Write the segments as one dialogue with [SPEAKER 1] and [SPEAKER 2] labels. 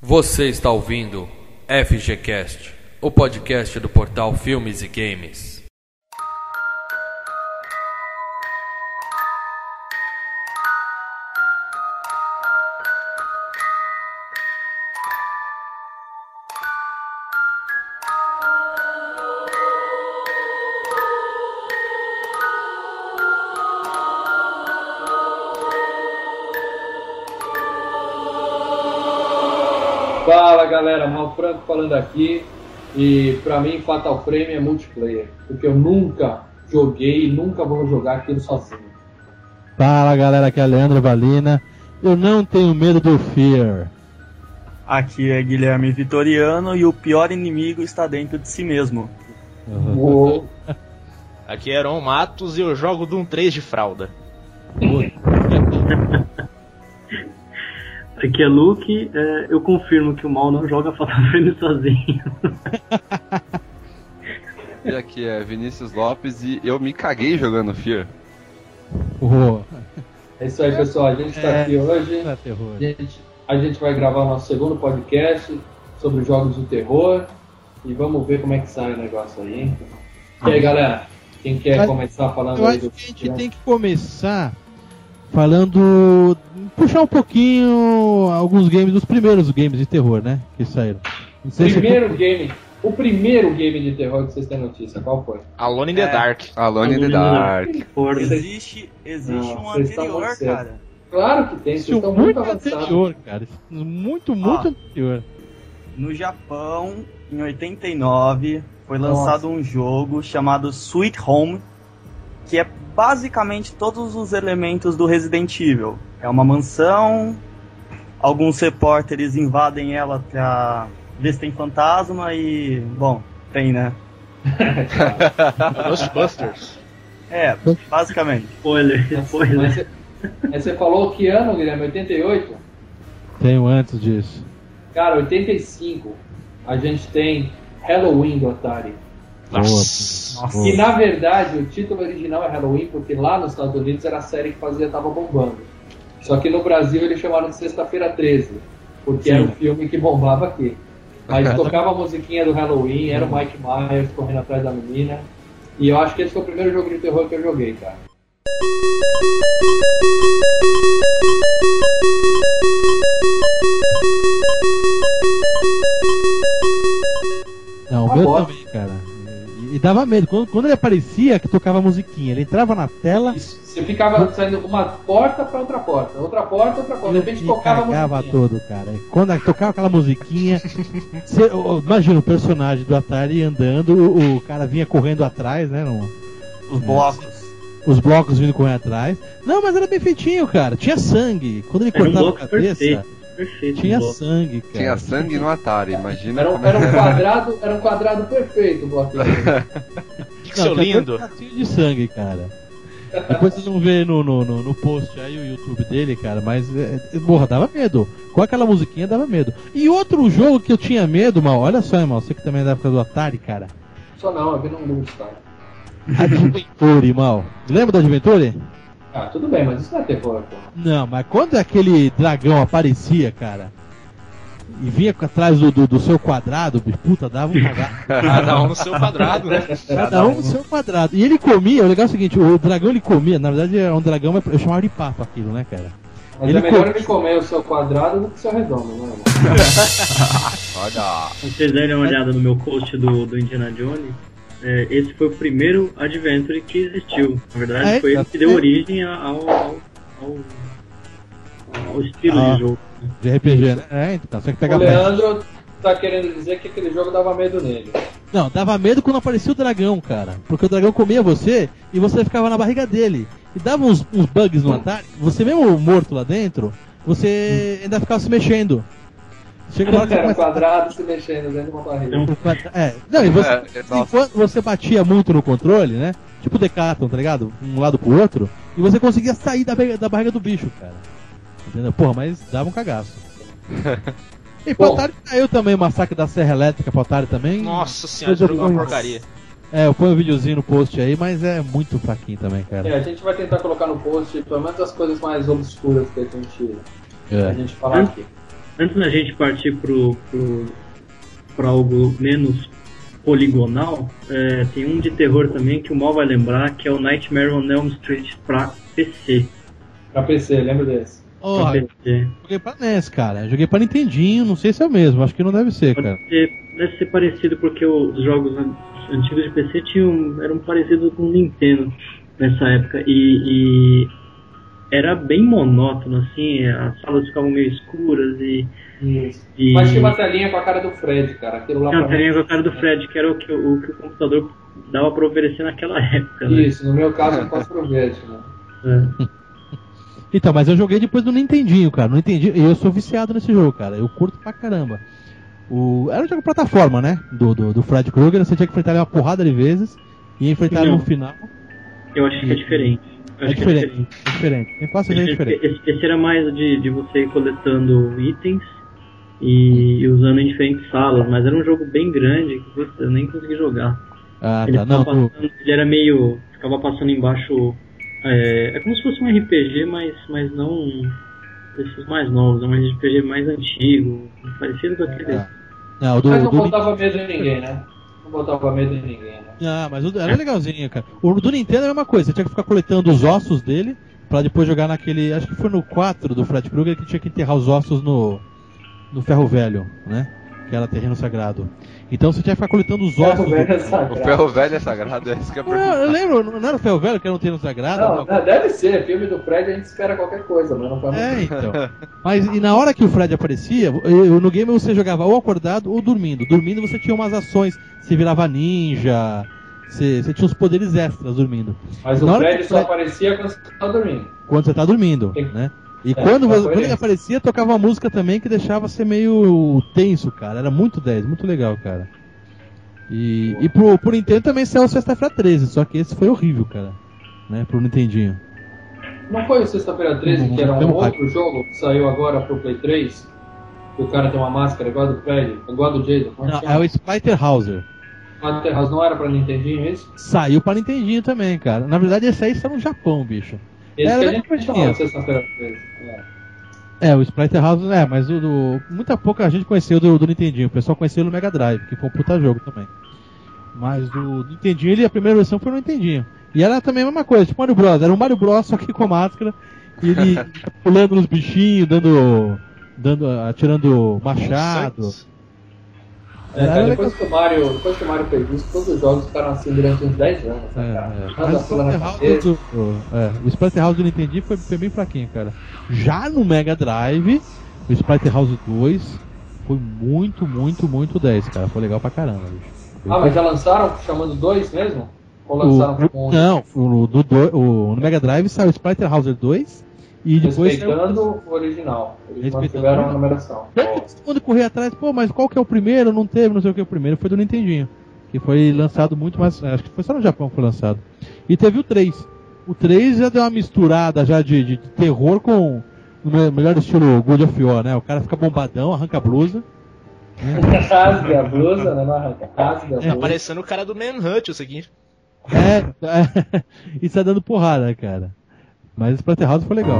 [SPEAKER 1] Você está ouvindo FGCast, o podcast do portal Filmes e Games.
[SPEAKER 2] Fala galera, Mal Franco falando aqui. E pra mim, Fatal Frame é multiplayer, porque eu nunca joguei e nunca vou jogar aquilo sozinho.
[SPEAKER 3] Fala galera, aqui é Leandro Valina. Eu não tenho medo do Fear.
[SPEAKER 4] Aqui é Guilherme Vitoriano e o pior inimigo está dentro de si mesmo.
[SPEAKER 2] Uou.
[SPEAKER 5] Aqui é Aaron Matos e eu jogo Doom 3 de fralda.
[SPEAKER 6] Aqui é Luke, é, eu confirmo que o mal não joga Fatal Frame sozinho.
[SPEAKER 7] E aqui é Vinícius Lopes e eu me caguei jogando Fear.
[SPEAKER 3] Uou.
[SPEAKER 2] É isso aí, pessoal. A gente está
[SPEAKER 3] É.
[SPEAKER 2] aqui hoje.
[SPEAKER 3] Pra
[SPEAKER 2] A
[SPEAKER 3] terror.
[SPEAKER 2] gente, a gente vai gravar nosso segundo podcast sobre os jogos do terror. E vamos ver como é que sai o negócio aí. hein? E aí, galera? Quem quer
[SPEAKER 3] Mas-
[SPEAKER 2] começar falando
[SPEAKER 3] Eu
[SPEAKER 2] aí
[SPEAKER 3] acho
[SPEAKER 2] do
[SPEAKER 3] que a gente tem que começar falando. puxar um pouquinho alguns games, dos primeiros games de terror, né? Que saíram. Não sei se-
[SPEAKER 2] Primeiro game, o primeiro game de terror que vocês têm notícia, qual foi?
[SPEAKER 5] Alone in the
[SPEAKER 4] É.
[SPEAKER 5] Dark.
[SPEAKER 7] Alone in the
[SPEAKER 6] Alone in the
[SPEAKER 7] Dark.
[SPEAKER 6] Por
[SPEAKER 4] Existe, existe
[SPEAKER 2] Não,
[SPEAKER 4] um
[SPEAKER 2] vocês estão
[SPEAKER 4] anterior,
[SPEAKER 2] muito
[SPEAKER 4] cara.
[SPEAKER 2] Claro que tem, vocês
[SPEAKER 3] Isso
[SPEAKER 2] estão
[SPEAKER 3] muito
[SPEAKER 2] muito avançados.
[SPEAKER 3] anterior, cara. Isso Muito, muito
[SPEAKER 4] Ah.
[SPEAKER 3] anterior.
[SPEAKER 4] No Japão, em 89, foi lançado um jogo chamado Sweet Home, que é basicamente todos os elementos do Resident Evil. É uma mansão, alguns repórteres invadem ela pra ver se tem fantasma e. Bom, tem, né?
[SPEAKER 5] Ghostbusters.
[SPEAKER 4] É, basicamente.
[SPEAKER 6] spoiler, spoiler.
[SPEAKER 2] Mas você- mas você falou que ano, Guilherme? 88?
[SPEAKER 3] Tenho antes disso.
[SPEAKER 2] Cara, 85. A gente tem Halloween do Atari.
[SPEAKER 5] Nossa.
[SPEAKER 4] Nossa.
[SPEAKER 8] Hum.
[SPEAKER 2] Que na verdade o título original é Halloween, porque lá nos Estados Unidos era a série que fazia, tava bombando. Só que no Brasil eles chamaram de Sexta-feira 13, porque era o filme que bombava aqui. Mas tocava a musiquinha do Halloween, era o Mike Myers correndo atrás da menina. E eu acho que esse foi o primeiro jogo de terror que eu joguei, cara.
[SPEAKER 3] Não,
[SPEAKER 2] Uma
[SPEAKER 3] o meu
[SPEAKER 2] bosta.
[SPEAKER 3] também, cara. E, e dava medo. Quando, quando ele aparecia, que tocava a musiquinha, ele entrava na tela
[SPEAKER 2] Isso, Você ficava saindo uma porta pra outra porta, outra porta, outra porta. De repente
[SPEAKER 3] e
[SPEAKER 2] tocava a
[SPEAKER 3] cagava
[SPEAKER 2] musiquinha.
[SPEAKER 3] todo, cara. E Quando tocava aquela musiquinha, cê- ô, ô, imagina o personagem do Atari andando, o, o cara vinha correndo atrás, né? no-
[SPEAKER 4] Os blocos.
[SPEAKER 3] os blocos vindo correndo atrás. Não, mas era bem feitinho, cara. Tinha sangue. Quando ele
[SPEAKER 6] Era um
[SPEAKER 3] cortava a
[SPEAKER 6] bloco
[SPEAKER 3] cabeça,
[SPEAKER 6] perfeito, um Perfeito.
[SPEAKER 3] tinha
[SPEAKER 6] Boa.
[SPEAKER 3] sangue, cara.
[SPEAKER 7] Tinha sangue no Atari, imagina
[SPEAKER 2] Era um,
[SPEAKER 7] como é
[SPEAKER 2] era um quadrado, era um quadrado perfeito o bloquinho.
[SPEAKER 5] Pixel
[SPEAKER 2] tá
[SPEAKER 3] tinha
[SPEAKER 5] lindo.
[SPEAKER 3] todo pedacinho de sangue, cara. Depois vocês vão ver no, no, no, no post aí o YouTube dele, cara, mas é, é, porra, dava medo. Com aquela musiquinha dava medo. E outro jogo que eu tinha medo, mal, olha só, irmão, você que também é da época do Atari, cara.
[SPEAKER 2] Só não, eu vi num luz, cara.
[SPEAKER 3] Adventure, mal. Lembra do Adventure?
[SPEAKER 2] Ah, tudo bem, mas isso não é terror, pô.
[SPEAKER 3] Não, mas quando aquele dragão aparecia, cara, e vinha com- atrás do, do, do seu quadrado, bicho, puta, dava um cagado.
[SPEAKER 5] Cada um no seu quadrado, né?
[SPEAKER 3] Cada um no seu quadrado. E ele comia, o legal é o seguinte, o dragão ele comia, na verdade era um dragão, mas eu chamava de papo aquilo, né, cara?
[SPEAKER 2] Mas
[SPEAKER 3] Ele
[SPEAKER 2] é melhor
[SPEAKER 3] curte.
[SPEAKER 2] ele comer o seu quadrado do que o seu redondo, né, irmão?
[SPEAKER 7] Olha.
[SPEAKER 6] Vocês derem uma olhada no meu post do, do Indiana Jones. é, esse foi o primeiro adventure que existiu. Na verdade,
[SPEAKER 3] É,
[SPEAKER 6] foi ele que
[SPEAKER 3] exato.
[SPEAKER 6] deu origem ao, ao, ao, ao estilo
[SPEAKER 3] Ah.
[SPEAKER 6] de jogo.
[SPEAKER 3] De RPG, né? É, então, você que
[SPEAKER 2] O
[SPEAKER 3] pega mais.
[SPEAKER 2] Leandro tá querendo dizer que aquele jogo dava medo nele.
[SPEAKER 3] Não, dava medo quando aparecia o dragão, cara. Porque o dragão comia você e você ficava na barriga dele. E dava uns, uns bugs no ataque, você mesmo morto lá dentro, você ainda ficava se mexendo. Chega uma hora que você
[SPEAKER 2] Era um
[SPEAKER 3] começa-
[SPEAKER 2] quadrado se mexendo dentro de uma barriga.
[SPEAKER 3] O quadra- É, não, e você,
[SPEAKER 7] É, nossa.
[SPEAKER 3] enquanto você batia muito no controle, né? Tipo o Decathlon, tá ligado? Um lado pro outro, e você conseguia sair da, barriga- da barriga do bicho, cara. Entendeu? Porra, mas dava um cagaço. E pro
[SPEAKER 2] Bom.
[SPEAKER 3] Atari saiu também o Massacre da Serra Elétrica pro Atari também.
[SPEAKER 5] Nossa senhora, esse jogo é uma porcaria.
[SPEAKER 3] É, eu ponho um videozinho no post aí, mas é muito fraquinho também,
[SPEAKER 2] É,
[SPEAKER 3] cara.
[SPEAKER 2] a gente vai tentar colocar no post pelo menos as coisas mais obscuras que a gente, a
[SPEAKER 3] É.
[SPEAKER 2] gente falar aqui.
[SPEAKER 6] Antes da gente partir pro, pro, pra algo menos poligonal, é, tem um de terror também que o mal vai lembrar, que é o Nightmare on Elm Street pra PC.
[SPEAKER 2] Pra PC, lembra desse?
[SPEAKER 3] Ó,
[SPEAKER 6] Pra PC.
[SPEAKER 3] joguei pra NES, cara. Joguei pra Nintendinho, não sei se é o mesmo, acho que não deve ser, cara.
[SPEAKER 6] Pode ser, deve ser parecido porque os jogos an- antigos de PC tinham, eram parecidos com o Nintendo nessa época e, e era bem monótono assim, as salas ficavam meio escuras e,
[SPEAKER 2] Isso.
[SPEAKER 6] e
[SPEAKER 2] Mas tinha uma telinha com a cara do Fred, cara. Aquilo lá
[SPEAKER 6] Não,
[SPEAKER 2] pra mim.
[SPEAKER 6] teria com a cara do Fred, que era o que o, que o computador dava pra oferecer naquela época, né?
[SPEAKER 2] Isso, no meu caso é quase provete, né?
[SPEAKER 6] É.
[SPEAKER 3] Então, mas eu joguei depois do Nintendinho, cara. No Nintendinho, e eu sou viciado nesse jogo, cara. Eu curto pra caramba. O... Era um jogo de plataforma, né? Do, do, do Fred Krueger, você tinha que enfrentar ele uma porrada de vezes. E enfrentar ele no
[SPEAKER 6] Não.
[SPEAKER 3] final.
[SPEAKER 6] Eu acho que é diferente.
[SPEAKER 3] É
[SPEAKER 6] Eu acho que
[SPEAKER 3] diferente. É diferente. Quem faz é
[SPEAKER 6] Esse,
[SPEAKER 3] diferente.
[SPEAKER 6] esse- esse era mais de, de você ir coletando itens e, e usando em diferentes salas, mas era um jogo bem grande que putz, eu nem consegui jogar.
[SPEAKER 3] Ah,
[SPEAKER 6] ele,
[SPEAKER 3] tá. Não,
[SPEAKER 6] ficava
[SPEAKER 3] tu...
[SPEAKER 6] passando, ele era meio. ficava passando embaixo. É, é como se fosse um RPG, mas, mas não esses mais novos, é um RPG mais antigo, parecido com aquele.
[SPEAKER 3] Ah, Não, o do,
[SPEAKER 2] Mas não
[SPEAKER 3] do
[SPEAKER 2] botava medo em ninguém, né? Não botava medo em ninguém, né?
[SPEAKER 3] Ah, mas o do- era legalzinho, cara. O do Nintendo era uma coisa, você tinha que ficar coletando os ossos dele pra depois jogar naquele. Acho que foi no 4 do Fred Krueger que tinha que enterrar os ossos no. no ferro velho, né? Que era terreno sagrado. Então você tinha que ficar coletando os
[SPEAKER 2] Ferro
[SPEAKER 3] ossos. do-
[SPEAKER 2] velho é
[SPEAKER 7] O
[SPEAKER 2] sagrado.
[SPEAKER 7] ferro velho é sagrado, é isso que eu
[SPEAKER 3] Não, eu
[SPEAKER 7] pergunto.
[SPEAKER 3] lembro, não era o ferro velho que era um terreno sagrado?
[SPEAKER 2] Não,
[SPEAKER 3] alguma
[SPEAKER 2] não, deve ser. Filme do Fred a gente espera qualquer coisa, mas não faz
[SPEAKER 3] É, então. Mas e na hora que o Fred aparecia, eu- no game você jogava ou acordado ou dormindo. Dormindo você tinha umas ações, você virava ninja, você, você tinha uns poderes extras dormindo.
[SPEAKER 2] Mas
[SPEAKER 3] Na
[SPEAKER 2] o
[SPEAKER 3] hora
[SPEAKER 2] Fred
[SPEAKER 3] que o
[SPEAKER 2] só
[SPEAKER 3] Fred-
[SPEAKER 2] aparecia quando você estava dormindo.
[SPEAKER 3] quando você tá dormindo,
[SPEAKER 2] Tem-
[SPEAKER 3] né? E
[SPEAKER 2] É,
[SPEAKER 3] quando,
[SPEAKER 2] tá
[SPEAKER 3] você-
[SPEAKER 2] coerente.
[SPEAKER 3] quando ele aparecia, tocava uma música também que deixava você meio tenso, cara. Era muito 10, muito legal, cara. E, e pro, pro Nintendo também saiu o Sexta-feira 13, só que esse foi horrível, cara. Né, pro Nintendinho.
[SPEAKER 2] Não foi o Sexta-feira 13,
[SPEAKER 3] Não,
[SPEAKER 2] que era
[SPEAKER 3] tem
[SPEAKER 2] um
[SPEAKER 3] um
[SPEAKER 2] outro jogo que saiu agora pro Play 3? Que o cara tem uma máscara igual a do Fred, igual a do Jason. Como é
[SPEAKER 3] Não,
[SPEAKER 2] que
[SPEAKER 3] é
[SPEAKER 2] chama?
[SPEAKER 3] o Splinterhauser.
[SPEAKER 2] Ah, Terras não era pra Nintendinho é isso?
[SPEAKER 3] Saiu pra Nintendinho também, cara. Na verdade, esse aí saiu no Japão, bicho.
[SPEAKER 2] Esse
[SPEAKER 3] Era
[SPEAKER 2] que a gente
[SPEAKER 3] bem
[SPEAKER 2] chamava
[SPEAKER 3] pequenininho.
[SPEAKER 2] de Sexta-feira 13. É.
[SPEAKER 3] É, o Splinterhauser, é, mas o do, muita pouca gente conheceu do, do Nintendinho. O pessoal conheceu no Mega Drive, que foi um puta jogo também. Mas o do Nintendinho, ele, a primeira versão foi no Nintendinho. E era também a mesma coisa, tipo Mario Bros. Era um Mario Bros, só que com máscara. E ele pulando nos bichinhos, dando. dando atirando machado.
[SPEAKER 5] Santos.
[SPEAKER 2] É, cara,
[SPEAKER 3] Era
[SPEAKER 2] depois, que o Mario, depois que o Mario fez isso, todos os jogos ficaram assim durante uns 10 anos.
[SPEAKER 3] É,
[SPEAKER 2] né, cara?
[SPEAKER 3] é.
[SPEAKER 2] Cada
[SPEAKER 3] Mas o
[SPEAKER 2] fila na
[SPEAKER 3] Splatterhouse
[SPEAKER 2] cabeça.
[SPEAKER 3] do, do- é, o Splatterhouse do Nintendinho foi, foi bem fraquinho, cara. Já no Mega Drive, o Splatterhouse 2 foi muito, muito, muito 10, cara. Foi legal pra caramba, bicho. Foi-
[SPEAKER 2] Ah, mas um já lançaram chamando dois mesmo? Ou lançaram
[SPEAKER 3] o,
[SPEAKER 2] com
[SPEAKER 3] Não, o, do, do- o- no Mega Drive saiu o Splatterhouse 2 e depois saiu-
[SPEAKER 2] respeitando o original? Eles
[SPEAKER 3] Respeitando.
[SPEAKER 2] mantiveram a numeração.
[SPEAKER 3] Tanto que todo mundo corria atrás, pô, mas qual que é o primeiro? Não teve, não sei o que. O primeiro foi do Nintendinho. Que foi lançado muito mais. é, Acho que foi só no Japão que foi lançado. E teve o 3. O 3 já deu uma misturada já de, de terror com o me- melhor estilo Good of War, né? O cara fica bombadão, arranca a blusa.
[SPEAKER 2] Rasga a blusa, né? Não arranca. Rasga a
[SPEAKER 5] Tá
[SPEAKER 2] blusa.
[SPEAKER 5] parecendo o cara do Manhunt, isso aqui.
[SPEAKER 3] É, é, e sai dando porrada, cara. Mas o Splatterhouse foi legal.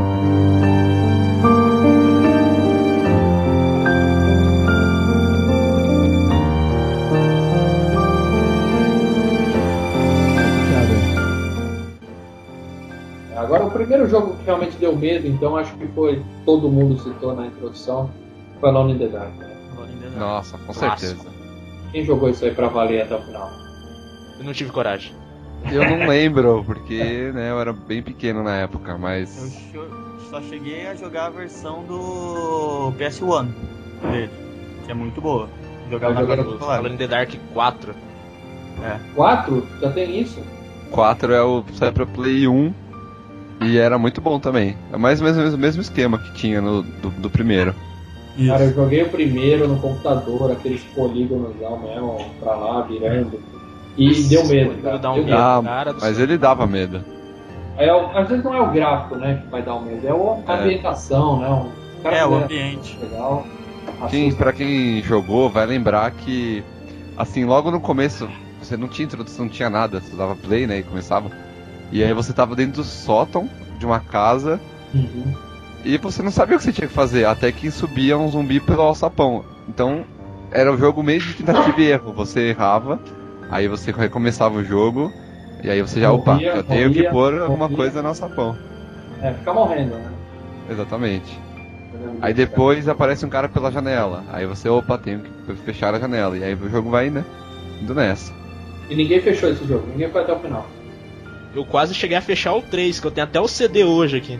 [SPEAKER 3] Cara,
[SPEAKER 2] Agora, o primeiro jogo que realmente deu medo, então, acho que foi. Todo mundo citou na introdução. Foi Alone in the Dark. né?
[SPEAKER 7] Nossa, com
[SPEAKER 5] Clássico.
[SPEAKER 7] certeza.
[SPEAKER 2] Quem jogou isso aí pra valer até o final?
[SPEAKER 5] Eu não tive coragem.
[SPEAKER 7] Eu não lembro, porque né, eu era bem pequeno na época,
[SPEAKER 4] Eu
[SPEAKER 7] mas.
[SPEAKER 4] cho- só cheguei a jogar a versão do PS1 dele, que é muito boa. Jogava
[SPEAKER 2] Eu
[SPEAKER 4] na
[SPEAKER 2] jogava
[SPEAKER 4] casa
[SPEAKER 2] no
[SPEAKER 4] do colega.
[SPEAKER 5] Falando The Dark 4.
[SPEAKER 2] Quatro? Já tem isso?
[SPEAKER 7] 4 é o saiu pra Play 1 e era muito bom também. É mais ou menos o mesmo esquema que tinha no, do, do primeiro.
[SPEAKER 4] Isso.
[SPEAKER 2] Cara, eu joguei o primeiro no computador, aqueles polígonos lá mesmo, pra lá, virando. E deu medo, cara.
[SPEAKER 5] Dá
[SPEAKER 2] Deu
[SPEAKER 5] um
[SPEAKER 2] medo.
[SPEAKER 5] medo,
[SPEAKER 7] Ah,
[SPEAKER 5] cara do
[SPEAKER 7] Mas
[SPEAKER 5] céu.
[SPEAKER 7] ele dava medo.
[SPEAKER 2] É, o- às vezes não é o gráfico, né, que vai dar o medo, é o- a
[SPEAKER 7] É.
[SPEAKER 2] ambientação, né? Um,
[SPEAKER 4] É, o ambiente.
[SPEAKER 2] Legal.
[SPEAKER 7] Quem,
[SPEAKER 2] Assusta.
[SPEAKER 7] pra quem jogou, vai lembrar que, assim, logo no começo, você não tinha introdução, não tinha nada, você dava play, né, e começava. E aí você tava dentro do sótão de uma casa
[SPEAKER 2] Uhum.
[SPEAKER 7] e você não sabia o que você tinha que fazer, até que subia um zumbi pelo alçapão. Então, era um jogo meio de tentativa e erro, você errava, aí você recomeçava o jogo, e aí você já, opa,
[SPEAKER 2] Morria,
[SPEAKER 7] eu tenho que
[SPEAKER 2] morria,
[SPEAKER 7] pôr alguma
[SPEAKER 2] morria.
[SPEAKER 7] coisa no alçapão.
[SPEAKER 2] É, fica morrendo, né?
[SPEAKER 7] Exatamente. Aí depois aparece um cara pela janela. Aí você, opa, tenho que fechar a janela. E aí o jogo vai, né? Indo nessa.
[SPEAKER 2] E ninguém fechou esse jogo, ninguém foi até o final.
[SPEAKER 5] Eu quase cheguei a fechar o 3, que eu tenho até o CD hoje aqui.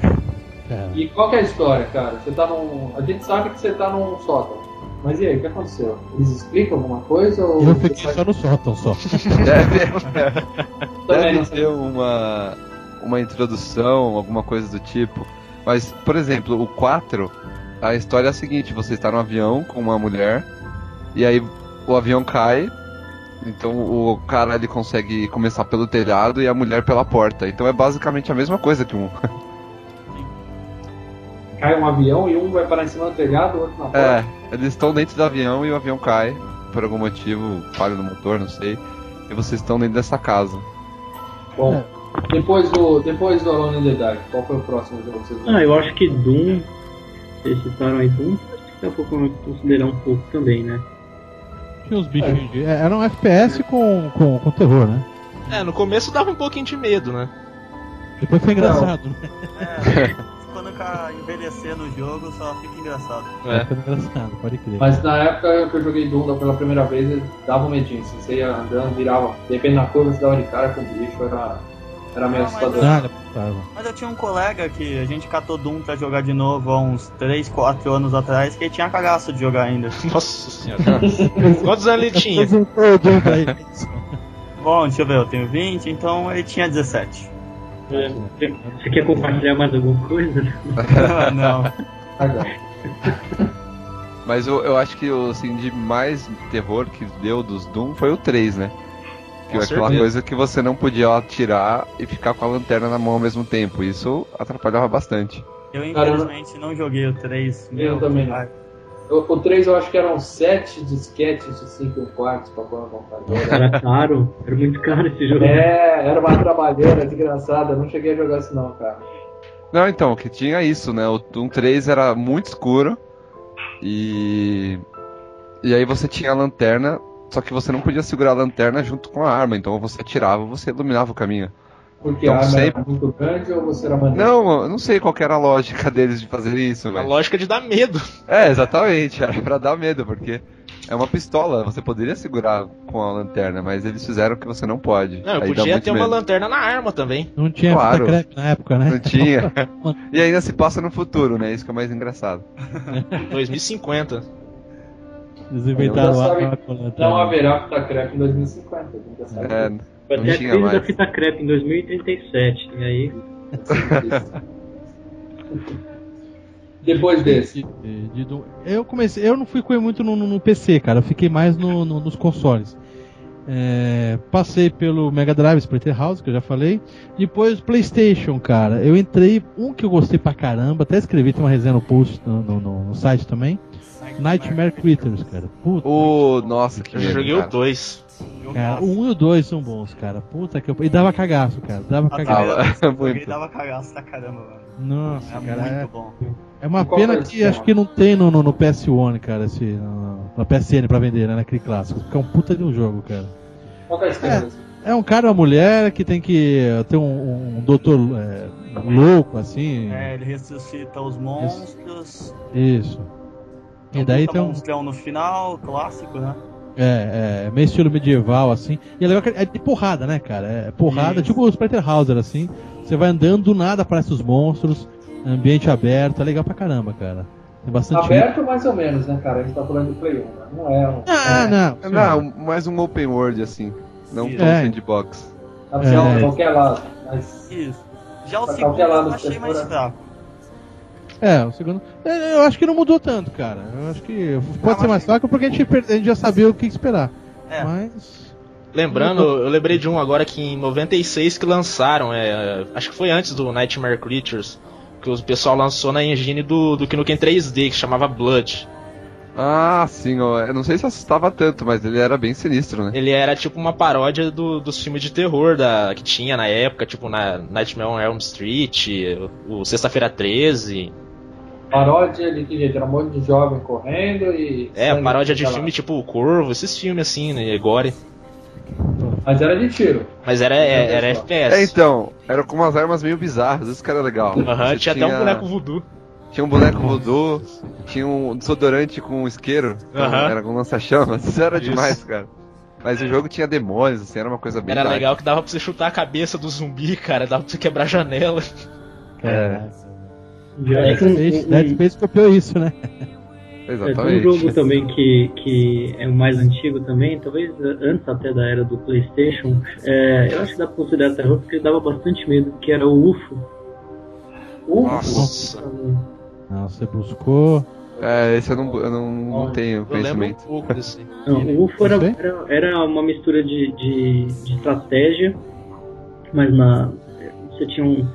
[SPEAKER 3] Cara,
[SPEAKER 2] E qual que é a história, cara? Você tá num. A gente sabe que você tá num sótão. Mas e aí, o que aconteceu? Eles explicam alguma coisa ou.
[SPEAKER 3] eu fiquei só no sótão só.
[SPEAKER 7] Deve,
[SPEAKER 2] Também não
[SPEAKER 7] deve
[SPEAKER 2] sei.
[SPEAKER 7] ter uma, uma introdução, alguma coisa do tipo. Mas, por exemplo, o 4, a história é a seguinte: você está no avião com uma mulher, e aí o avião cai. Então o cara ele consegue começar pelo telhado e a mulher pela porta. Então é basicamente a mesma coisa que um.
[SPEAKER 2] Cai um avião e um vai parar em cima do telhado, o outro na porta.
[SPEAKER 7] É, eles estão dentro do avião e o avião cai por algum motivo, falha no motor, não sei. E vocês estão dentro dessa casa. É.
[SPEAKER 2] Bom, depois do. Depois do Alone in the Dark, qual foi o próximo jogo que vocês viram?
[SPEAKER 6] Ah, eu acho que Doom, vocês citaram aí Doom, acho que dá pra considerar um pouco também, né?
[SPEAKER 3] Tinha uns bichinhos de. é, Era um FPS com, com, com terror, né?
[SPEAKER 5] É, no começo dava um pouquinho de medo, né?
[SPEAKER 3] Depois foi engraçado, né?
[SPEAKER 4] É, quando o cara envelhecer no jogo, só fica engraçado.
[SPEAKER 5] É.
[SPEAKER 3] Foi engraçado, pode crer.
[SPEAKER 2] Mas na época que eu joguei Doom pela primeira vez, ele dava um medinho. assim, Você ia andando, virava. Dependendo da curva, você dava de cara com o bicho, era, era meio
[SPEAKER 4] Ah, mas
[SPEAKER 2] assustador.
[SPEAKER 3] Ah, ele apontava.
[SPEAKER 4] Mas eu tinha um colega que a gente catou Doom pra jogar de novo há uns 3, 4 anos atrás, que ele tinha cagaço de jogar ainda.
[SPEAKER 5] Nossa senhora. Quantos anos ele tinha?
[SPEAKER 3] Apresentou o Doom pra ele.
[SPEAKER 4] Bom, deixa eu ver, eu tenho 20, então ele tinha 17.
[SPEAKER 6] É, Você você quer compartilhar mais alguma coisa?
[SPEAKER 4] Ah, não.
[SPEAKER 2] Legal.
[SPEAKER 7] Mas eu, eu acho que o assim, de mais terror que deu dos Doom foi o 3, né? Que
[SPEAKER 5] Com
[SPEAKER 7] é aquela
[SPEAKER 5] certeza.
[SPEAKER 7] coisa que você não podia atirar e ficar com a lanterna na mão ao mesmo tempo. Isso atrapalhava bastante.
[SPEAKER 4] Eu
[SPEAKER 2] Cara, eu-
[SPEAKER 4] infelizmente não joguei o 3.
[SPEAKER 2] também não.
[SPEAKER 4] cara.
[SPEAKER 2] O, o 3 eu acho que eram 7 disquetes de 5 quartos pra pôr no computador.
[SPEAKER 6] Era caro, era muito caro esse jogo.
[SPEAKER 2] É, era uma trabalheira desgraçada, eu não cheguei a jogar isso não, cara.
[SPEAKER 7] Não, então, que tinha isso, né? O Doom 3 era muito escuro e. E aí você tinha a lanterna, só que você não podia segurar a lanterna junto com a arma, então você atirava, você iluminava o caminho.
[SPEAKER 2] Porque
[SPEAKER 7] Então,
[SPEAKER 2] a arma
[SPEAKER 7] sempre-
[SPEAKER 2] era muito grande ou você era maneiro?
[SPEAKER 7] Não, eu não sei qual que era a lógica deles de fazer isso,
[SPEAKER 5] A
[SPEAKER 7] velho.
[SPEAKER 5] lógica de dar medo.
[SPEAKER 7] É, exatamente, era pra dar medo, porque é uma pistola, você poderia segurar com a lanterna, mas eles fizeram o que você não pode.
[SPEAKER 5] Não, eu
[SPEAKER 7] Aí dá
[SPEAKER 5] podia
[SPEAKER 7] muito
[SPEAKER 5] ter uma
[SPEAKER 7] medo.
[SPEAKER 5] lanterna na arma também.
[SPEAKER 3] Não tinha fita
[SPEAKER 7] Claro.
[SPEAKER 3] crepe na época, né?
[SPEAKER 7] Não tinha. e ainda se passa no futuro, né? Isso que é mais engraçado.
[SPEAKER 5] 2050.
[SPEAKER 3] Eles inventaram
[SPEAKER 2] Já
[SPEAKER 3] a
[SPEAKER 2] sabe-
[SPEAKER 3] arma com lanterna.
[SPEAKER 2] Não haverá fita crepe em 2050, a gente já sabe
[SPEAKER 7] É,
[SPEAKER 6] Foi
[SPEAKER 7] Não
[SPEAKER 6] até a
[SPEAKER 7] tinha
[SPEAKER 6] crise
[SPEAKER 7] mais.
[SPEAKER 6] da fita crepe em 2037. E aí,
[SPEAKER 2] disso. Depois desse.
[SPEAKER 3] de- de Doom. Eu comecei, eu não fui com ele muito no, no- no PC, cara. Eu fiquei mais no- no- nos consoles. É, passei pelo Mega Drive, Splinter House, que eu já falei. Depois PlayStation, cara. Eu entrei um que eu gostei pra caramba. Até escrevi, tem uma resenha no post no, no- no- no site também. Nightmare Critters, cara. Puta,
[SPEAKER 7] Ô, nossa, que
[SPEAKER 5] Eu
[SPEAKER 7] medo,
[SPEAKER 5] joguei
[SPEAKER 7] cara.
[SPEAKER 5] o 2.
[SPEAKER 3] cara. O 1 e o 2 são bons, cara. Puta que eu... E dava cagaço, cara. Dava
[SPEAKER 8] Ah,
[SPEAKER 4] A
[SPEAKER 3] cagaço.
[SPEAKER 8] tá.
[SPEAKER 4] primeira
[SPEAKER 7] Dava,
[SPEAKER 4] vez que eu joguei
[SPEAKER 7] muito.
[SPEAKER 4] dava cagaço pra caramba, mano.
[SPEAKER 3] Nossa,
[SPEAKER 4] Era
[SPEAKER 3] cara. é-
[SPEAKER 4] muito bom.
[SPEAKER 3] É uma
[SPEAKER 2] Qual
[SPEAKER 3] pena
[SPEAKER 2] foi
[SPEAKER 3] que
[SPEAKER 2] esse
[SPEAKER 3] acho
[SPEAKER 2] tema?
[SPEAKER 3] que não tem no, no, no PS1, cara, esse, no- na PSN pra vender, né, naquele clássico. Porque é um puta de um jogo, cara.
[SPEAKER 2] Qual que é a história
[SPEAKER 3] É.
[SPEAKER 2] desse?
[SPEAKER 3] É um cara e uma mulher que tem que eh, ter um, um doutor eh, louco, assim.
[SPEAKER 4] É, ele ressuscita os monstros.
[SPEAKER 3] Isso. E daí tem um.
[SPEAKER 4] monstrão no final, clássico, né?
[SPEAKER 3] É, é, meio estilo medieval, assim. E é legal que é de porrada, né, cara? É porrada,
[SPEAKER 4] Isso.
[SPEAKER 3] tipo o Splatterhauser, assim. Você vai andando, do nada aparecem os monstros, ambiente aberto, é legal pra caramba, cara. Tem bastante.
[SPEAKER 2] Aberto mais ou menos, né, cara? A gente tá falando de Play 1, né? Não é um.
[SPEAKER 3] Ah, não.
[SPEAKER 7] É, Não, mais um open world, assim. Não
[SPEAKER 4] Sim.
[SPEAKER 7] tão
[SPEAKER 3] É.
[SPEAKER 7] sandbox.
[SPEAKER 2] Tá pra
[SPEAKER 3] É.
[SPEAKER 2] qualquer lado. Mas.
[SPEAKER 4] Isso. Já o
[SPEAKER 2] Pra
[SPEAKER 4] segundo
[SPEAKER 2] qualquer lado
[SPEAKER 4] eu achei
[SPEAKER 2] você
[SPEAKER 4] mais
[SPEAKER 2] for,
[SPEAKER 4] fraco.
[SPEAKER 3] É, o segundo. é, Eu acho que não mudou tanto, cara. Eu acho que pode
[SPEAKER 4] Ah,
[SPEAKER 3] ser
[SPEAKER 4] mas-
[SPEAKER 3] mais fraco porque a gente, per- a gente já sabia o que esperar.
[SPEAKER 4] É.
[SPEAKER 3] Mas.
[SPEAKER 5] Lembrando, eu lembrei de um agora que em 96 que lançaram, é, acho que foi antes do Nightmare Creatures, que o pessoal lançou na engine do, do Kinuken 3D, que chamava Blood.
[SPEAKER 7] Ah, sim, ó, eu não sei se assustava tanto, mas ele era bem sinistro, né?
[SPEAKER 5] Ele era tipo uma paródia do, dos filmes de terror da, que tinha na época, tipo na Nightmare on Elm Street, o, o Sexta-feira 13.
[SPEAKER 2] Paródia de que jeito? Era um monte de jovem correndo e.
[SPEAKER 5] É,
[SPEAKER 2] sangue
[SPEAKER 5] paródia de
[SPEAKER 7] tá
[SPEAKER 2] pra lá.
[SPEAKER 5] filme tipo O Corvo, esses filmes assim, né? Gore.
[SPEAKER 2] Mas era de tiro.
[SPEAKER 5] Mas era, é- era
[SPEAKER 7] É,
[SPEAKER 5] FPS.
[SPEAKER 7] então, era com umas armas meio bizarras, isso que era legal.
[SPEAKER 5] Aham,
[SPEAKER 7] Você
[SPEAKER 5] tinha até um boneco voodoo.
[SPEAKER 7] Tinha um boneco voodoo, tinha um desodorante com isqueiro, então
[SPEAKER 5] Aham.
[SPEAKER 7] era com lança-chamas, isso era
[SPEAKER 5] Isso.
[SPEAKER 7] demais, cara. Mas o jogo tinha demônios, assim, era uma coisa bem
[SPEAKER 5] Era
[SPEAKER 7] dark.
[SPEAKER 5] legal que dava pra você chutar a cabeça do zumbi, cara, dava pra você quebrar a janela.
[SPEAKER 7] É,
[SPEAKER 6] Já
[SPEAKER 3] Dead
[SPEAKER 6] é que um-
[SPEAKER 3] Space,
[SPEAKER 6] um-
[SPEAKER 3] Dead Space copiou isso, né?
[SPEAKER 6] É, tem
[SPEAKER 7] exatamente.
[SPEAKER 6] um jogo também que, que é o mais antigo também, talvez eh, antes até da era do Playstation, é, eu acho que dá pra considerar terror porque dava bastante medo, que era o UFO.
[SPEAKER 5] Nossa.
[SPEAKER 3] Não, você buscou.
[SPEAKER 7] É, esse eu não, eu não, não
[SPEAKER 5] Olha,
[SPEAKER 7] tenho
[SPEAKER 5] Eu lembro um
[SPEAKER 7] conhecimento.
[SPEAKER 5] pouco desse.
[SPEAKER 6] Não, o UFO era,
[SPEAKER 3] Você?
[SPEAKER 6] era, era uma mistura de, de, de estratégia, mas na, você tinha um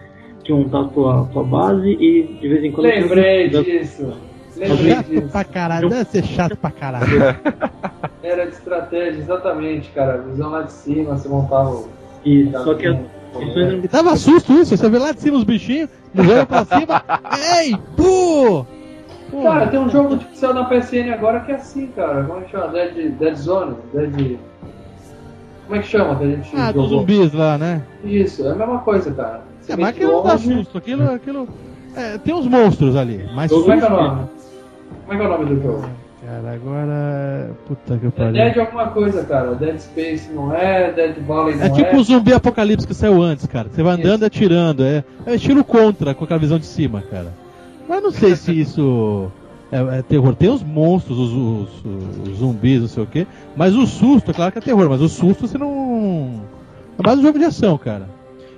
[SPEAKER 6] tinha um tal tua, tua base e de vez em quando um
[SPEAKER 2] Lembrei disso. Lembrei
[SPEAKER 3] Chato
[SPEAKER 2] disso.
[SPEAKER 3] pra caralho, deve ser chato pra caralho.
[SPEAKER 2] Era de estratégia, exatamente, cara. Visão lá de cima, você montava o.
[SPEAKER 6] e, só que as missões eram
[SPEAKER 3] E dava susto isso, você vê lá de cima os bichinhos, voando pra cima. Ei, pô! Pô,
[SPEAKER 2] Cara, tem um jogo de pixel na PSN agora que é assim, cara. Como é que chama? Dead, Dead Zone? Dead. Como é que chama? Que a gente
[SPEAKER 3] Ah, dos
[SPEAKER 2] jogou?
[SPEAKER 3] zumbis lá, né?
[SPEAKER 2] Isso, é a mesma coisa, cara.
[SPEAKER 3] É, mas aquilo não dá susto, aquilo. aquilo é, tem uns monstros ali, mas.
[SPEAKER 2] Como é que é o
[SPEAKER 3] Susto,
[SPEAKER 2] nome? Como é que é o nome do jogo?
[SPEAKER 3] cara, agora. Puta que
[SPEAKER 2] É
[SPEAKER 3] pariu.
[SPEAKER 2] Dead alguma coisa, cara. Dead Space não é, Dead Valley não
[SPEAKER 3] É
[SPEAKER 2] é.
[SPEAKER 3] tipo o zumbi apocalipse que saiu antes, cara. Você vai andando e atirando. É, é estilo contra com aquela visão de cima, cara. Mas não sei se isso é, é terror. Tem os monstros, os, os- os zumbis, não sei o quê. Mas o susto, é claro que é terror, mas o susto você não. É mais um jogo de ação, cara.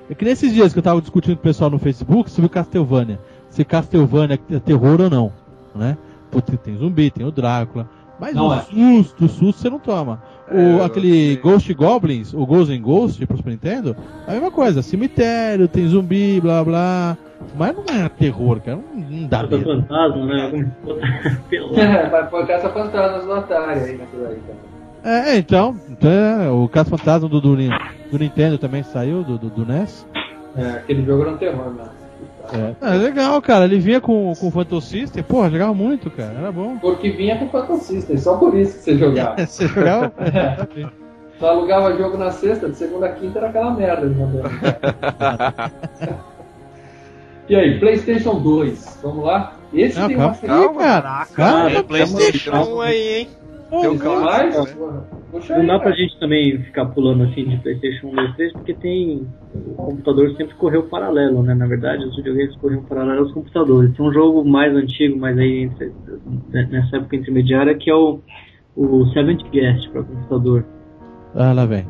[SPEAKER 3] É que nesses dias que eu tava discutindo com o pessoal no Facebook sobre Castlevania. Se Castlevania é terror ou não, né? Porque tem zumbi, tem o Drácula. Mas
[SPEAKER 2] Não
[SPEAKER 3] o
[SPEAKER 2] é.
[SPEAKER 3] susto, o susto você não toma. O-
[SPEAKER 7] É, eu
[SPEAKER 3] aquele
[SPEAKER 7] sei.
[SPEAKER 3] Ghost Goblins, o Ghost and Ghost pro Super Nintendo, é a mesma coisa, cemitério, tem zumbi, blá blá. Mas não é terror, cara, não, não dá
[SPEAKER 6] do
[SPEAKER 3] medo.
[SPEAKER 6] fantasma, né? Alguma coisa pela-
[SPEAKER 2] É, vai pôr caça fantasmas do Atari aí naquilo aí, cara.
[SPEAKER 3] É, então, então é, o Caso Fantasma do, do, Nin- do Nintendo também saiu, do, do, do NES.
[SPEAKER 2] É, aquele jogo era um terror, né?
[SPEAKER 3] É. Ah, legal, cara, ele vinha com, com o Phantom System, porra, jogava muito, cara, era bom.
[SPEAKER 2] Porque vinha com Phantom System, só por isso que você jogava.
[SPEAKER 3] Você jogava?
[SPEAKER 2] Só alugava jogo na sexta, de segunda a quinta era aquela merda. né, entendeu? e aí, PlayStation 2, vamos lá? Esse
[SPEAKER 3] Não,
[SPEAKER 2] tem
[SPEAKER 3] calma,
[SPEAKER 2] uma
[SPEAKER 3] calma, cara.
[SPEAKER 5] Caraca,
[SPEAKER 3] Calma,
[SPEAKER 5] é PlayStation
[SPEAKER 7] calma.
[SPEAKER 5] 1 aí, hein?
[SPEAKER 7] Tem
[SPEAKER 2] Tem
[SPEAKER 7] um clássico,
[SPEAKER 2] mais?
[SPEAKER 7] né?
[SPEAKER 2] Puxa
[SPEAKER 6] Não
[SPEAKER 2] aí,
[SPEAKER 6] dá pra
[SPEAKER 2] cara.
[SPEAKER 6] gente também ficar pulando assim de Playstation 1, 2, 3, porque tem. O computador sempre correu paralelo, né? Na verdade, os videogames corriam paralelo aos computadores. Tem um jogo mais antigo, mas aí entre- nessa época intermediária, que é o, o Seventh Guest para computador.
[SPEAKER 3] Ah, lá vem.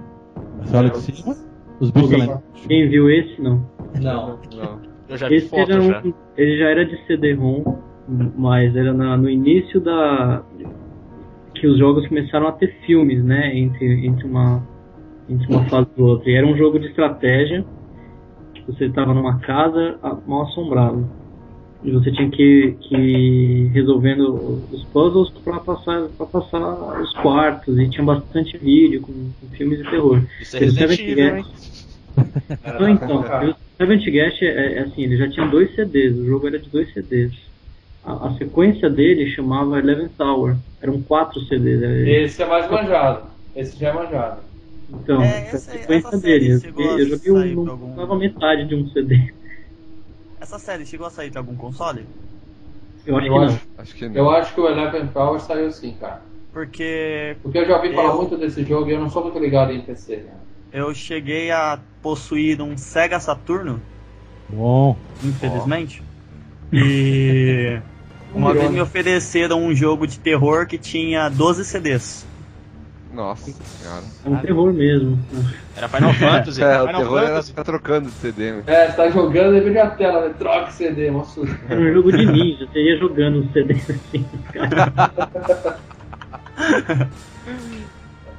[SPEAKER 3] Você olha de cima, os bichos
[SPEAKER 6] Alguém-
[SPEAKER 3] lá.
[SPEAKER 6] Quem viu esse, não.
[SPEAKER 2] Não.
[SPEAKER 7] Não.
[SPEAKER 5] Eu já vi
[SPEAKER 6] Esse
[SPEAKER 5] foto
[SPEAKER 6] era um,
[SPEAKER 5] já.
[SPEAKER 6] ele já era de CD-ROM, mas era na- no início da que os jogos começaram a ter filmes, né, entre, entre uma entre uma fase e outra. E era um jogo de estratégia que você estava numa casa a- mal assombrada e você tinha que, que ir resolvendo os puzzles para passar para passar os quartos e tinha bastante vídeo com, com filmes de terror.
[SPEAKER 5] Isso é Resident
[SPEAKER 6] Seventh
[SPEAKER 5] Evil, hein?
[SPEAKER 6] Não, então, o Seventh Guest é, é assim, ele já tinha dois CDs, o jogo era de dois CDs. A, a sequência dele chamava Eleven Tower, eram quatro CDs. era-
[SPEAKER 2] Esse é mais manjado. Esse já é manjado.
[SPEAKER 6] Então,
[SPEAKER 4] É,
[SPEAKER 8] essa-
[SPEAKER 6] a sequência
[SPEAKER 8] essa série
[SPEAKER 6] dele, eu
[SPEAKER 8] chegou a
[SPEAKER 6] joguei- eu joguei
[SPEAKER 8] sair
[SPEAKER 6] um,
[SPEAKER 8] pra algum-
[SPEAKER 6] tava metade de um CD.
[SPEAKER 8] Essa série chegou a sair pra algum console?
[SPEAKER 6] Eu acho
[SPEAKER 2] Eu
[SPEAKER 6] que não.
[SPEAKER 2] acho,
[SPEAKER 7] Acho que
[SPEAKER 2] eu
[SPEAKER 7] não.
[SPEAKER 2] acho que o Eleven Power saiu sim, cara.
[SPEAKER 8] Porque
[SPEAKER 2] Porque eu já ouvi falar
[SPEAKER 8] Eu-
[SPEAKER 2] muito desse jogo e eu não sou muito ligado em PC. Né?
[SPEAKER 8] eu cheguei a possuir um Sega Saturno,
[SPEAKER 3] Bom,
[SPEAKER 8] infelizmente. E uma vez me ofereceram um jogo de terror que tinha 12 CDs.
[SPEAKER 7] Nossa senhora.
[SPEAKER 6] É um terror mesmo.
[SPEAKER 5] Era Final Fantasy.
[SPEAKER 7] É, o
[SPEAKER 5] Final
[SPEAKER 7] terror era
[SPEAKER 5] Fantasy.
[SPEAKER 7] ficar trocando de CD, né?
[SPEAKER 2] É, você tá jogando e vira a tela, né? troca o CD, mó susto.
[SPEAKER 6] Era um jogo de ninja, você ia jogando um CD assim.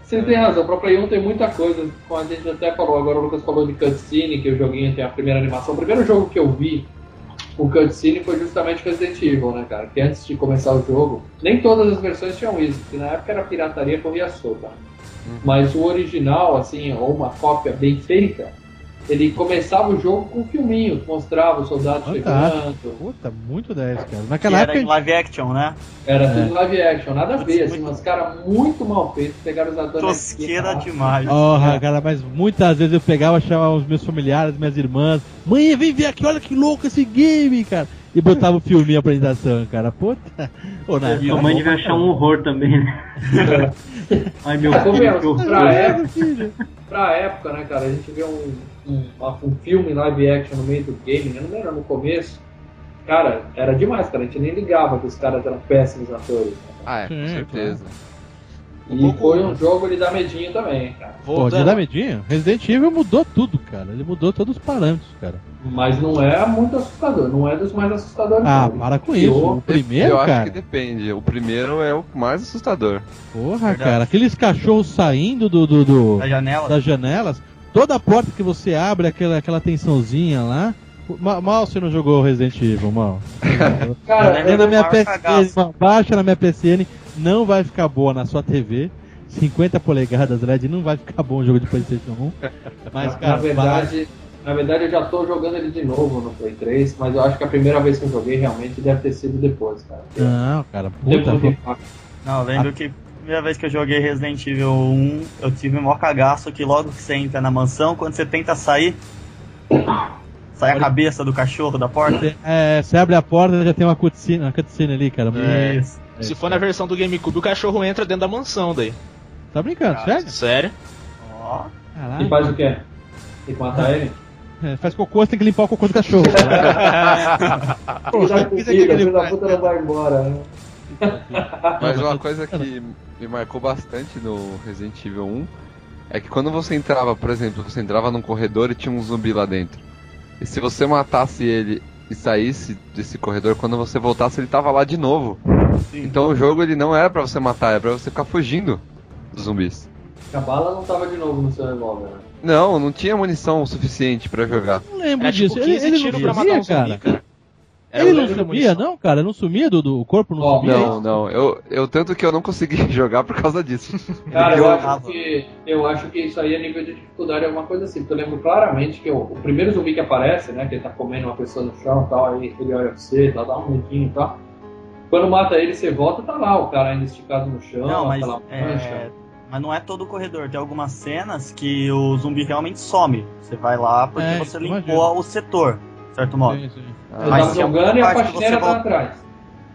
[SPEAKER 2] Você tem razão, o próprio 1 tem muita coisa, como a gente até falou, agora o Lucas falou de cutscene, que o joguinho tem a primeira animação. O primeiro jogo que eu vi com cutscene foi justamente Resident Evil, né, cara? Que antes de começar o jogo, nem todas as versões tinham isso, porque na época era pirataria corria solta.
[SPEAKER 3] Uhum.
[SPEAKER 2] Hum. Mas o original, assim, ou uma cópia bem feita, ele começava o jogo com um filminho, mostrava os soldados
[SPEAKER 3] Fantástico.
[SPEAKER 2] chegando.
[SPEAKER 3] Puta, muito 10, cara.
[SPEAKER 8] Que
[SPEAKER 3] Naquela
[SPEAKER 8] era
[SPEAKER 3] época.
[SPEAKER 8] em live action, né?
[SPEAKER 2] Era
[SPEAKER 3] É.
[SPEAKER 2] tudo live action, nada a
[SPEAKER 8] Putz,
[SPEAKER 2] ver, assim,
[SPEAKER 8] muito-
[SPEAKER 2] umas caras muito mal feitos, pegaram os atores.
[SPEAKER 8] Tosqueira demais.
[SPEAKER 2] É.
[SPEAKER 3] Porra, cara, mas muitas vezes eu pegava, chamava os meus familiares, minhas irmãs, mãe, vem ver aqui, olha que louco esse game, cara. E botava o filminho a apresentação, cara. Puta. Ô, na
[SPEAKER 6] Minha mãe devia achar um horror também, né? Ai, meu
[SPEAKER 2] Ah, como é?
[SPEAKER 6] filho, que horror.
[SPEAKER 2] Pra época, pra época, né, cara, a gente vê um, um, uma- um filme live action no meio do game, né? Não era no começo. Cara, era demais, cara. A gente nem ligava que os caras eram péssimos atores. né?
[SPEAKER 7] Ah, é, com
[SPEAKER 3] Sim,
[SPEAKER 7] certeza.
[SPEAKER 2] E
[SPEAKER 5] pouco-
[SPEAKER 2] foi um jogo ele dá medinho também, cara.
[SPEAKER 3] Pô, de
[SPEAKER 5] Voltando,
[SPEAKER 3] dar medinho? Resident Evil mudou tudo, cara. Ele mudou todos os parâmetros, cara.
[SPEAKER 2] Mas não é muito assustador, não é dos mais assustadores.
[SPEAKER 3] Ah,
[SPEAKER 2] não.
[SPEAKER 3] para com
[SPEAKER 2] E
[SPEAKER 3] isso.
[SPEAKER 2] o-
[SPEAKER 3] O primeiro,
[SPEAKER 7] eu acho
[SPEAKER 3] cara.
[SPEAKER 7] que depende. O primeiro é o mais assustador.
[SPEAKER 3] Porra, cara. Aqueles cachorros saindo do, do, do-
[SPEAKER 8] Da janela.
[SPEAKER 3] das janelas. Toda porta que você abre, aquela, aquela tensãozinha lá. Ma- Mal você não jogou Resident Evil, mal.
[SPEAKER 2] Cara,
[SPEAKER 8] Né?
[SPEAKER 3] É na minha
[SPEAKER 8] Maior
[SPEAKER 3] PSN,
[SPEAKER 8] cagaço.
[SPEAKER 3] mano. baixa na minha PSN, não vai ficar boa na sua TV. 50 polegadas LED não vai ficar bom o jogo de PlayStation 1. Mas,
[SPEAKER 2] na- na
[SPEAKER 3] cara,
[SPEAKER 2] verdade, na verdade eu já tô jogando ele de novo no Play 3, mas eu acho que a primeira vez que eu joguei realmente deve ter sido depois, cara.
[SPEAKER 3] vai- Não, cara, Ah, puta.
[SPEAKER 2] Depois do
[SPEAKER 3] pô.
[SPEAKER 2] impacto.
[SPEAKER 8] Não, eu
[SPEAKER 3] Ah.
[SPEAKER 8] lembro que a primeira vez que eu joguei Resident Evil 1, eu tive o maior cagaço que logo que você entra na mansão, quando você tenta sair, sai a cabeça do cachorro da porta.
[SPEAKER 3] É, você abre a porta já tem uma cutscene, uma cutscene ali, cara.
[SPEAKER 5] É.
[SPEAKER 8] Isso.
[SPEAKER 5] se for na versão do GameCube, o cachorro entra dentro da mansão daí.
[SPEAKER 3] Tá brincando, sério?
[SPEAKER 5] Sério?
[SPEAKER 8] Ó,
[SPEAKER 2] E
[SPEAKER 3] Caralho.
[SPEAKER 2] faz o quê? Tem que matar ele?
[SPEAKER 3] É, faz cocô, você tem que limpar o cocô do cachorro. cara.
[SPEAKER 2] Ele dá
[SPEAKER 3] sabe o que é que
[SPEAKER 2] comida,
[SPEAKER 3] ele
[SPEAKER 2] filho da
[SPEAKER 3] faz?
[SPEAKER 2] puta não vai embora. né?
[SPEAKER 3] Ah,
[SPEAKER 7] Mas uma coisa que me marcou bastante no Resident Evil 1 é que quando você entrava, por exemplo, você entrava num corredor e tinha um zumbi lá dentro. E se você matasse ele e saísse desse corredor, quando você voltasse ele tava lá de novo.
[SPEAKER 8] Sim.
[SPEAKER 7] Então o jogo ele não era pra você matar, era pra você ficar fugindo dos zumbis.
[SPEAKER 2] A bala não tava de novo no seu revólver. né?
[SPEAKER 7] Não, não tinha munição suficiente pra jogar.
[SPEAKER 3] Eu não lembro
[SPEAKER 5] Era tipo
[SPEAKER 3] disso. Ele,
[SPEAKER 5] 15
[SPEAKER 3] ele
[SPEAKER 5] tiros
[SPEAKER 3] não
[SPEAKER 5] pra matar
[SPEAKER 3] sumia,
[SPEAKER 5] um zumbi, É,
[SPEAKER 3] cara.
[SPEAKER 5] cara. Era
[SPEAKER 3] Ele
[SPEAKER 5] o
[SPEAKER 3] não
[SPEAKER 5] dobro da
[SPEAKER 3] sumia,
[SPEAKER 5] munição.
[SPEAKER 3] não, cara. Não sumia do, do- o corpo, não
[SPEAKER 2] Ó,
[SPEAKER 3] sumia.
[SPEAKER 7] Não, não, eu, eu tanto que eu não consegui jogar por causa disso.
[SPEAKER 2] Cara, eu
[SPEAKER 7] Eu
[SPEAKER 2] acho,
[SPEAKER 8] amava.
[SPEAKER 2] que, eu acho que isso aí é nível de dificuldade, é alguma coisa assim. Porque eu lembro claramente que o, o primeiro zumbi que aparece, né? Que ele tá comendo uma pessoa no chão e tal, aí ele olha pra você, tal, dá um medinho e tal. Quando mata ele, você volta tá lá, o cara ainda esticado no chão,
[SPEAKER 8] não, mas,
[SPEAKER 2] aquela
[SPEAKER 8] é,
[SPEAKER 2] mancha.
[SPEAKER 8] mas não é todo o corredor. Tem algumas cenas que o zumbi realmente some. Você vai lá porque
[SPEAKER 3] É,
[SPEAKER 8] você
[SPEAKER 3] isso,
[SPEAKER 8] limpou
[SPEAKER 3] imagino.
[SPEAKER 8] o setor, de certo modo.
[SPEAKER 3] Sim, sim.
[SPEAKER 2] Você
[SPEAKER 8] mas
[SPEAKER 2] tá
[SPEAKER 8] tinha
[SPEAKER 2] jogando e a
[SPEAKER 8] parte que você
[SPEAKER 2] faxineira tá
[SPEAKER 8] volta.
[SPEAKER 2] atrás.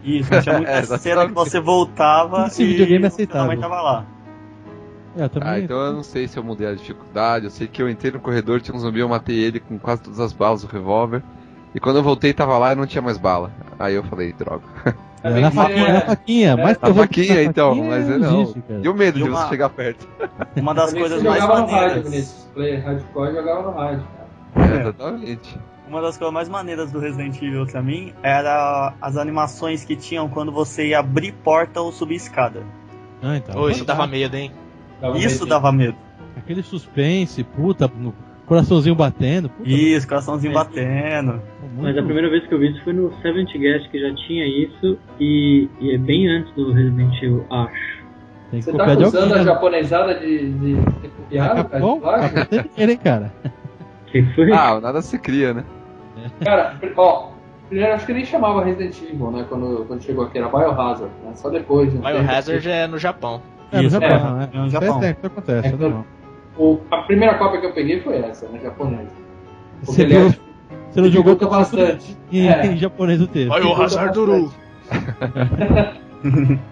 [SPEAKER 8] Isso, tinha muita
[SPEAKER 7] É,
[SPEAKER 8] cena que
[SPEAKER 7] exatamente.
[SPEAKER 8] você voltava
[SPEAKER 3] Esse
[SPEAKER 8] e
[SPEAKER 3] videogame é
[SPEAKER 8] você realmente
[SPEAKER 3] aceitável.
[SPEAKER 8] tava lá.
[SPEAKER 3] É, também.
[SPEAKER 7] Ah, então eu não sei se eu mudei a dificuldade. Eu sei que eu entrei no corredor, tinha um zumbi, eu matei ele com quase todas as balas do revólver. E quando eu voltei, tava lá e não tinha mais bala. Aí eu falei, droga.
[SPEAKER 2] É
[SPEAKER 3] É,
[SPEAKER 2] bem
[SPEAKER 3] na
[SPEAKER 2] que-
[SPEAKER 3] faquinha, na faquinha. mais
[SPEAKER 7] é, Na
[SPEAKER 3] provável que
[SPEAKER 7] faquinha,
[SPEAKER 3] na
[SPEAKER 7] então,
[SPEAKER 3] faquinha
[SPEAKER 7] mas eu não.
[SPEAKER 3] existe, cara.
[SPEAKER 7] E o medo
[SPEAKER 8] E
[SPEAKER 7] de
[SPEAKER 8] uma-
[SPEAKER 7] você chegar perto.
[SPEAKER 8] é Uma das
[SPEAKER 2] Também
[SPEAKER 8] coisas
[SPEAKER 2] você
[SPEAKER 8] mais
[SPEAKER 2] jogava no rádio,
[SPEAKER 8] maneiras.
[SPEAKER 2] Vinícius. Play hardcore jogava no rádio. cara.
[SPEAKER 7] É, exatamente.
[SPEAKER 8] Uma das coisas mais maneiras do Resident Evil pra mim era as animações que tinham quando você ia abrir porta ou subir escada.
[SPEAKER 3] Ah, então.
[SPEAKER 5] Ô, isso dava medo, hein?
[SPEAKER 2] Dava um
[SPEAKER 8] Isso
[SPEAKER 2] medinho.
[SPEAKER 8] dava medo.
[SPEAKER 3] Aquele suspense, puta, no coraçãozinho batendo. Puta,
[SPEAKER 8] Isso, coraçãozinho
[SPEAKER 6] É.
[SPEAKER 8] batendo.
[SPEAKER 3] muito-
[SPEAKER 5] Uhum.
[SPEAKER 6] Mas a primeira vez que eu vi isso foi no Seventh Guest, que já tinha isso, e, e é bem antes do Resident Evil, acho.
[SPEAKER 3] Tem que
[SPEAKER 2] Você tá
[SPEAKER 3] copiar de
[SPEAKER 2] acusando a é
[SPEAKER 3] alguém. né? É,
[SPEAKER 2] japonesada de, de ter copiado, cara,
[SPEAKER 3] Capcom,
[SPEAKER 2] de plágio?
[SPEAKER 3] Capcom tem dinheiro, hein, cara.
[SPEAKER 6] Que foi?
[SPEAKER 7] Ah, nada se cria, né?
[SPEAKER 2] Cara, ó, primeiro acho que nem chamava Resident Evil, né? Quando, quando chegou aqui, era Biohazard, né? Só depois. de um tempo.
[SPEAKER 5] Biohazard é no Japão.
[SPEAKER 3] É, no
[SPEAKER 8] Isso,
[SPEAKER 3] Japão, né?
[SPEAKER 8] é no
[SPEAKER 3] Isso aí
[SPEAKER 8] Japão.
[SPEAKER 3] tem, isso acontece,
[SPEAKER 2] um É
[SPEAKER 3] é normal.
[SPEAKER 2] O- a primeira cópia que eu peguei foi essa, né? Japonesa. Porque
[SPEAKER 3] Você,
[SPEAKER 2] ele é-
[SPEAKER 3] viu, né, você não
[SPEAKER 2] ele
[SPEAKER 3] jogou
[SPEAKER 2] conta
[SPEAKER 3] com
[SPEAKER 2] bastante.
[SPEAKER 3] em,
[SPEAKER 2] É.
[SPEAKER 3] em japonês o texto.
[SPEAKER 5] Olha o Hazarduru.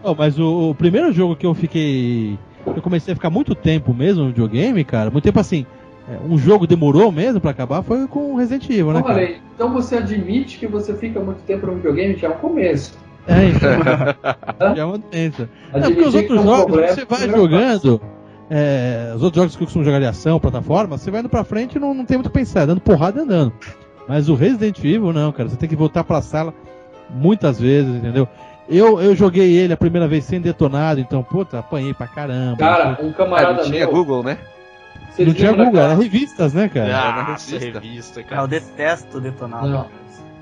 [SPEAKER 3] Ó, mas o, o primeiro jogo que eu fiquei. Eu comecei a ficar muito tempo mesmo no videogame, cara. Muito tempo assim. é, um jogo demorou mesmo pra acabar foi com o Resident Evil, né,
[SPEAKER 2] Como eu
[SPEAKER 3] cara?
[SPEAKER 2] falei, então você admite que você fica muito tempo no videogame, já é um começo.
[SPEAKER 3] É, então. Já é uma doença. É, porque
[SPEAKER 2] Admitir
[SPEAKER 3] os
[SPEAKER 2] que
[SPEAKER 3] outros
[SPEAKER 2] é um
[SPEAKER 3] jogos,
[SPEAKER 2] problema,
[SPEAKER 3] você vai
[SPEAKER 2] primeiro
[SPEAKER 3] jogando. é, os outros jogos que eu costumo jogar de ação, plataforma, você vai indo pra frente e não, não tem muito o que pensar, dando porrada e andando. Mas o Resident Evil, não, cara, você tem que voltar pra sala muitas vezes, entendeu? Eu, eu joguei ele a primeira vez sem detonado, então, puta, apanhei pra caramba.
[SPEAKER 2] Cara, um
[SPEAKER 7] Ah,
[SPEAKER 2] camarada
[SPEAKER 7] não tinha
[SPEAKER 2] meu.
[SPEAKER 7] Google, né?
[SPEAKER 2] vocês
[SPEAKER 3] não tinha
[SPEAKER 2] lembram
[SPEAKER 3] Google,
[SPEAKER 2] daquela-
[SPEAKER 3] era revistas, né, cara?
[SPEAKER 5] É, Nossa,
[SPEAKER 7] revista.
[SPEAKER 5] revista,
[SPEAKER 8] Cara, eu
[SPEAKER 5] cara.
[SPEAKER 8] detesto detonado.
[SPEAKER 2] Não.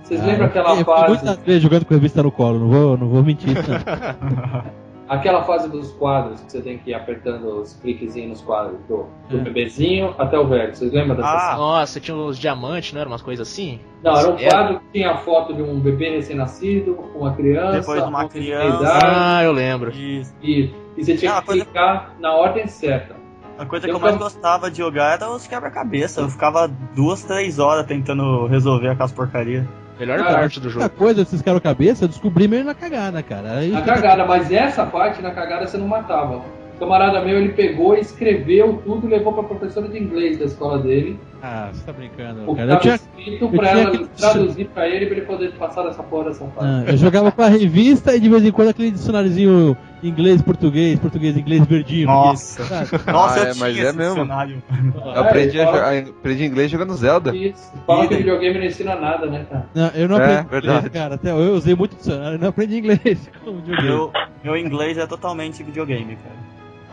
[SPEAKER 2] Vocês
[SPEAKER 3] Ah,
[SPEAKER 2] lembram
[SPEAKER 3] eu
[SPEAKER 2] aquela
[SPEAKER 3] fiquei
[SPEAKER 2] fase,
[SPEAKER 3] muitas vezes jogando com a revista no colo, não vou, não vou mentir. isso, Não.
[SPEAKER 2] aquela fase dos quadros, que você tem que ir apertando os cliquezinhos nos quadros, do, do
[SPEAKER 3] É.
[SPEAKER 2] bebezinho até o velho. Vocês lembram dessa
[SPEAKER 8] Ah,
[SPEAKER 5] Nossa, tinha uns diamantes, não era umas coisas assim?
[SPEAKER 2] Não, era um
[SPEAKER 8] é.
[SPEAKER 5] Era.
[SPEAKER 2] quadro que tinha a foto de um bebê recém-nascido, uma criança,
[SPEAKER 8] Depois de uma
[SPEAKER 2] um de
[SPEAKER 8] criança.
[SPEAKER 2] idade,
[SPEAKER 5] Ah, eu lembro.
[SPEAKER 8] E
[SPEAKER 2] e, e você tinha
[SPEAKER 8] Ah,
[SPEAKER 2] que
[SPEAKER 8] coisa-
[SPEAKER 2] clicar na ordem certa.
[SPEAKER 8] a coisa
[SPEAKER 2] Eu
[SPEAKER 8] que eu mais
[SPEAKER 2] tava-
[SPEAKER 8] gostava de jogar era os quebra-cabeça. Eu ficava duas, três horas tentando resolver aquelas porcarias.
[SPEAKER 5] Melhor
[SPEAKER 2] Cara,
[SPEAKER 5] parte do
[SPEAKER 3] Outra
[SPEAKER 5] jogo.
[SPEAKER 3] coisa desses caras-cabeça, eu descobri meio na cagada, cara. Aí,
[SPEAKER 2] Na cagada, mas essa parte na cagada você não matava. O camarada meu, ele pegou, escreveu tudo e levou pra professora de inglês da escola dele.
[SPEAKER 3] Ah, você tá brincando,
[SPEAKER 2] O que
[SPEAKER 3] cara. Eu
[SPEAKER 2] estava
[SPEAKER 3] tinha
[SPEAKER 2] escrito
[SPEAKER 3] eu
[SPEAKER 2] pra
[SPEAKER 3] tinha
[SPEAKER 2] ela
[SPEAKER 3] que-
[SPEAKER 2] traduzir pra ele pra ele poder passar dessa porra dessa parte.
[SPEAKER 3] Ah, eu jogava com a revista e de vez em quando aquele dicionáriozinho inglês, português, português, inglês, verdinho.
[SPEAKER 8] Nossa.
[SPEAKER 3] porque- sabe?
[SPEAKER 8] Nossa,
[SPEAKER 7] Ah,
[SPEAKER 8] eu
[SPEAKER 7] é,
[SPEAKER 8] tinha
[SPEAKER 7] mas
[SPEAKER 8] esse
[SPEAKER 7] é mesmo.
[SPEAKER 8] dicionário.
[SPEAKER 7] Eu aprendi, a
[SPEAKER 2] Ah, é, fala-
[SPEAKER 7] jogar- aprendi inglês jogando
[SPEAKER 3] Ah.
[SPEAKER 7] Zelda.
[SPEAKER 2] E fala que
[SPEAKER 8] Idem.
[SPEAKER 2] videogame não ensina nada, né, cara?
[SPEAKER 3] Não, eu não
[SPEAKER 7] É,
[SPEAKER 3] aprendi
[SPEAKER 7] verdade.
[SPEAKER 3] inglês, cara. Até eu usei muito dicionário, eu não aprendi inglês. Como um videogame.
[SPEAKER 8] Meu, meu inglês é totalmente videogame, cara.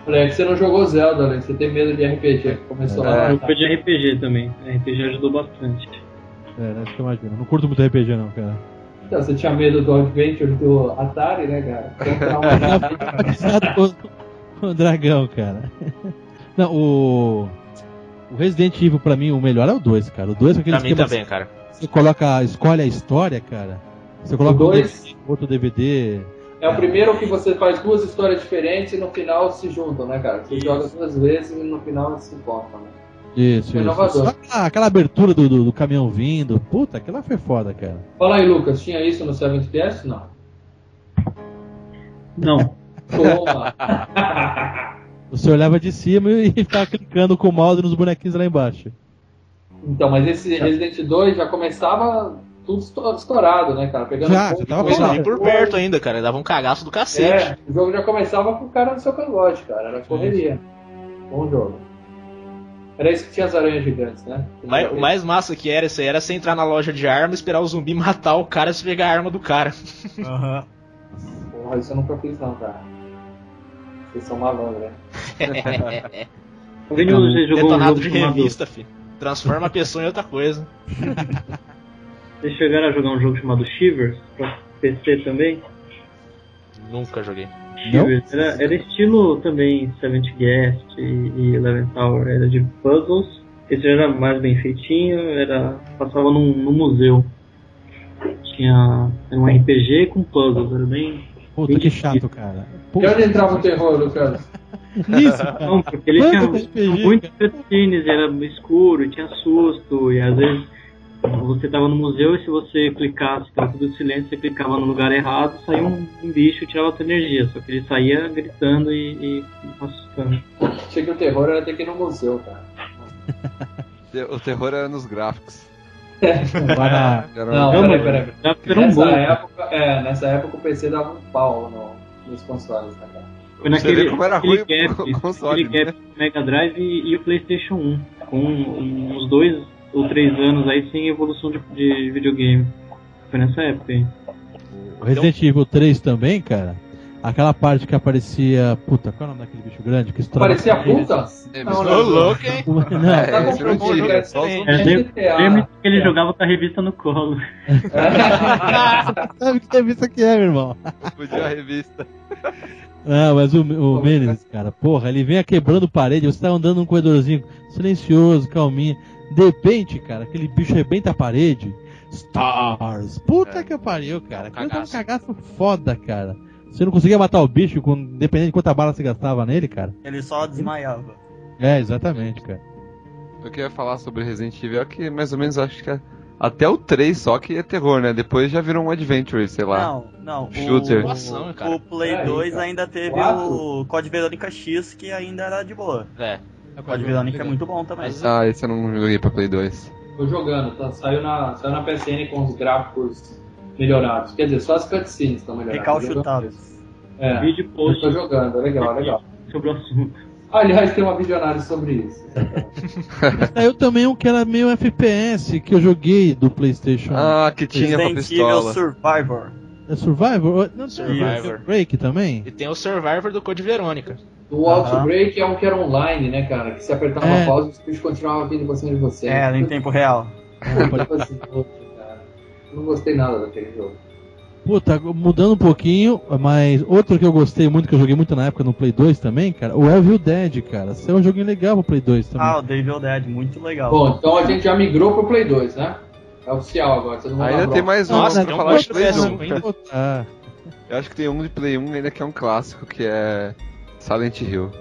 [SPEAKER 2] Moleque, "É você não jogou Zelda, né? Você tem medo de RPG que começou lá.
[SPEAKER 7] É.
[SPEAKER 2] no-
[SPEAKER 6] Eu fui de RPG também. RPG ajudou bastante.
[SPEAKER 3] É, né, isso que eu imagino. Não curto muito RPG, não, cara.
[SPEAKER 2] Então, você tinha medo do Adventure do Atari, né, cara? Então, pra um-
[SPEAKER 3] Pisado com- com o dragão, cara. Não, o. O Resident Evil, pra mim, o melhor é o 2, cara. O 2 é aquele
[SPEAKER 5] Pra mim
[SPEAKER 3] esquema
[SPEAKER 5] também, cara.
[SPEAKER 3] que você coloca, escolhe a história, cara. Você
[SPEAKER 2] O
[SPEAKER 3] coloca um DVD,
[SPEAKER 2] dois
[SPEAKER 3] outro DVD.
[SPEAKER 2] é o primeiro que você faz duas histórias diferentes e no final se juntam, né, cara? Você joga duas vezes e no final se encontram, né?
[SPEAKER 3] Isso, isso.
[SPEAKER 2] Inovador.
[SPEAKER 3] Só aquela, aquela abertura do, do- do caminhão vindo. Puta, aquela foi foda, cara.
[SPEAKER 2] Fala aí, Lucas, tinha isso no Seven PS? Não.
[SPEAKER 6] Não.
[SPEAKER 2] Toma.
[SPEAKER 3] Você olhava de cima e e ficava clicando com o mouse nos bonequinhos lá embaixo.
[SPEAKER 2] Então, mas esse Resident 2 já começava tudo esto- estourado, né, cara? Pegando
[SPEAKER 3] Já,
[SPEAKER 2] fogo,
[SPEAKER 3] já tava
[SPEAKER 2] coisa
[SPEAKER 3] rolando.
[SPEAKER 5] Nem por
[SPEAKER 2] boa.
[SPEAKER 5] perto ainda, cara. Dava um cagaço do cacete.
[SPEAKER 2] É, o jogo já começava com o cara no seu cangote, cara. Era correria. Bom jogo. Era isso que tinha as aranhas gigantes, né?
[SPEAKER 5] O mai- o mais massa que era isso aí era você entrar na loja de arma, esperar o zumbi matar o cara e você pegar a arma do cara.
[SPEAKER 8] Aham.
[SPEAKER 2] Porra, isso eu nunca fiz não, cara. Vocês são malandros, né?
[SPEAKER 6] Alguém de vocês
[SPEAKER 5] É
[SPEAKER 6] jogou um
[SPEAKER 5] Detonado
[SPEAKER 6] jogo
[SPEAKER 5] Então, de
[SPEAKER 6] chamado...
[SPEAKER 5] revista, filho. Transforma a pessoa em outra coisa.
[SPEAKER 6] Vocês chegaram a jogar um jogo chamado Shivers? Pra PC também?
[SPEAKER 5] Nunca joguei.
[SPEAKER 6] Shivers. Era, era estilo também Seventh Guest e, e Eleven Tower. Era de puzzles. Esse era mais bem feitinho. Era, passava num, num museu. Tinha era um RPG com puzzles. Era bem...
[SPEAKER 3] Puta, que chato, cara.
[SPEAKER 2] E
[SPEAKER 3] Puta,
[SPEAKER 2] onde entrava o terror, Lucas?
[SPEAKER 3] nisso, cara.
[SPEAKER 6] Não, porque ele tinha,
[SPEAKER 3] Quantos
[SPEAKER 6] tinha
[SPEAKER 3] RPG,
[SPEAKER 6] muitos
[SPEAKER 3] cara?
[SPEAKER 6] cutscenes, era escuro, e tinha susto, e às vezes você tava no museu e se você clicasse, tava tudo em silêncio, você clicava no lugar errado, saía um, um bicho e tirava a tua energia, só que ele saía gritando e, e assustando.
[SPEAKER 2] Achei que o terror era ter que ir no museu, cara.
[SPEAKER 7] Te- O terror era nos gráficos.
[SPEAKER 3] Vai na-
[SPEAKER 7] Era
[SPEAKER 2] Não,
[SPEAKER 6] Não,
[SPEAKER 2] peraí,
[SPEAKER 6] mas
[SPEAKER 2] peraí. peraí.
[SPEAKER 6] Era- Era um
[SPEAKER 2] Nessa
[SPEAKER 6] bom.
[SPEAKER 2] época, é, nessa época o PC dava um pau no, nos consoles, né, cara?
[SPEAKER 6] Foi
[SPEAKER 7] Você
[SPEAKER 6] naquele
[SPEAKER 7] vê como era
[SPEAKER 6] aquele
[SPEAKER 7] ruim
[SPEAKER 6] gap,
[SPEAKER 7] o console, né?
[SPEAKER 6] aquele gap Mega Drive e, e o PlayStation 1, com um- uns dois ou três anos aí sem evolução de, de videogame. Foi nessa época aí.
[SPEAKER 3] O Resident Evil 3 também, cara. Aquela parte que aparecia. Puta, qual é o nome daquele bicho grande que estourava?
[SPEAKER 2] Parecia
[SPEAKER 3] a
[SPEAKER 2] puta?
[SPEAKER 7] É,
[SPEAKER 2] Não,
[SPEAKER 5] Ô,
[SPEAKER 2] não.
[SPEAKER 5] louco, hein?
[SPEAKER 3] Não,
[SPEAKER 2] Tá
[SPEAKER 7] É, esse eu não
[SPEAKER 2] confundindo,
[SPEAKER 7] tinha,
[SPEAKER 2] cara.
[SPEAKER 7] só os
[SPEAKER 2] Isso
[SPEAKER 6] É,
[SPEAKER 2] é
[SPEAKER 6] lembra-
[SPEAKER 7] Ah,
[SPEAKER 2] GTA.
[SPEAKER 6] Lembra que ele jogava com a revista no colo.
[SPEAKER 3] sabe que revista que é, meu irmão.
[SPEAKER 7] Podia a revista.
[SPEAKER 3] Ah, mas o, o Menezes, cara, porra, ele vem quebrando parede, você tá andando num corredorzinho silencioso, calminha. De repente, cara, aquele bicho arrebenta a parede. Stars! Puta que pariu, cara. Aquilo dá É. um cagaço foda, cara. Você não conseguia matar o bicho, com, independente de quanta bala você gastava nele, cara.
[SPEAKER 8] Ele só desmaiava.
[SPEAKER 3] É, exatamente, cara.
[SPEAKER 7] O que eu ia falar sobre Resident Evil é que mais ou menos acho que é até o 3 só que é terror, né? Depois já virou um adventure, sei lá. Um
[SPEAKER 8] Não, não.
[SPEAKER 7] Shooter.
[SPEAKER 8] O,
[SPEAKER 5] Ação, cara.
[SPEAKER 8] o Play
[SPEAKER 2] Peraí,
[SPEAKER 8] 2
[SPEAKER 2] cara.
[SPEAKER 8] ainda teve
[SPEAKER 2] Quatro?
[SPEAKER 8] o Code Verônica X, que ainda era de boa.
[SPEAKER 5] É.
[SPEAKER 8] O Code Verônica é muito bom também.
[SPEAKER 5] Mas-
[SPEAKER 7] Ah, esse eu não joguei pra Play 2.
[SPEAKER 2] Tô jogando, tá? Saiu na, saiu na PSN com os gráficos melhorados. Quer dizer, só as cutscenes estão melhoradas.
[SPEAKER 7] é,
[SPEAKER 8] Recalchutados.
[SPEAKER 2] É,
[SPEAKER 6] Vídeo
[SPEAKER 2] eu tô
[SPEAKER 6] post
[SPEAKER 2] jogando, é legal, é legal.
[SPEAKER 6] sobre o assunto.
[SPEAKER 2] Aliás, tem uma videonada sobre isso.
[SPEAKER 3] Saiu também um que era meio FPS que eu joguei do PlayStation.
[SPEAKER 7] Ah, que tinha pra
[SPEAKER 8] Resident Evil
[SPEAKER 7] pistola.
[SPEAKER 8] Survivor.
[SPEAKER 3] É Survivor? Não,
[SPEAKER 5] Survivor.
[SPEAKER 3] Break também?
[SPEAKER 5] E tem o Survivor do Code Verônica.
[SPEAKER 2] O Outbreak é um que era online, né, cara? Que se apertava
[SPEAKER 3] É.
[SPEAKER 2] uma pausa, o espírito continuava vindo em cima de você.
[SPEAKER 8] É, em tempo real.
[SPEAKER 3] Ah, pode-
[SPEAKER 2] Tipo assim, poxa, cara. Não gostei nada daquele jogo.
[SPEAKER 3] Puta, mudando um pouquinho, mas outro que eu gostei muito, que eu joguei muito na época no Play 2 também, cara, o Evil Dead, cara. Esse é um joguinho legal pro Play 2 também.
[SPEAKER 8] Ah, o Devil Dead, muito legal.
[SPEAKER 2] Bom, então a gente já migrou pro Play 2, né? É oficial agora, vocês não vão
[SPEAKER 7] Ainda
[SPEAKER 2] dar
[SPEAKER 7] tem
[SPEAKER 2] bronca.
[SPEAKER 7] mais um
[SPEAKER 5] Nossa,
[SPEAKER 7] pra
[SPEAKER 5] tem um
[SPEAKER 7] falar de
[SPEAKER 5] monte de
[SPEAKER 7] Play
[SPEAKER 5] PS1
[SPEAKER 7] um.
[SPEAKER 5] ainda.
[SPEAKER 3] Ah,
[SPEAKER 7] Eu acho que tem um de Play 1 ainda que é um clássico, que é Silent Hill.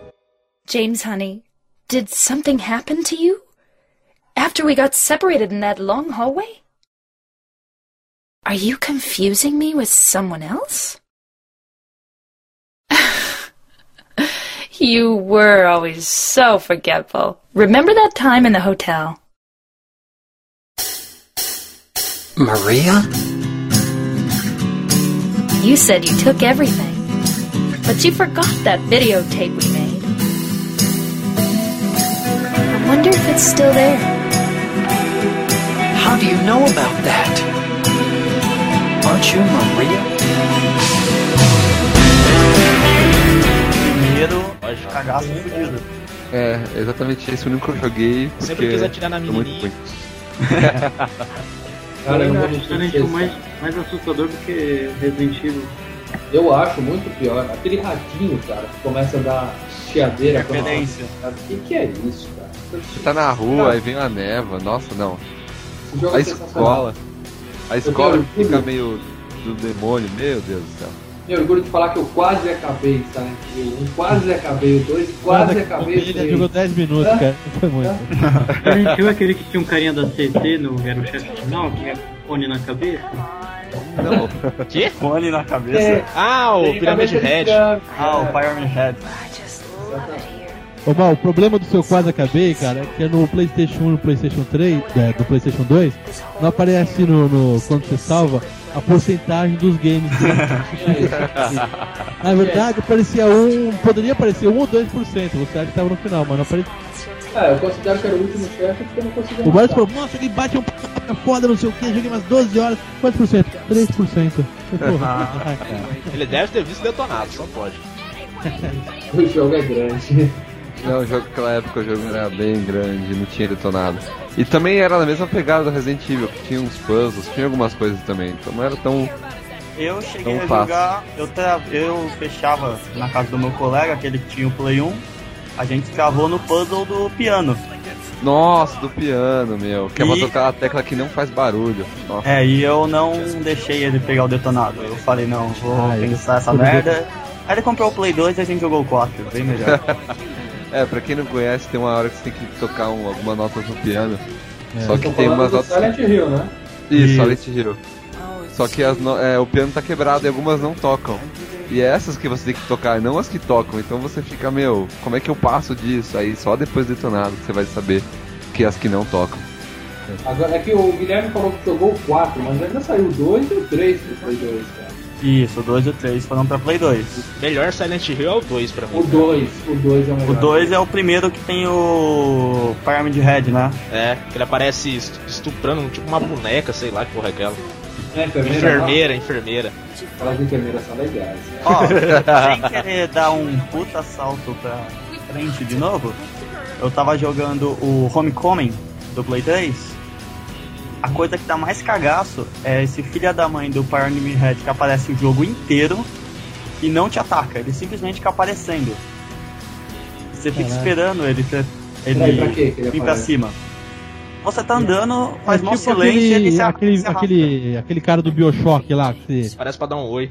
[SPEAKER 9] James, honey, did something happen to you? After we got separated in that long hallway? Are you confusing me with someone else? you were always so forgetful. Remember that time in the hotel?
[SPEAKER 10] Maria?
[SPEAKER 9] You said you took everything, but you forgot that videotape we made. I wonder if it's still there.
[SPEAKER 10] How do you know about that? Aren't you Maria?
[SPEAKER 8] Primeiro,
[SPEAKER 5] Lógico.
[SPEAKER 8] cagaço fudido.
[SPEAKER 7] É, exatamente esse, o único que eu joguei. Porque
[SPEAKER 5] Sempre quis atirar na
[SPEAKER 7] é muito
[SPEAKER 5] menininha.
[SPEAKER 7] ruim. um,
[SPEAKER 2] Cara, eu
[SPEAKER 6] eu
[SPEAKER 7] né?
[SPEAKER 2] não vou
[SPEAKER 6] acho
[SPEAKER 2] mentir pra
[SPEAKER 6] Silent
[SPEAKER 2] vocês,
[SPEAKER 6] Hill mais, mais assustador do que Resident Evil.
[SPEAKER 2] cara. Eu acho muito pior. Aquele ratinho, cara, que começa a dar
[SPEAKER 7] é,
[SPEAKER 2] chiadeira. quando-
[SPEAKER 8] Referência.
[SPEAKER 2] Cara, O que, que é isso, cara?
[SPEAKER 7] Você tá na rua, aí vem a neva. Nossa, não.
[SPEAKER 2] Esse jogo
[SPEAKER 7] A
[SPEAKER 2] é sensacional.
[SPEAKER 7] escola. A escola
[SPEAKER 2] tenho
[SPEAKER 7] fica
[SPEAKER 2] orgulho.
[SPEAKER 7] meio do demônio, meu Deus do céu.
[SPEAKER 2] Tenho orgulho de falar que eu quase acabei Silent Hill 1, quase acabei o 2, quase acabei o
[SPEAKER 3] Ele jogou
[SPEAKER 2] 3.
[SPEAKER 3] 10 minutos,
[SPEAKER 2] Ah.
[SPEAKER 3] cara. Foi muito.
[SPEAKER 6] Silent Hill é aquele que tinha um carinha da CT, no, era o chefe final, que é fone na cabeça.
[SPEAKER 7] Não,
[SPEAKER 5] Quê?
[SPEAKER 8] Fone na
[SPEAKER 2] É.
[SPEAKER 8] cabeça.
[SPEAKER 5] Ah, o Pyramid Head.
[SPEAKER 8] Ah, o Fireman Head.
[SPEAKER 9] I just love it here.
[SPEAKER 3] Ô, Mal, o problema do seu quase acabei, cara, é que no PlayStation 1 e no PlayStation 3, é, no PlayStation 2, não aparece no, no- quando você salva a porcentagem dos games. Na verdade, aparecia um, poderia aparecer 1 ou 2%, você acha que tava no final, mas não aparecia.
[SPEAKER 2] É, eu considero que era o último chefe porque eu não conseguia
[SPEAKER 3] O Boris
[SPEAKER 2] matar.
[SPEAKER 3] falou, nossa, ele bate um p- foda, não sei o que, joguei umas 12 horas, quantos por cento? 3%. Porra, cara.
[SPEAKER 5] Ele deve ter visto detonado, só pode.
[SPEAKER 2] O jogo é grande.
[SPEAKER 7] não, o jogo naquela época o jogo era bem grande, não tinha detonado. E também era na mesma pegada do Resident Evil, que tinha uns puzzles, tinha algumas coisas também. Então não era tão.
[SPEAKER 8] Eu cheguei
[SPEAKER 7] Então
[SPEAKER 8] a
[SPEAKER 7] passa.
[SPEAKER 8] jogar, eu, tra- eu fechava na casa do meu colega, aquele que tinha o Play 1, a gente cavou no puzzle do piano.
[SPEAKER 7] Nossa, do piano, meu. Que é pra
[SPEAKER 8] E-
[SPEAKER 7] tocar a tecla que não faz barulho. Nossa.
[SPEAKER 8] É, e eu não deixei ele pegar o detonado. Eu falei, não, vou
[SPEAKER 7] é.
[SPEAKER 3] Ah, eu-
[SPEAKER 8] pensar essa
[SPEAKER 7] Uhum.
[SPEAKER 3] eu-
[SPEAKER 8] merda. Aí ele comprou o Play 2 e a gente jogou o 4, bem melhor.
[SPEAKER 7] É, pra quem não conhece, tem uma hora que você tem que tocar um, alguma nota no piano. Só que
[SPEAKER 2] Tô
[SPEAKER 7] tem
[SPEAKER 2] falando
[SPEAKER 7] umas
[SPEAKER 2] do
[SPEAKER 7] notas.
[SPEAKER 2] Silent Hill, né?
[SPEAKER 7] Isso, Silent Hill. Só que as no- é, o piano tá quebrado e algumas não tocam. E é essas que você tem que tocar, não as que tocam. Então você fica, meu, como é que eu passo disso? Aí só depois detonado que você vai saber que as que não tocam.
[SPEAKER 2] Agora é que o Guilherme falou que jogou o 4, mas ainda saiu o 2 e o 3 que foi 2, cara.
[SPEAKER 8] Isso, o 2 e o 3 foram pra Play 2.
[SPEAKER 5] Melhor Silent Hill é o 2 pra mim.
[SPEAKER 2] O 2, o 2 é o melhor.
[SPEAKER 8] O 2 é o primeiro que tem o Pyramid Head, né?
[SPEAKER 5] É, que ele aparece est- estuprando tipo uma boneca, sei lá que porra é aquela.
[SPEAKER 2] é enfermeira.
[SPEAKER 5] Enfermeira, enfermeira.
[SPEAKER 2] não? Aquelas enfermeiras são legais. né?
[SPEAKER 8] Ó, sem querer dar um puta salto pra frente de novo, eu tava jogando o Homecoming do Play 3. A coisa que dá mais cagaço é esse filha da mãe do Pyramid Head que aparece o jogo inteiro e não te ataca, ele simplesmente fica aparecendo. Você fica
[SPEAKER 3] Caralho.
[SPEAKER 8] esperando ele ter.
[SPEAKER 2] Peraí, pra
[SPEAKER 8] Ele
[SPEAKER 2] quê que ele
[SPEAKER 8] vir pra
[SPEAKER 2] aparece?
[SPEAKER 8] cima. Você tá andando, faz
[SPEAKER 3] É
[SPEAKER 8] mó
[SPEAKER 3] tipo
[SPEAKER 8] silêncio e ele se a-
[SPEAKER 3] aquele,
[SPEAKER 8] se arrasta.
[SPEAKER 3] aquele, aquele cara do Bioshock lá, que você,
[SPEAKER 5] Parece pra dar um oi.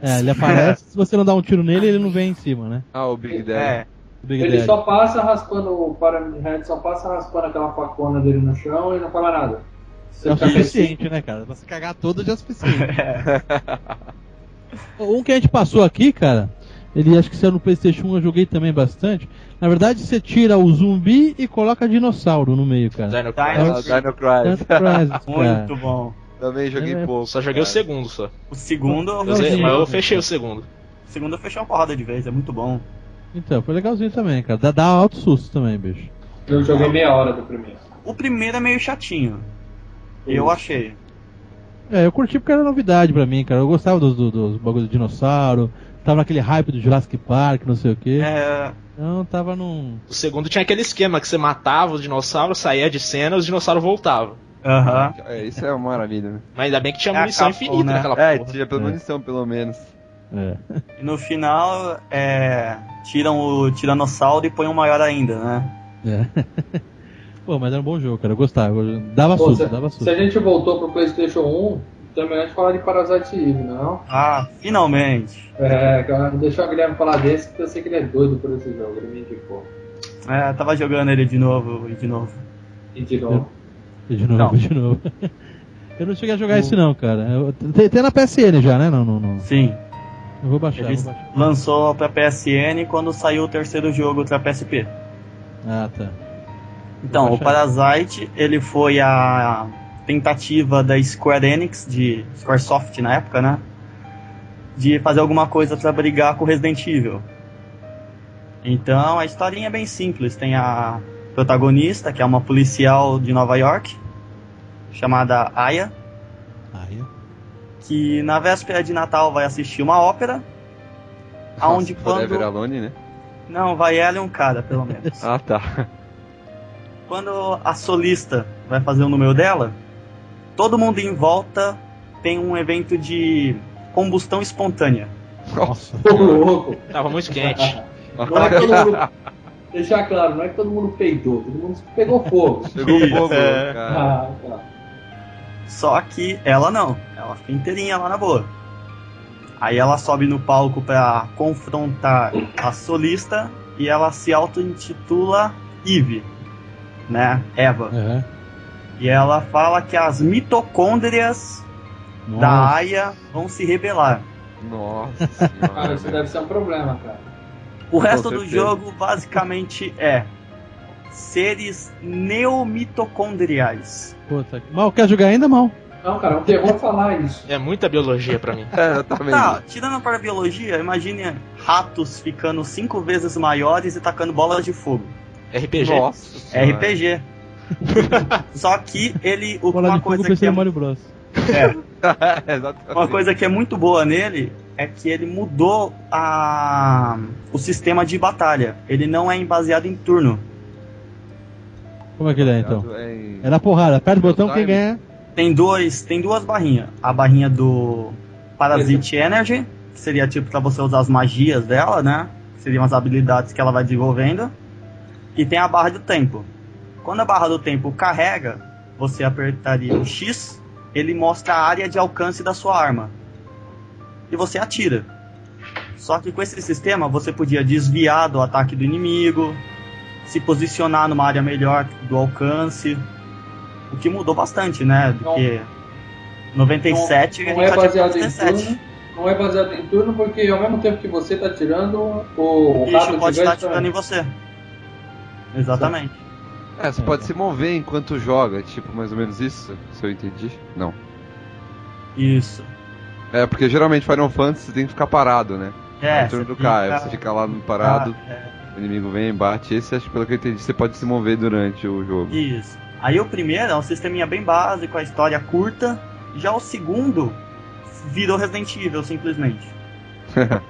[SPEAKER 3] é, ele aparece, se você não dá um tiro nele, ele não vem em cima, né?
[SPEAKER 7] Ah, o Big Daddy.
[SPEAKER 8] É,
[SPEAKER 3] O Big
[SPEAKER 2] Ele
[SPEAKER 3] Daddy.
[SPEAKER 2] só passa raspando o Paramount Head, só passa raspando aquela facona dele no chão e não fala nada. Você
[SPEAKER 3] É o
[SPEAKER 2] fica
[SPEAKER 3] suficiente, né, cara? Pra se cagar todo já é o suficiente. um que a gente passou aqui, cara, ele acho que saiu no Playstation 1, eu joguei também bastante. Na verdade, você tira o zumbi e coloca dinossauro no meio, cara.
[SPEAKER 5] Dino
[SPEAKER 8] Dino-
[SPEAKER 7] Ah, Dino
[SPEAKER 3] Tanto faz,
[SPEAKER 7] Crisis.
[SPEAKER 3] cara.
[SPEAKER 2] É.
[SPEAKER 8] muito bom.
[SPEAKER 7] Também joguei
[SPEAKER 3] É,
[SPEAKER 7] pouco.
[SPEAKER 5] Só joguei o
[SPEAKER 7] cara.
[SPEAKER 5] segundo só.
[SPEAKER 8] O segundo,
[SPEAKER 5] Eu sei,
[SPEAKER 3] joguei.
[SPEAKER 5] mas eu fechei o segundo.
[SPEAKER 8] o segundo eu fechei uma porrada de vez, é muito bom.
[SPEAKER 3] Então, foi legalzinho também, cara. Dá, dá alto susto também, bicho.
[SPEAKER 2] Eu joguei meia hora do primeiro.
[SPEAKER 8] O primeiro é meio chatinho. Eu achei.
[SPEAKER 3] É, eu curti porque era novidade pra mim, cara. Eu gostava dos, dos, dos bagulhos do dinossauro, tava naquele hype do Jurassic Park, não sei o quê.
[SPEAKER 4] É,
[SPEAKER 3] Então tava num.
[SPEAKER 5] O segundo tinha aquele esquema que você matava o dinossauro, saía de cena, os dinossauros voltavam.
[SPEAKER 4] aham.
[SPEAKER 7] É, isso é uma maravilha, né?
[SPEAKER 5] Mas ainda bem que tinha
[SPEAKER 4] É a
[SPEAKER 5] munição
[SPEAKER 4] Capcom,
[SPEAKER 5] infinita
[SPEAKER 4] né?
[SPEAKER 5] naquela
[SPEAKER 7] É,
[SPEAKER 5] porra.
[SPEAKER 7] tinha pela
[SPEAKER 3] É.
[SPEAKER 7] munição, pelo menos.
[SPEAKER 3] É.
[SPEAKER 4] E
[SPEAKER 8] No final, é, tiram o tiranossauro e põem um maior ainda, né?
[SPEAKER 3] é. Pô, mas era um bom jogo, cara. Eu gostava. eu- Dava
[SPEAKER 2] Pô,
[SPEAKER 3] susto,
[SPEAKER 2] se-
[SPEAKER 3] dava
[SPEAKER 2] Se
[SPEAKER 3] susto.
[SPEAKER 2] a gente voltou pro PlayStation 1, também a gente falar de Parasite Eve, não?
[SPEAKER 8] Ah, finalmente.
[SPEAKER 2] É, cara, deixar o Guilherme falar desse, porque eu sei que ele é doido por esse jogo, ele me indicou.
[SPEAKER 8] É, tava jogando ele de novo e de novo.
[SPEAKER 2] E de novo.
[SPEAKER 3] De novo,
[SPEAKER 4] Não.
[SPEAKER 3] de novo. eu não cheguei a jogar esse não, cara. Eu- Tem, tem na PSN já, né? Não, não, não.
[SPEAKER 8] Sim.
[SPEAKER 3] Eu vou baixar,
[SPEAKER 8] Ele
[SPEAKER 3] vou baixar.
[SPEAKER 8] lançou pra PSN quando saiu o terceiro jogo pra PSP.
[SPEAKER 3] Ah, tá.
[SPEAKER 8] Então,
[SPEAKER 3] Vou
[SPEAKER 8] o
[SPEAKER 3] baixar.
[SPEAKER 8] Parasite, ele foi a tentativa da Square Enix, de Squaresoft na época, né? De fazer alguma coisa pra brigar com Resident Evil. Então, a historinha é bem simples. Tem a protagonista, que é uma policial de Nova York, chamada Aya,
[SPEAKER 3] Aí,
[SPEAKER 8] que na véspera de Natal vai assistir uma ópera. Aonde
[SPEAKER 7] Nossa,
[SPEAKER 8] quando-
[SPEAKER 7] Forever Alone, né?
[SPEAKER 8] Não, vai ela e um cara, pelo menos.
[SPEAKER 7] Ah, tá.
[SPEAKER 8] Quando a solista vai fazer o número dela, todo mundo em volta tem um evento de combustão espontânea.
[SPEAKER 3] nossa.
[SPEAKER 2] Ô, louco!
[SPEAKER 5] Tava muito quente.
[SPEAKER 2] Não é que todo mundo. Deixar claro, não é que todo mundo peidou, todo mundo pegou fogo.
[SPEAKER 7] Pegou fogo,
[SPEAKER 8] É.
[SPEAKER 7] cara.
[SPEAKER 2] Ah, tá.
[SPEAKER 8] Só que ela não, ela fica inteirinha lá na boa. Aí ela sobe no palco pra confrontar a solista e ela se auto-intitula Eve, né? Eva.
[SPEAKER 3] É.
[SPEAKER 8] E ela fala que as mitocôndrias da
[SPEAKER 3] Nossa.
[SPEAKER 8] Aya vão se rebelar.
[SPEAKER 7] Ah. Nossa
[SPEAKER 2] Cara, isso
[SPEAKER 7] senhora.
[SPEAKER 2] deve ser um problema, cara.
[SPEAKER 8] O resto do
[SPEAKER 7] certeza.
[SPEAKER 8] jogo basicamente é seres neomitocondriais.
[SPEAKER 3] Puta, que- mal quer jogar ainda, mal.
[SPEAKER 2] Não, cara, é um terror falar isso.
[SPEAKER 5] É muita biologia pra mim.
[SPEAKER 7] É, eu também.
[SPEAKER 8] Tá, tirando para a biologia, imagine ratos ficando cinco vezes maiores e tacando bolas de fogo.
[SPEAKER 5] RPG.
[SPEAKER 7] Nossa.
[SPEAKER 8] É
[SPEAKER 7] senhora.
[SPEAKER 8] RPG. Só que ele. o-
[SPEAKER 3] Bola
[SPEAKER 8] Uma
[SPEAKER 3] de fogo
[SPEAKER 8] coisa, que
[SPEAKER 3] pensei
[SPEAKER 8] é,
[SPEAKER 3] no Mario Bros.
[SPEAKER 7] Exatamente.
[SPEAKER 8] uma coisa que é muito boa nele é que ele mudou a, o sistema de batalha. Ele não é baseado em turno.
[SPEAKER 3] Como é que ele é então?
[SPEAKER 7] É em-
[SPEAKER 3] É na porrada, aperta o
[SPEAKER 7] Real
[SPEAKER 3] botão, quem
[SPEAKER 7] time.
[SPEAKER 3] ganha.
[SPEAKER 8] Tem dois, tem duas barrinhas. A barrinha do Parasite Energy, que seria tipo pra você usar as magias dela, né? Que seriam as habilidades que ela vai desenvolvendo. E tem a barra do tempo. Quando a barra do tempo carrega, você apertaria o X, ele mostra a área de alcance da sua arma. E você atira. Só que com esse sistema você podia desviar do ataque do inimigo, se posicionar numa área melhor do alcance. O que mudou bastante, né? Do
[SPEAKER 2] Não.
[SPEAKER 8] que 97
[SPEAKER 2] não,
[SPEAKER 8] a
[SPEAKER 2] não
[SPEAKER 8] gente
[SPEAKER 2] é
[SPEAKER 8] já tinha
[SPEAKER 2] baseado em
[SPEAKER 8] 97.
[SPEAKER 2] turno. Não é baseado em turno, porque ao mesmo tempo que você tá tirando, o,
[SPEAKER 8] O
[SPEAKER 2] o
[SPEAKER 8] bicho
[SPEAKER 2] rato
[SPEAKER 8] pode estar
[SPEAKER 2] um gigante tá-
[SPEAKER 8] atirando
[SPEAKER 2] também.
[SPEAKER 8] em você. Exatamente.
[SPEAKER 7] É, você pode se mover enquanto joga, tipo, mais ou menos isso, se eu entendi. Não.
[SPEAKER 8] Isso.
[SPEAKER 7] É, porque geralmente Final Fantasy você tem que ficar parado, né?
[SPEAKER 8] É,
[SPEAKER 7] no turno do
[SPEAKER 8] você fica-
[SPEAKER 7] cara, você fica lá no parado,
[SPEAKER 8] Ah, é.
[SPEAKER 7] o inimigo vem, bate. Esse, acho que pelo que eu entendi, você pode se mover durante o jogo.
[SPEAKER 8] é, Isso. Aí o primeiro é um sisteminha bem básico, a história curta. Já o segundo virou Resident Evil, simplesmente.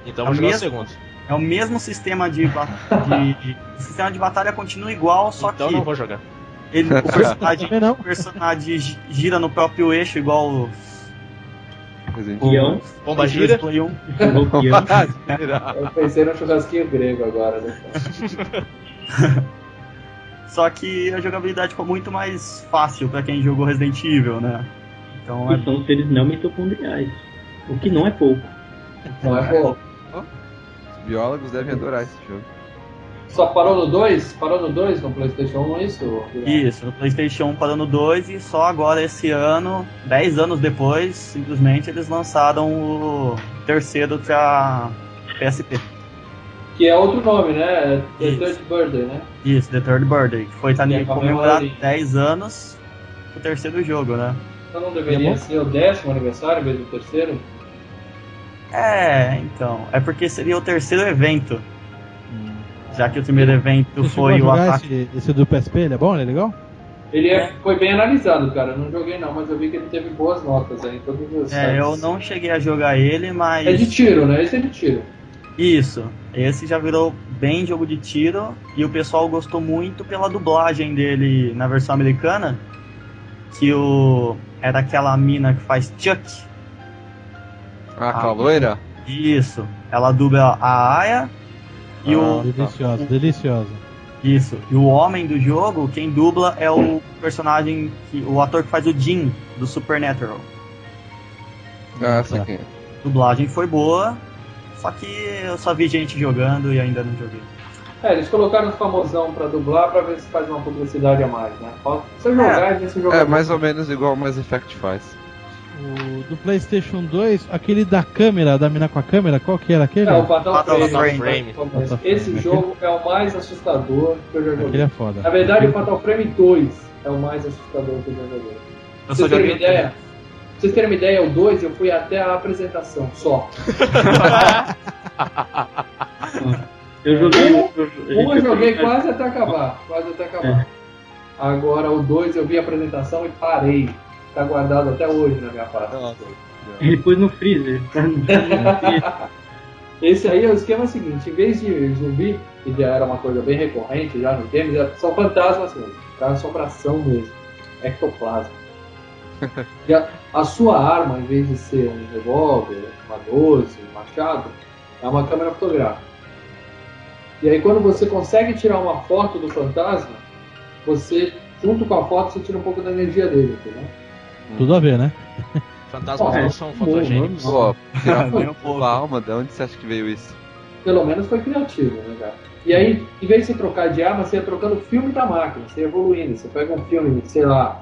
[SPEAKER 5] Então
[SPEAKER 8] A
[SPEAKER 5] vou jogar
[SPEAKER 8] mesma-
[SPEAKER 5] o segundo.
[SPEAKER 8] É o mesmo sistema de, ba- de- de- O sistema de batalha continua igual, só
[SPEAKER 5] Então
[SPEAKER 8] que
[SPEAKER 5] não vou jogar.
[SPEAKER 8] ele, o, personagem,
[SPEAKER 3] Também não.
[SPEAKER 8] o personagem gi- gira no próprio eixo, igual o.
[SPEAKER 7] Resident Evil.
[SPEAKER 6] Guião,
[SPEAKER 5] Bomba gira.
[SPEAKER 8] Play 1.
[SPEAKER 6] jogou guião.
[SPEAKER 2] Eu pensei no churrasquinho grego agora, né?
[SPEAKER 8] Só que a jogabilidade ficou muito mais fácil pra quem jogou Resident Evil, né? Então é
[SPEAKER 6] E são seres não mitocondriais. O que não é pouco.
[SPEAKER 2] Não é pouco.
[SPEAKER 7] Os biólogos devem adorar esse jogo.
[SPEAKER 2] Só parou no 2? Parou no 2 no PlayStation 1, é isso? Guilherme?
[SPEAKER 8] Isso, no PlayStation 1 parando 2 e só agora esse ano, 10 anos depois, simplesmente eles lançaram o terceiro pra PSP.
[SPEAKER 2] Que é outro nome, né? É The
[SPEAKER 8] Isso.
[SPEAKER 2] Third Birthday, né?
[SPEAKER 8] Isso, The Third Birthday, que foi tá,
[SPEAKER 2] Que é
[SPEAKER 8] comemorar
[SPEAKER 2] comemorado.
[SPEAKER 8] 10 anos o terceiro jogo, né?
[SPEAKER 2] Então não deveria ser o décimo aniversário em vez do terceiro?
[SPEAKER 8] É, então, é porque seria o terceiro evento, já que o primeiro evento
[SPEAKER 3] Você chegou
[SPEAKER 8] foi
[SPEAKER 3] a
[SPEAKER 8] o
[SPEAKER 3] jogar
[SPEAKER 8] ataque.
[SPEAKER 3] Esse, esse do PSP, ele é bom? Ele é legal?
[SPEAKER 2] Ele é- foi bem analisado, cara. Eu não joguei não, mas eu vi que ele teve boas notas aí. Todos os
[SPEAKER 4] É, eu
[SPEAKER 2] sites.
[SPEAKER 4] não cheguei a jogar ele, mas.
[SPEAKER 2] É de tiro, né? Esse é de tiro.
[SPEAKER 4] Isso. Esse já virou bem jogo de tiro e o pessoal gostou muito pela dublagem dele na versão americana, que o era aquela mina que faz Chuck.
[SPEAKER 7] Ah, com a loira?
[SPEAKER 4] Isso. Ela dubla a Aya e o
[SPEAKER 3] Ah, Deliciosa, deliciosa.
[SPEAKER 4] isso. E o homem do jogo, quem dubla é o personagem que o ator que faz o Jim do Supernatural.
[SPEAKER 7] Ah, essa aqui.
[SPEAKER 4] dublagem foi boa, só que eu só vi gente jogando e ainda não joguei.
[SPEAKER 2] É, eles colocaram os famosão pra dublar pra ver se faz uma publicidade a mais, né? Fala, Se eu jogar, é. ver se eu jogar.
[SPEAKER 7] É mais ou menos igual o Mass Effect faz.
[SPEAKER 3] O do PlayStation 2, aquele da câmera, da mina com a câmera, qual que era aquele?
[SPEAKER 2] É, o Fatal,
[SPEAKER 4] Fatal
[SPEAKER 2] Frame.
[SPEAKER 4] Frame.
[SPEAKER 2] Fatal Frame. Esse jogo é o mais assustador que eu já
[SPEAKER 3] Aquele
[SPEAKER 2] joguei.
[SPEAKER 3] é foda.
[SPEAKER 2] Na verdade, o Fatal Frame 2 é o mais assustador que eu já
[SPEAKER 4] Eu
[SPEAKER 2] joguei.
[SPEAKER 4] só
[SPEAKER 2] Pra vocês terem
[SPEAKER 4] joguei
[SPEAKER 2] uma ideia, pra vocês terem uma ideia, o 2 eu fui até a apresentação só.
[SPEAKER 6] Eu joguei.
[SPEAKER 2] Um-
[SPEAKER 6] eu- a gente
[SPEAKER 2] Um eu joguei
[SPEAKER 6] foi-
[SPEAKER 2] quase até acabar, quase até
[SPEAKER 3] É.
[SPEAKER 2] acabar. Agora o 2 eu vi a apresentação e parei. Tá guardado até hoje na minha pasta.
[SPEAKER 6] Ele pôs no freezer. tá?
[SPEAKER 2] Esse aí é o esquema seguinte, em vez de zumbi, que já era uma coisa bem recorrente já nos games, é- são fantasmas mesmo, é assombração mesmo, ectoplasma. E a, a sua arma, em vez de ser um revólver, uma 12, um machado, é uma câmera fotográfica. E aí quando você consegue tirar uma foto do fantasma, você, junto com a foto, você tira um pouco da energia dele, entendeu?
[SPEAKER 3] Tudo a ver, né?
[SPEAKER 5] Fantasmas
[SPEAKER 2] Ó,
[SPEAKER 5] não são
[SPEAKER 2] bom,
[SPEAKER 5] fotogênicos.
[SPEAKER 2] vamos lá.
[SPEAKER 7] Pô, tirar
[SPEAKER 4] Nem um
[SPEAKER 7] a
[SPEAKER 4] pouco.
[SPEAKER 7] alma, de onde você acha que veio isso?
[SPEAKER 2] pelo menos foi criativo, né, cara? E aí, em vez de você trocar de arma, você ia trocando o filme da máquina, você ia evoluindo, você pega um filme, sei lá,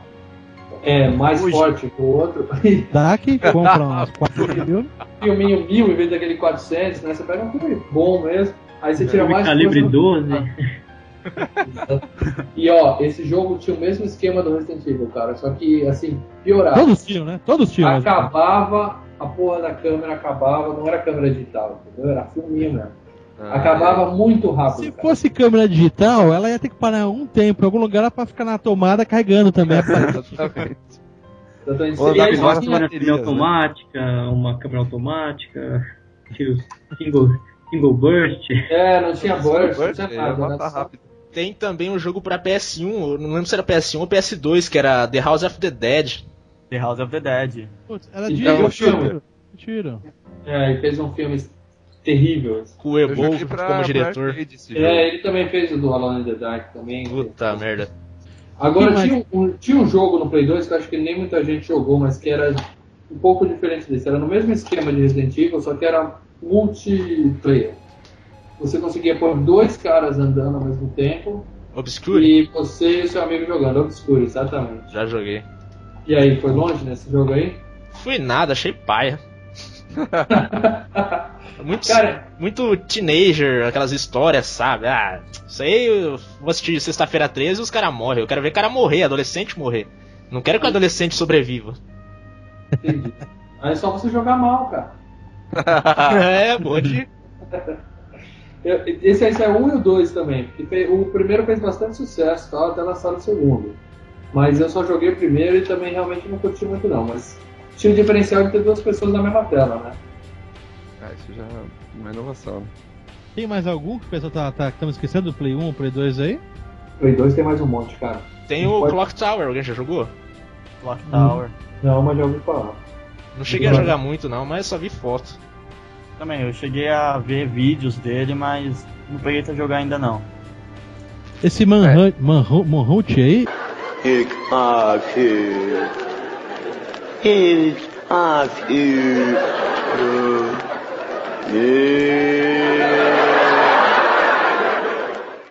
[SPEAKER 2] é mais
[SPEAKER 4] Fuji.
[SPEAKER 2] forte que o outro, e
[SPEAKER 3] Dá que compra uns 4 filmes.
[SPEAKER 2] filminho mil em vez daquele 400, né? Você pega um filme bom mesmo, aí você tira mais
[SPEAKER 6] Calibre
[SPEAKER 2] coisa-
[SPEAKER 6] 12.
[SPEAKER 2] E ó, esse jogo tinha o mesmo esquema do Resident Evil, cara, só que assim, piorado.
[SPEAKER 3] Todos tiram, né? Todos
[SPEAKER 2] Ah,
[SPEAKER 3] tiram.
[SPEAKER 2] acabava, a porra da câmera acabava, não era câmera digital, entendeu? Era filminho mesmo.
[SPEAKER 7] Ah,
[SPEAKER 2] Acabava muito rápido.
[SPEAKER 3] Se
[SPEAKER 2] cara.
[SPEAKER 3] fosse câmera digital, ela ia ter que parar um tempo em algum lugar pra ficar na tomada carregando também.
[SPEAKER 7] Exatamente.
[SPEAKER 2] Exatamente.
[SPEAKER 7] Ou
[SPEAKER 2] E aí,
[SPEAKER 7] andava igual
[SPEAKER 6] uma
[SPEAKER 7] as
[SPEAKER 6] câmera
[SPEAKER 7] baterias, né?
[SPEAKER 6] automática, uma câmera automática, tiro single, single burst.
[SPEAKER 2] É, não tinha burst, não
[SPEAKER 7] Burst,
[SPEAKER 2] tinha
[SPEAKER 7] é,
[SPEAKER 2] nada.
[SPEAKER 7] mata
[SPEAKER 2] Era só-
[SPEAKER 7] rápido.
[SPEAKER 5] Tem também um jogo pra PS1, eu não lembro se era PS1 ou PS2, que era The House of the Dead.
[SPEAKER 4] The House of the Dead.
[SPEAKER 3] Putz, era de
[SPEAKER 2] Então, eu
[SPEAKER 3] tiro. Tiro.
[SPEAKER 2] É, ele fez um filme terrível. assim.
[SPEAKER 5] Com o
[SPEAKER 7] Eu
[SPEAKER 5] Evolve
[SPEAKER 7] joguei
[SPEAKER 5] como
[SPEAKER 7] pra, pra
[SPEAKER 5] diretor.
[SPEAKER 7] arcade esse jogo.
[SPEAKER 2] É, ele também fez o do Alone in the Dark também.
[SPEAKER 5] Puta merda.
[SPEAKER 2] Agora,
[SPEAKER 3] Sim, mas-
[SPEAKER 2] tinha um, tinha um jogo no Play 2 que eu acho que nem muita gente jogou, mas que era um pouco diferente desse. Era no mesmo esquema de Resident Evil, só que era multiplayer. Você conseguia pôr dois caras andando ao mesmo tempo
[SPEAKER 5] Obscure?
[SPEAKER 2] e você e seu amigo jogando. Obscuro, exatamente.
[SPEAKER 5] Já joguei.
[SPEAKER 2] E aí, foi longe nesse jogo aí?
[SPEAKER 5] Fui nada, achei paia. muito,
[SPEAKER 2] Cara-
[SPEAKER 5] muito teenager, aquelas histórias, sabe? Ah, isso aí eu vou assistir sexta-feira 13 e os caras morrem. Eu quero ver cara morrer, adolescente morrer. Não quero que o adolescente sobreviva.
[SPEAKER 2] Entendi. aí é só você jogar mal, cara.
[SPEAKER 3] Ah.
[SPEAKER 5] é, pode.
[SPEAKER 2] Eu- Esse aí saiu um e o dois também. porque fe- O primeiro fez bastante sucesso, tal, até lançaram o segundo. Mas eu só joguei o primeiro e também realmente não curti muito não. Mas tinha o diferencial de ter duas pessoas na mesma tela, né?
[SPEAKER 7] Ah, isso já é uma inovação. né?
[SPEAKER 3] Tem mais algum que o pessoal tá, tá, estamos esquecendo do Play 1, Play 2 aí?
[SPEAKER 2] Play 2 tem mais um monte, cara.
[SPEAKER 5] Tem o
[SPEAKER 2] Pode-
[SPEAKER 5] Clock Tower, alguém já jogou?
[SPEAKER 4] Clock Tower.
[SPEAKER 2] Não, mas já ouvi falar.
[SPEAKER 5] Não cheguei a jogar muito não, mas só vi foto.
[SPEAKER 4] Também, eu cheguei a ver vídeos dele, mas não peguei pra jogar ainda não.
[SPEAKER 3] Esse Manhunt, Manhunt, Manhunt aí,
[SPEAKER 11] Ik af u. Ik af u.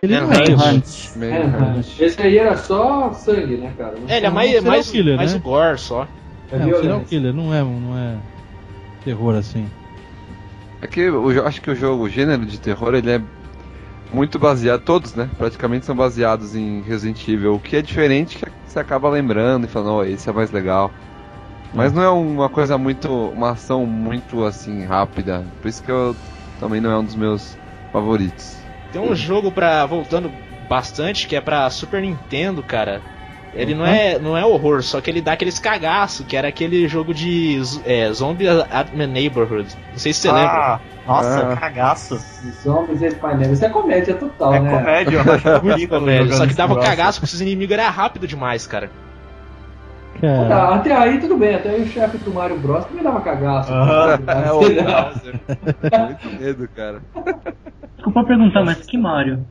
[SPEAKER 3] ele não é
[SPEAKER 5] Manhunt.
[SPEAKER 3] terror.
[SPEAKER 4] Hunt.
[SPEAKER 2] É,
[SPEAKER 7] Meio, cara.
[SPEAKER 2] Esse aí era só sangue, né, cara? Não
[SPEAKER 5] É, ele é
[SPEAKER 3] um
[SPEAKER 5] mais,
[SPEAKER 3] serial
[SPEAKER 5] mais,
[SPEAKER 3] killer,
[SPEAKER 5] mais
[SPEAKER 3] né?
[SPEAKER 5] o gore só.
[SPEAKER 2] tinha
[SPEAKER 3] É, um serial
[SPEAKER 2] violência.
[SPEAKER 3] killer, não é, não é terror assim.
[SPEAKER 7] É que eu jo- acho que o jogo, o gênero de terror, ele é muito baseado, todos, né? Praticamente são baseados em Resident Evil. O que é diferente que você acaba lembrando e falando, ó, esse é mais legal. Mas não é uma coisa muito. uma ação muito assim rápida. Por isso que eu também não é um dos meus favoritos.
[SPEAKER 5] Tem um jogo pra. voltando bastante, que é pra Super Nintendo, cara. Ele
[SPEAKER 8] Uhum.
[SPEAKER 5] não é, não é horror, só que ele dá aqueles cagaço, que era aquele jogo de z- é, Zombie at My Neighborhood. Não sei se você lembra.
[SPEAKER 8] Ah, nossa,
[SPEAKER 7] Ah.
[SPEAKER 8] cagaço.
[SPEAKER 2] Zombies e Spider-Man. Isso é comédia total,
[SPEAKER 8] É
[SPEAKER 2] né?
[SPEAKER 8] comédia, eu acho ridículo.
[SPEAKER 5] Velho,
[SPEAKER 8] jogando
[SPEAKER 5] só que
[SPEAKER 8] esse
[SPEAKER 5] dava um
[SPEAKER 8] negócio.
[SPEAKER 5] cagaço porque esses inimigos era rápido demais, cara.
[SPEAKER 3] Cara, É.
[SPEAKER 2] Tá, até aí tudo bem, até aí o chefe do Mario Bros também dava cagaço.
[SPEAKER 8] Aham.
[SPEAKER 7] É o Bowser. Muito medo, cara.
[SPEAKER 6] Desculpa perguntar, mas que Mario?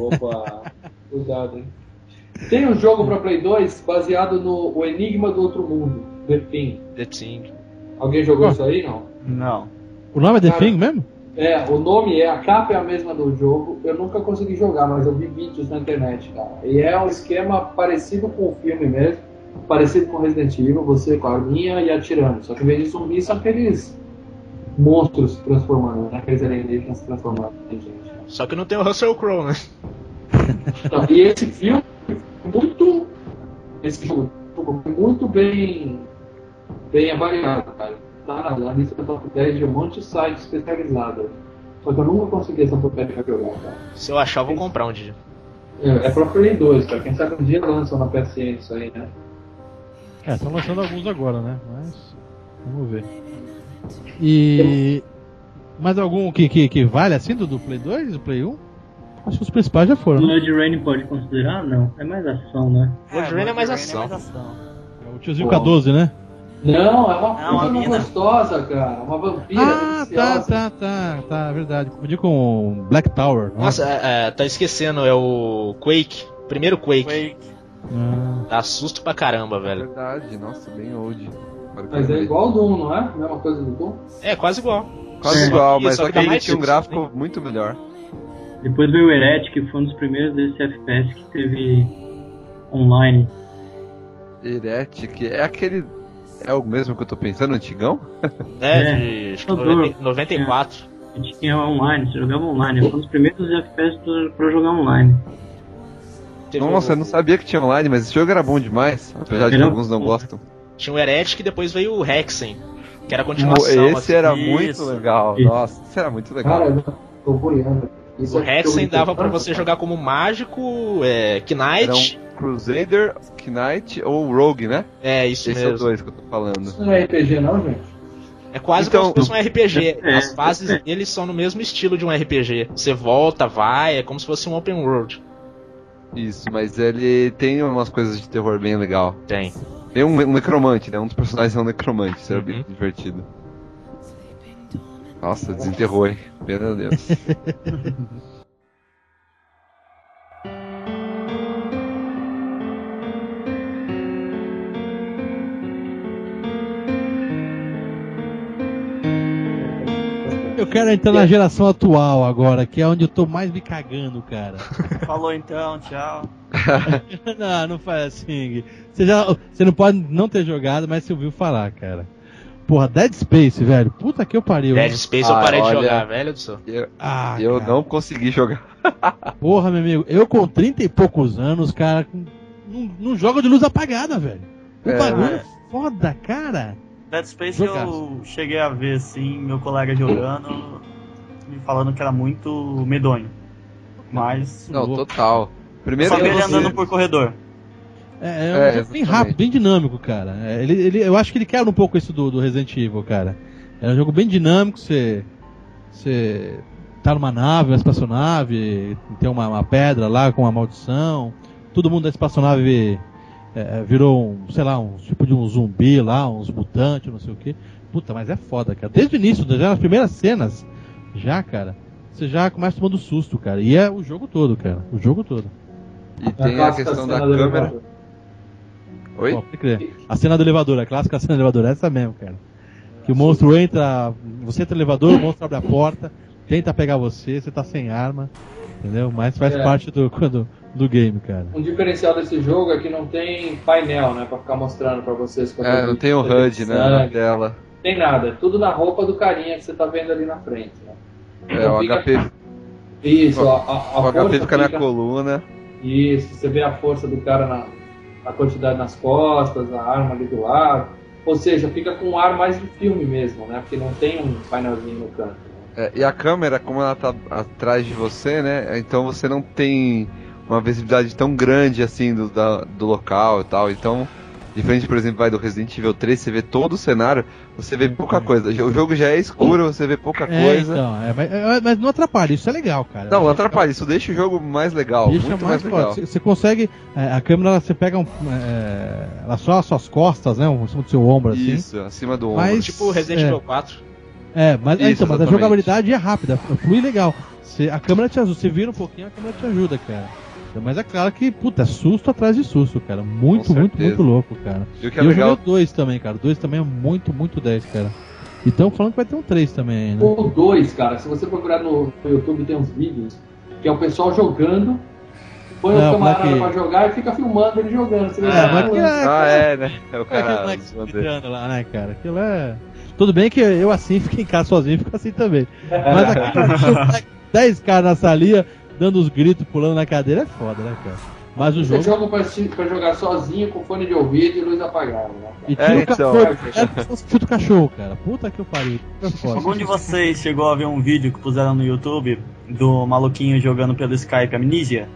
[SPEAKER 2] Opa, cuidado, hein? Tem um jogo pra Play 2 baseado no O Enigma do Outro Mundo, The Thing.
[SPEAKER 5] The Thing.
[SPEAKER 2] Alguém jogou isso aí, não?
[SPEAKER 8] Não.
[SPEAKER 3] o nome é The
[SPEAKER 2] Cara.
[SPEAKER 3] Thing mesmo?
[SPEAKER 2] É, o nome é, a capa é a mesma do jogo. Eu nunca consegui jogar, mas eu vi vídeos na internet, cara. E é um esquema parecido com o filme mesmo, parecido com Resident Evil, você com a arminha e atirando. Só que em vez de zumbi, são aqueles monstros se transformando, né? Aqueles alienígenas se transformando em gente. né?
[SPEAKER 5] Só que não tem o Russell Crowe, né?
[SPEAKER 2] Então, e esse filme foi muito. Esse jogo foi muito bem. bem avaliado, cara. Tá na lista da top 10 de um monte de site especializado. Só que eu nunca consegui essa top 10 pra jogar, cara.
[SPEAKER 5] Se eu achar, eu vou comprar um dia.
[SPEAKER 2] É, é pra Play 2, cara. Quem sabe um dia lançam na PSN isso aí, né?
[SPEAKER 3] É, estão lançando alguns agora, né? Mas. Vamos ver. E. Mais algum que, que, que vale assim do, do Play 2 do Play 1? Acho que os principais já foram. né?
[SPEAKER 6] Blood Rain pode considerar? Não, é mais ação, né?
[SPEAKER 5] Blood Rain é mais ação.
[SPEAKER 3] O tiozinho K12, né?
[SPEAKER 2] Não, é uma
[SPEAKER 8] Não,
[SPEAKER 2] puta
[SPEAKER 8] a mina.
[SPEAKER 2] gostosa, cara. Uma vampira.
[SPEAKER 3] Ah, tá,
[SPEAKER 2] deliciosa.
[SPEAKER 3] tá, tá, tá, verdade. Confundi com Black
[SPEAKER 8] Hum.
[SPEAKER 3] Tower.
[SPEAKER 5] Nossa, é, é, tá esquecendo, é o Quake. Primeiro Quake.
[SPEAKER 8] Quake.
[SPEAKER 3] Ah,
[SPEAKER 5] Dá susto pra caramba,
[SPEAKER 7] É
[SPEAKER 5] velho.
[SPEAKER 7] verdade, nossa, bem old. Agora que eu
[SPEAKER 2] Mas é
[SPEAKER 7] lembrei.
[SPEAKER 2] igual ao Doom, não é? Mesma coisa do Doom?
[SPEAKER 5] É, quase igual.
[SPEAKER 7] Quase
[SPEAKER 6] É.
[SPEAKER 7] igual, mas
[SPEAKER 5] Só
[SPEAKER 7] só
[SPEAKER 5] que
[SPEAKER 7] que
[SPEAKER 5] tá
[SPEAKER 7] ele
[SPEAKER 5] mais
[SPEAKER 7] tinha um
[SPEAKER 5] simples,
[SPEAKER 7] gráfico muito melhor.
[SPEAKER 6] Depois veio o Heretic, que foi um dos primeiros desse FPS que teve online.
[SPEAKER 7] Heretic, é aquele. É o mesmo que eu tô pensando, antigão?
[SPEAKER 5] É,
[SPEAKER 6] É.
[SPEAKER 5] de acho que
[SPEAKER 6] Rodou.
[SPEAKER 5] 90 94.
[SPEAKER 6] A gente tinha online, você jogava online. Foi um dos primeiros FPS pra, pra jogar online.
[SPEAKER 5] Teve
[SPEAKER 7] Nossa,
[SPEAKER 5] o-
[SPEAKER 8] é
[SPEAKER 7] eu não sabia que tinha online, mas esse jogo era bom demais, apesar de
[SPEAKER 5] é
[SPEAKER 7] que
[SPEAKER 5] um
[SPEAKER 6] Era
[SPEAKER 7] alguns não
[SPEAKER 6] bom.
[SPEAKER 7] gostam.
[SPEAKER 5] Tinha o Heretic e depois veio o Hexen, que era a
[SPEAKER 7] Mo-
[SPEAKER 5] continuação.
[SPEAKER 7] Tipo,
[SPEAKER 5] assim.
[SPEAKER 7] Esse é era
[SPEAKER 8] isso.
[SPEAKER 7] muito legal,
[SPEAKER 6] Isso.
[SPEAKER 7] nossa, esse era muito legal.
[SPEAKER 2] Cara, eu tô boiando. é
[SPEAKER 5] assim. O Hexen dava pra você jogar como mágico, é,
[SPEAKER 7] Era
[SPEAKER 5] Knight.
[SPEAKER 7] um Crusader, Knight ou Rogue, né?
[SPEAKER 5] É, isso
[SPEAKER 7] Esse é o
[SPEAKER 5] mesmo.
[SPEAKER 7] dois que eu tô falando.
[SPEAKER 2] Isso não é RPG, não, gente?
[SPEAKER 5] É quase
[SPEAKER 7] Então-
[SPEAKER 5] como se fosse um RPG.
[SPEAKER 6] É,
[SPEAKER 5] As fases
[SPEAKER 6] é.
[SPEAKER 5] dele são no mesmo estilo de um RPG. Você volta, vai, é como se fosse um open world.
[SPEAKER 7] Isso, mas ele tem umas coisas de terror bem legal.
[SPEAKER 5] Tem.
[SPEAKER 7] Tem um, um necromante, né? Um dos personagens é um necromante, isso era bem
[SPEAKER 5] Uhum.
[SPEAKER 7] divertido. Nossa, desenterrou, hein? Meu Deus.
[SPEAKER 3] Eu quero entrar na geração atual agora, que é onde eu tô mais me cagando, cara.
[SPEAKER 8] Falou então, tchau.
[SPEAKER 3] não, não faz assim. Gui. Você, já, você não pode não ter jogado, mas você ouviu falar, cara. Porra, Dead Space, velho. Puta que eu pariu.
[SPEAKER 5] Dead
[SPEAKER 3] hein?
[SPEAKER 5] Space eu
[SPEAKER 7] Ah,
[SPEAKER 5] parei de
[SPEAKER 7] olha.
[SPEAKER 5] jogar, velho do céu.
[SPEAKER 3] Ah,
[SPEAKER 7] eu
[SPEAKER 3] cara.
[SPEAKER 7] não consegui jogar.
[SPEAKER 3] Porra, meu amigo. Eu com 30 e poucos anos, cara, com- não, não joga de luz apagada, velho. O
[SPEAKER 7] É.
[SPEAKER 3] bagulho é foda, cara.
[SPEAKER 8] Dead Space
[SPEAKER 3] Jogaço.
[SPEAKER 8] eu cheguei a ver, assim, meu colega jogando, me falando que era muito medonho. Mas.
[SPEAKER 7] Não,
[SPEAKER 3] Louco.
[SPEAKER 7] total.
[SPEAKER 8] Eu
[SPEAKER 7] Primeiro
[SPEAKER 8] só
[SPEAKER 7] que
[SPEAKER 8] vi ele
[SPEAKER 7] você...
[SPEAKER 8] andando por corredor.
[SPEAKER 3] É, é um
[SPEAKER 7] É,
[SPEAKER 3] jogo bem
[SPEAKER 7] exatamente.
[SPEAKER 3] rápido, bem dinâmico, cara. É, ele, ele, eu acho que ele quebra um pouco isso do, do Resident Evil, cara. É um jogo bem dinâmico, você. Você tá numa nave, uma espaçonave, tem uma, uma pedra lá com uma maldição. Todo mundo da espaçonave é, virou um, sei lá, um tipo de um zumbi lá, uns mutantes, não sei o quê. Puta, mas é foda, cara. Desde o início, já nas primeiras cenas, já, cara, você já começa tomando susto, cara. E é o jogo todo, cara. O jogo todo.
[SPEAKER 7] E tem a questão da câmera. Oi?
[SPEAKER 3] Pô, pode crer. A cena do elevador, a clássica cena do elevador, é essa mesmo, cara. Que o monstro entra, você entra no elevador, o monstro abre a porta, tenta pegar você, você tá sem arma, entendeu? Mas faz
[SPEAKER 2] É.
[SPEAKER 3] parte do, quando, do game, cara.
[SPEAKER 2] Um diferencial desse jogo é que não tem painel, né? Pra ficar mostrando pra vocês. quanto
[SPEAKER 7] É, não tem o HUD, né? Na
[SPEAKER 2] sangue,
[SPEAKER 7] tela.
[SPEAKER 2] Não tem nada. é Tudo na roupa do carinha que você tá vendo ali na frente. Né?
[SPEAKER 7] É, o
[SPEAKER 2] Fica-
[SPEAKER 7] HP,
[SPEAKER 2] Isso, a, a, a
[SPEAKER 7] o HP
[SPEAKER 2] força
[SPEAKER 7] fica na coluna.
[SPEAKER 2] Isso, você vê a força do cara na, a quantidade nas costas, a arma ali do lado. Ou seja, fica com um ar mais de filme mesmo, né? Porque não tem um painelzinho no canto. né.
[SPEAKER 7] É, e a câmera, como ela tá atrás de você, né? Então você não tem uma visibilidade tão grande assim do, da, do local e tal. Então, diferente, por exemplo, vai do Resident Evil 3, você vê todo o cenário, você vê pouca coisa. O jogo já é escuro, você vê pouca
[SPEAKER 3] Uhum. É,
[SPEAKER 7] coisa.
[SPEAKER 3] então, é, mas, é, mas não atrapalha, isso é legal, cara.
[SPEAKER 7] Não, atrapalha, isso deixa o jogo mais legal,
[SPEAKER 3] Deixa
[SPEAKER 7] muito
[SPEAKER 3] mais
[SPEAKER 7] mais,
[SPEAKER 3] forte.
[SPEAKER 7] legal.
[SPEAKER 3] Você- Você consegue. é, a câmera ela- você pega um. É, ela só as suas costas, né? Um, em cima do seu ombro, assim.
[SPEAKER 7] Isso, acima do ombro.
[SPEAKER 3] Mas-
[SPEAKER 5] Tipo Resident
[SPEAKER 3] É.
[SPEAKER 5] Evil 4.
[SPEAKER 3] É, mas, é,
[SPEAKER 7] Isso,
[SPEAKER 3] então, mas a
[SPEAKER 7] exatamente.
[SPEAKER 3] jogabilidade é rápida, flui legal. Você, a câmera te ajuda, você vira um pouquinho, a câmera te ajuda, cara. Mas é claro que, puta, é susto atrás de susto, cara. Muito,
[SPEAKER 7] Com
[SPEAKER 3] muito,
[SPEAKER 7] certeza.
[SPEAKER 3] muito louco, cara.
[SPEAKER 7] E o que
[SPEAKER 3] E
[SPEAKER 7] é
[SPEAKER 3] eu joguei
[SPEAKER 7] legal
[SPEAKER 3] o 2 também, cara. O 2 também é muito, muito 10, cara. E tão falando que vai ter um 3 também, né?
[SPEAKER 2] O 2, cara, se você procurar no no YouTube, tem uns vídeos que é o pessoal jogando, põe
[SPEAKER 3] Não,
[SPEAKER 2] o camarada
[SPEAKER 3] Black-
[SPEAKER 2] pra jogar e fica filmando ele jogando. Você vê
[SPEAKER 5] Ah,
[SPEAKER 2] ele
[SPEAKER 3] mas que
[SPEAKER 2] jogando.
[SPEAKER 7] Ah, é, né? É o
[SPEAKER 3] É aquele
[SPEAKER 7] cara.
[SPEAKER 3] moleque se
[SPEAKER 7] zoando ele.
[SPEAKER 3] pedrando lá, né, cara? Aquilo é. Tudo bem que eu assim fico em casa sozinho, fico assim também. Mas aqui, 10 caras na salinha, dando os gritos, pulando na cadeira, é foda, né, cara? Mas o
[SPEAKER 2] Você
[SPEAKER 3] jogo.
[SPEAKER 2] joga pra, assistir- pra jogar sozinho, com fone de ouvido e luz apagada. Né?
[SPEAKER 3] E
[SPEAKER 7] É,
[SPEAKER 3] tira o
[SPEAKER 7] então,
[SPEAKER 3] cachorro.
[SPEAKER 2] é.
[SPEAKER 3] Quero que você chuta o cachorro, cara. Puta que eu pariu. É foda.
[SPEAKER 6] Algum de vocês chegou a ver um vídeo que puseram no YouTube do maluquinho jogando pelo Skype Amnesia?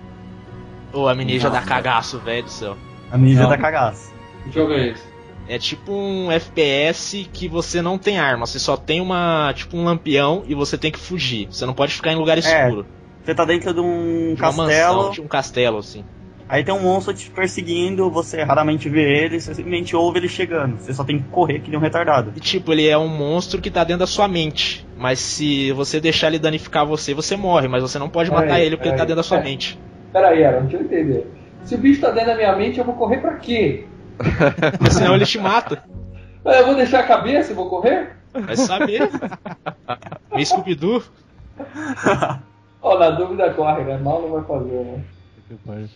[SPEAKER 5] Ô, a menina já
[SPEAKER 7] né?
[SPEAKER 5] dá cagaço, velho do céu.
[SPEAKER 6] Amnesia
[SPEAKER 3] Não.
[SPEAKER 6] da cagaça.
[SPEAKER 2] Que jogo é esse?
[SPEAKER 5] É tipo um FPS que você não tem arma, você só tem uma. tipo um lampião e você tem que fugir. Você não pode ficar em
[SPEAKER 7] É,
[SPEAKER 5] lugar escuro.
[SPEAKER 6] Você tá dentro de um
[SPEAKER 5] De uma
[SPEAKER 6] castelo,
[SPEAKER 5] mansão, de um castelo, assim.
[SPEAKER 6] aí tem um monstro te perseguindo, você raramente vê ele, você simplesmente ouve ele chegando. Você só tem que correr que nem um retardado.
[SPEAKER 5] E tipo, ele é um monstro que tá dentro da sua mente. Mas se você deixar ele danificar você, você morre, mas você não pode
[SPEAKER 2] Peraí,
[SPEAKER 5] matar ele porque ele tá
[SPEAKER 2] peraí.
[SPEAKER 5] dentro da sua
[SPEAKER 2] É.
[SPEAKER 5] mente.
[SPEAKER 2] Pera aí, Aaron, deixa eu entender. Se o bicho tá dentro da minha mente, eu vou correr pra quê? Ah,
[SPEAKER 5] Porque Senão ele te mata.
[SPEAKER 2] Eu vou deixar a cabeça e vou correr?
[SPEAKER 5] Vai saber. Meio Scooby-Doo.
[SPEAKER 2] Ó, na dúvida corre, né? Mal não vai fazer, né?
[SPEAKER 3] que eu pariu.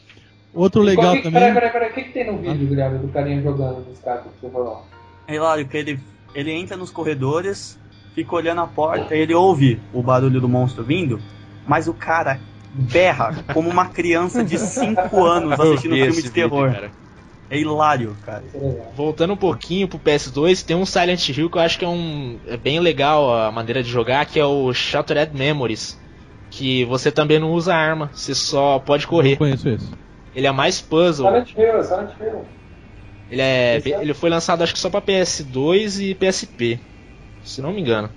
[SPEAKER 3] Outro
[SPEAKER 2] E qual
[SPEAKER 3] legal
[SPEAKER 2] que-
[SPEAKER 3] também.
[SPEAKER 2] Peraí,
[SPEAKER 3] Ah.
[SPEAKER 2] peraí, peraí. O que, que tem no vídeo, Guilherme, do carinha jogando no Skype que você falou?
[SPEAKER 6] Aí lá, que ele, ele entra nos corredores, fica olhando a porta, ele ouve o barulho do monstro vindo, mas o cara berra como uma criança de 5 anos assistindo
[SPEAKER 5] Eu vi
[SPEAKER 6] filme
[SPEAKER 5] esse
[SPEAKER 6] de
[SPEAKER 5] vídeo,
[SPEAKER 6] terror.
[SPEAKER 5] cara.
[SPEAKER 6] é hilário, cara.
[SPEAKER 2] Isso é legal.
[SPEAKER 5] Voltando um pouquinho pro PS2, tem um Silent Hill que eu acho que é um é bem legal a maneira de jogar, que é o Shattered Memories, que você também não usa arma, você só pode
[SPEAKER 3] Eu
[SPEAKER 5] correr.
[SPEAKER 3] conheço isso.
[SPEAKER 5] Ele é mais puzzle.
[SPEAKER 2] Silent Hill, Silent Hill.
[SPEAKER 5] Ele é ele foi lançado acho que só pra PS2 e PSP, se não me engano.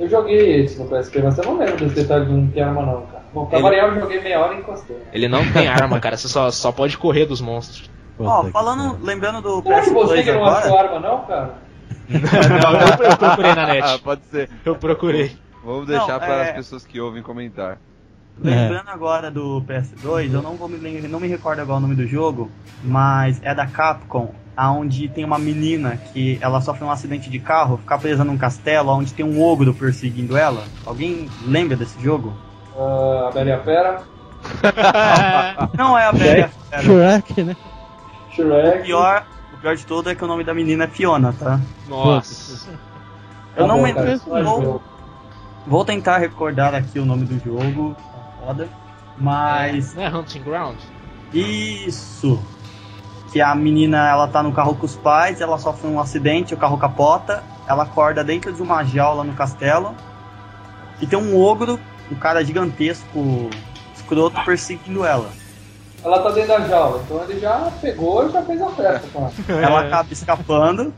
[SPEAKER 2] Eu joguei esse no PSP, mas eu não lembro desse detalhe de não ter arma não, cara. Bom, pra
[SPEAKER 5] Ele-
[SPEAKER 2] variar, eu joguei meia hora e encostei.
[SPEAKER 5] Ele não tem arma, cara, você só, só pode correr dos monstros.
[SPEAKER 3] Puta
[SPEAKER 6] Ó,
[SPEAKER 3] que
[SPEAKER 6] falando, lembrando do
[SPEAKER 2] Será que você que
[SPEAKER 6] PS2
[SPEAKER 2] não achou
[SPEAKER 6] agora,
[SPEAKER 2] arma não, cara?
[SPEAKER 5] Não, eu, eu procurei na
[SPEAKER 7] Ah,
[SPEAKER 5] net.
[SPEAKER 7] pode ser.
[SPEAKER 5] Eu procurei.
[SPEAKER 7] Vamos deixar
[SPEAKER 6] Não,
[SPEAKER 7] para
[SPEAKER 6] é-
[SPEAKER 7] as pessoas que ouvem comentar.
[SPEAKER 6] lembrando agora do PS2, eu não vou me lem- não me recordo agora o nome do jogo, mas é da Capcom, aonde tem uma menina que ela sofre um acidente de carro, fica presa num castelo, onde tem um ogro perseguindo ela. Alguém lembra desse jogo?
[SPEAKER 2] Ah, a Bela e a Fera,
[SPEAKER 6] Não é a Bela.
[SPEAKER 3] pariu. Shrek, né?
[SPEAKER 6] O
[SPEAKER 2] Shrek...
[SPEAKER 6] pior, o pior de tudo é que o nome da menina é Fiona, tá?
[SPEAKER 5] Nossa.
[SPEAKER 6] Eu não
[SPEAKER 2] bom,
[SPEAKER 6] me
[SPEAKER 2] cara, isso não é
[SPEAKER 6] vou,
[SPEAKER 2] jogo.
[SPEAKER 6] vou tentar recordar aqui o nome do jogo. tá Foda. Mas
[SPEAKER 5] Não é Hunting Ground?
[SPEAKER 6] isso. Que a menina ela tá no carro com os pais, ela sofre um acidente, o carro capota, ela acorda dentro de uma jaula no castelo. E tem um ogro, um cara gigantesco, escroto, perseguindo ela.
[SPEAKER 2] Ela tá dentro da jaula, então ele já pegou e já fez a festa com ela.
[SPEAKER 6] Ela acaba escapando.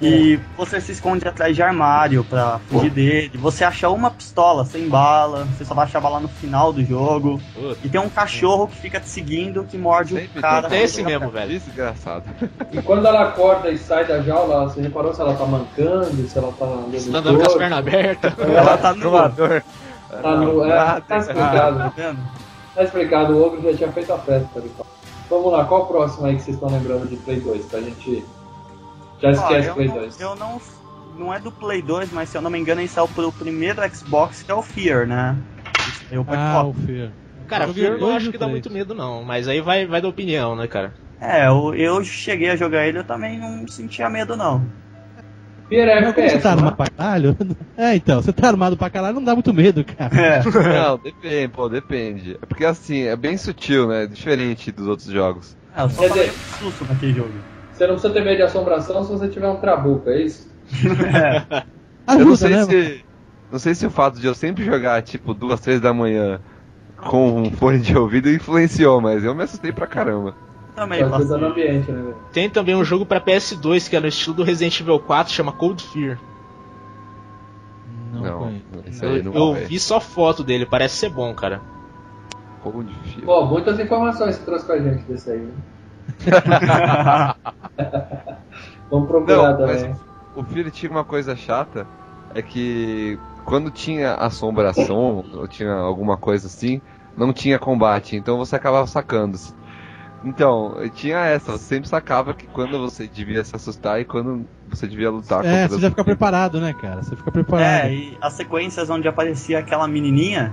[SPEAKER 6] E você se esconde atrás de armário pra fugir dele. Você acha uma pistola sem bala, você só vai achar bala no final do jogo.
[SPEAKER 5] Puta.
[SPEAKER 6] E tem um cachorro que fica te seguindo, que morde o
[SPEAKER 7] Sempre tem.
[SPEAKER 6] cara.
[SPEAKER 5] É esse mesmo, velho.
[SPEAKER 7] Desgraçado.
[SPEAKER 3] Tá
[SPEAKER 2] E quando ela acorda e sai da jaula, você reparou se ela tá mancando, se ela tá andando,
[SPEAKER 5] Você tá andando com as pernas abertas.
[SPEAKER 6] Ela tá no
[SPEAKER 7] Trovador.
[SPEAKER 2] Tá, no... é, tá explicado,
[SPEAKER 6] Tá vendo?
[SPEAKER 2] tá explicado, o ogro já tinha feito a festa. ele fala. Vamos lá, qual o próximo aí que vocês estão lembrando de Play 2? Pra gente... Já
[SPEAKER 6] Ó,
[SPEAKER 2] esquece
[SPEAKER 6] eu,
[SPEAKER 2] é Play
[SPEAKER 6] não,
[SPEAKER 2] 2.
[SPEAKER 6] eu não. Não é do Play 2, mas se eu não me engano, ele saiu pro primeiro Xbox, que é o Fear, né? Eu
[SPEAKER 3] Ah, o Fear.
[SPEAKER 5] Cara,
[SPEAKER 3] Eu vi
[SPEAKER 5] Fear eu não
[SPEAKER 3] dois
[SPEAKER 5] acho
[SPEAKER 3] ou
[SPEAKER 5] que dá
[SPEAKER 3] três.
[SPEAKER 5] muito medo, não. Mas aí vai, vai da opinião, né, cara?
[SPEAKER 6] É, eu, eu cheguei a jogar ele, eu também não sentia medo, não.
[SPEAKER 2] Pierre
[SPEAKER 3] Mas como você
[SPEAKER 2] FPS,
[SPEAKER 3] tá
[SPEAKER 2] né?
[SPEAKER 3] armado pra caralho? É, então, você tá armado pra caralho, não dá muito medo, cara.
[SPEAKER 6] É.
[SPEAKER 7] Não, depende, pô, depende. É porque assim, é bem sutil, né? Diferente dos outros jogos.
[SPEAKER 6] Ah, eu só
[SPEAKER 2] Quer
[SPEAKER 6] falei
[SPEAKER 2] dizer-
[SPEAKER 6] susto naquele jogo.
[SPEAKER 2] Você não precisa ter medo de assombração se você tiver um trabuco, é isso?
[SPEAKER 7] eu não
[SPEAKER 3] Ajuda,
[SPEAKER 7] sei
[SPEAKER 3] né?
[SPEAKER 7] se. Não sei se o fato de eu sempre jogar, tipo, duas, três da manhã com um fone de ouvido influenciou, mas eu me assustei pra caramba.
[SPEAKER 2] Também, ajuda no ambiente, né, velho?
[SPEAKER 5] Tem também um jogo pra PS2 que é no estilo do Resident Evil 4, chama Cold Fear.
[SPEAKER 3] Não, conheço.
[SPEAKER 7] esse aí não
[SPEAKER 5] Eu
[SPEAKER 7] é.
[SPEAKER 5] vi só foto dele, parece ser bom, cara.
[SPEAKER 7] Cold Fear.
[SPEAKER 2] Bom, muitas informações que trouxe pra gente desse aí, né? Vamos procurar
[SPEAKER 7] Não, mas
[SPEAKER 2] também. Ah,
[SPEAKER 7] o Fury tinha uma coisa chata, é que quando tinha assombração, ou tinha alguma coisa assim, não tinha combate, então você acabava sacando. -se. Então, tinha essa, você sempre sacava que quando você devia se assustar e quando você devia lutar
[SPEAKER 3] É, você
[SPEAKER 7] as-
[SPEAKER 3] já fica preparado, né, cara? Você fica preparado.
[SPEAKER 8] É, e as sequências onde aparecia aquela menininha.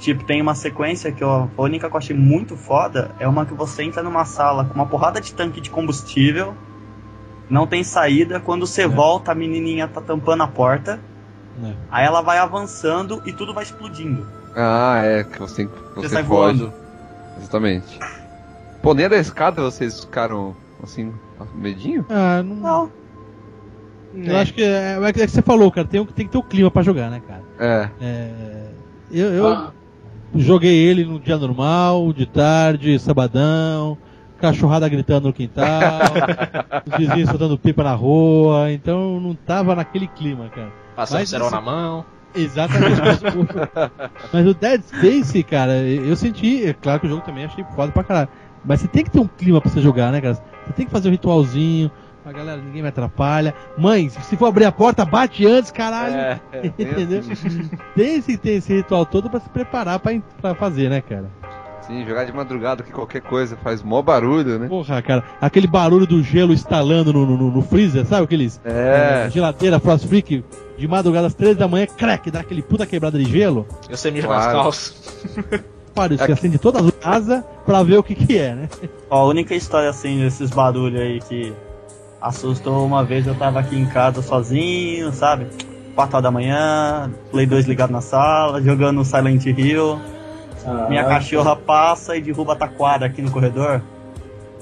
[SPEAKER 8] Tipo, tem uma sequência que eu, a única que eu achei muito foda é uma que você entra numa sala com uma porrada de tanque de combustível, não tem saída, quando você volta a menininha tá tampando a porta,
[SPEAKER 3] É.
[SPEAKER 8] aí ela vai avançando e tudo vai explodindo.
[SPEAKER 7] Ah, é, que você,
[SPEAKER 8] Você,
[SPEAKER 7] você,
[SPEAKER 8] sai
[SPEAKER 7] foge.
[SPEAKER 8] voando.
[SPEAKER 7] Exatamente. Pô, nem da escada vocês ficaram assim, com medinho?
[SPEAKER 3] Ah, não,
[SPEAKER 8] Não,
[SPEAKER 3] Eu acho que é, é que é que você falou, cara. Tem, o- tem que ter o clima pra jogar, né, cara?
[SPEAKER 7] É.
[SPEAKER 3] É, eu eu
[SPEAKER 2] Ah,
[SPEAKER 3] joguei ele no dia normal, de tarde, sabadão, cachorrada gritando no quintal, os vizinhos soltando pipa na rua. Então não tava naquele clima, cara.
[SPEAKER 5] Passando
[SPEAKER 3] Mas
[SPEAKER 5] cerol
[SPEAKER 3] isso-
[SPEAKER 5] na mão.
[SPEAKER 3] Exatamente. mas o- mas o Dead Space, cara, eu senti. É claro que o jogo também achei foda pra caralho. Mas você tem que ter um clima pra você jogar, né, cara? Você tem que fazer um ritualzinho. Pra galera, ninguém me atrapalha. Mãe, se se for abrir a porta, bate antes, caralho.
[SPEAKER 5] É,
[SPEAKER 3] Entendeu? Tem esse, tem esse ritual todo pra se preparar pra, en- pra fazer, né, cara?
[SPEAKER 7] Sim, jogar de madrugada que qualquer coisa faz mó barulho, né?
[SPEAKER 3] Porra, cara, aquele barulho do gelo estalando no, no- no freezer, sabe aqueles?
[SPEAKER 7] É.
[SPEAKER 3] eh, geladeira, frost freak, de madrugada às três da manhã, crack, dá aquele puta quebrada de gelo.
[SPEAKER 5] eu sei mijar nas
[SPEAKER 7] Claro.
[SPEAKER 5] calças.
[SPEAKER 3] Para, você
[SPEAKER 7] Aqui-
[SPEAKER 3] acende toda a asa pra ver o que que é, né?
[SPEAKER 8] Ó, a única história assim desses barulhos aí que assustou uma vez eu tava aqui em casa sozinho, sabe? 4 horas da manhã, Play 2 ligado na sala, jogando Silent Hill.
[SPEAKER 2] ah,
[SPEAKER 8] Minha cachorra passa e derruba a taquara aqui no corredor.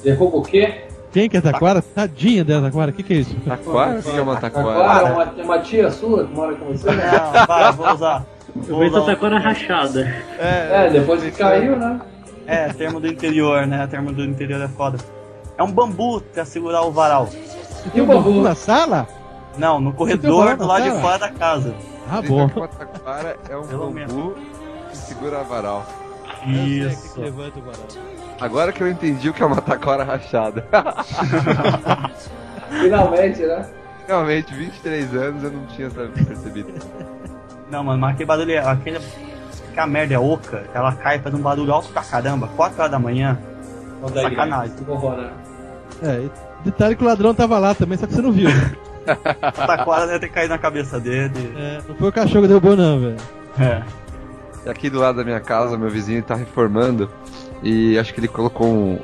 [SPEAKER 2] Derruba o quê?
[SPEAKER 3] Quem que é taquara? Tadinha dela, taquara, o que que é isso?
[SPEAKER 7] Taquara? O que é uma taquara?
[SPEAKER 2] Agora, uma, uma tia sua que mora com você, né?
[SPEAKER 8] Não, vai, vou usar.
[SPEAKER 6] Eu
[SPEAKER 8] Vou
[SPEAKER 6] vejo essa
[SPEAKER 8] usar um-
[SPEAKER 6] sacola rachada.
[SPEAKER 2] É, depois que caiu, né?
[SPEAKER 8] É, termo do interior, né? Termo do interior é foda. É um bambu pra segurar o varal.
[SPEAKER 2] E o
[SPEAKER 3] Bambu
[SPEAKER 2] bambu?
[SPEAKER 3] na sala?
[SPEAKER 8] Não, no
[SPEAKER 3] varal
[SPEAKER 8] corredor
[SPEAKER 3] na
[SPEAKER 8] do lado de
[SPEAKER 3] sala?
[SPEAKER 8] fora da casa.
[SPEAKER 3] Ah,
[SPEAKER 7] Dizem
[SPEAKER 3] bom.
[SPEAKER 7] que uma taquara é um
[SPEAKER 8] Pelo
[SPEAKER 7] bambu que segura varal.
[SPEAKER 8] Isso.
[SPEAKER 7] Agora que eu entendi o que é uma taquara rachada.
[SPEAKER 2] Finalmente, né?
[SPEAKER 7] Realmente, 23 anos eu não tinha sabe, percebido.
[SPEAKER 8] Não, mano, mas aquele barulho, é- aquele, aquela merda é oca, ela cai faz um barulho alto pra caramba, 4 horas da manhã. Sacanagem.
[SPEAKER 2] Que horror, né?
[SPEAKER 3] É, e detalhe que o ladrão tava lá também, só que você não viu.
[SPEAKER 8] A taquara deve ter caído na cabeça dele.
[SPEAKER 3] É, não foi o cachorro que derrubou, não, velho.
[SPEAKER 8] É.
[SPEAKER 7] E aqui do lado da minha casa, meu vizinho tá reformando e acho que ele colocou um,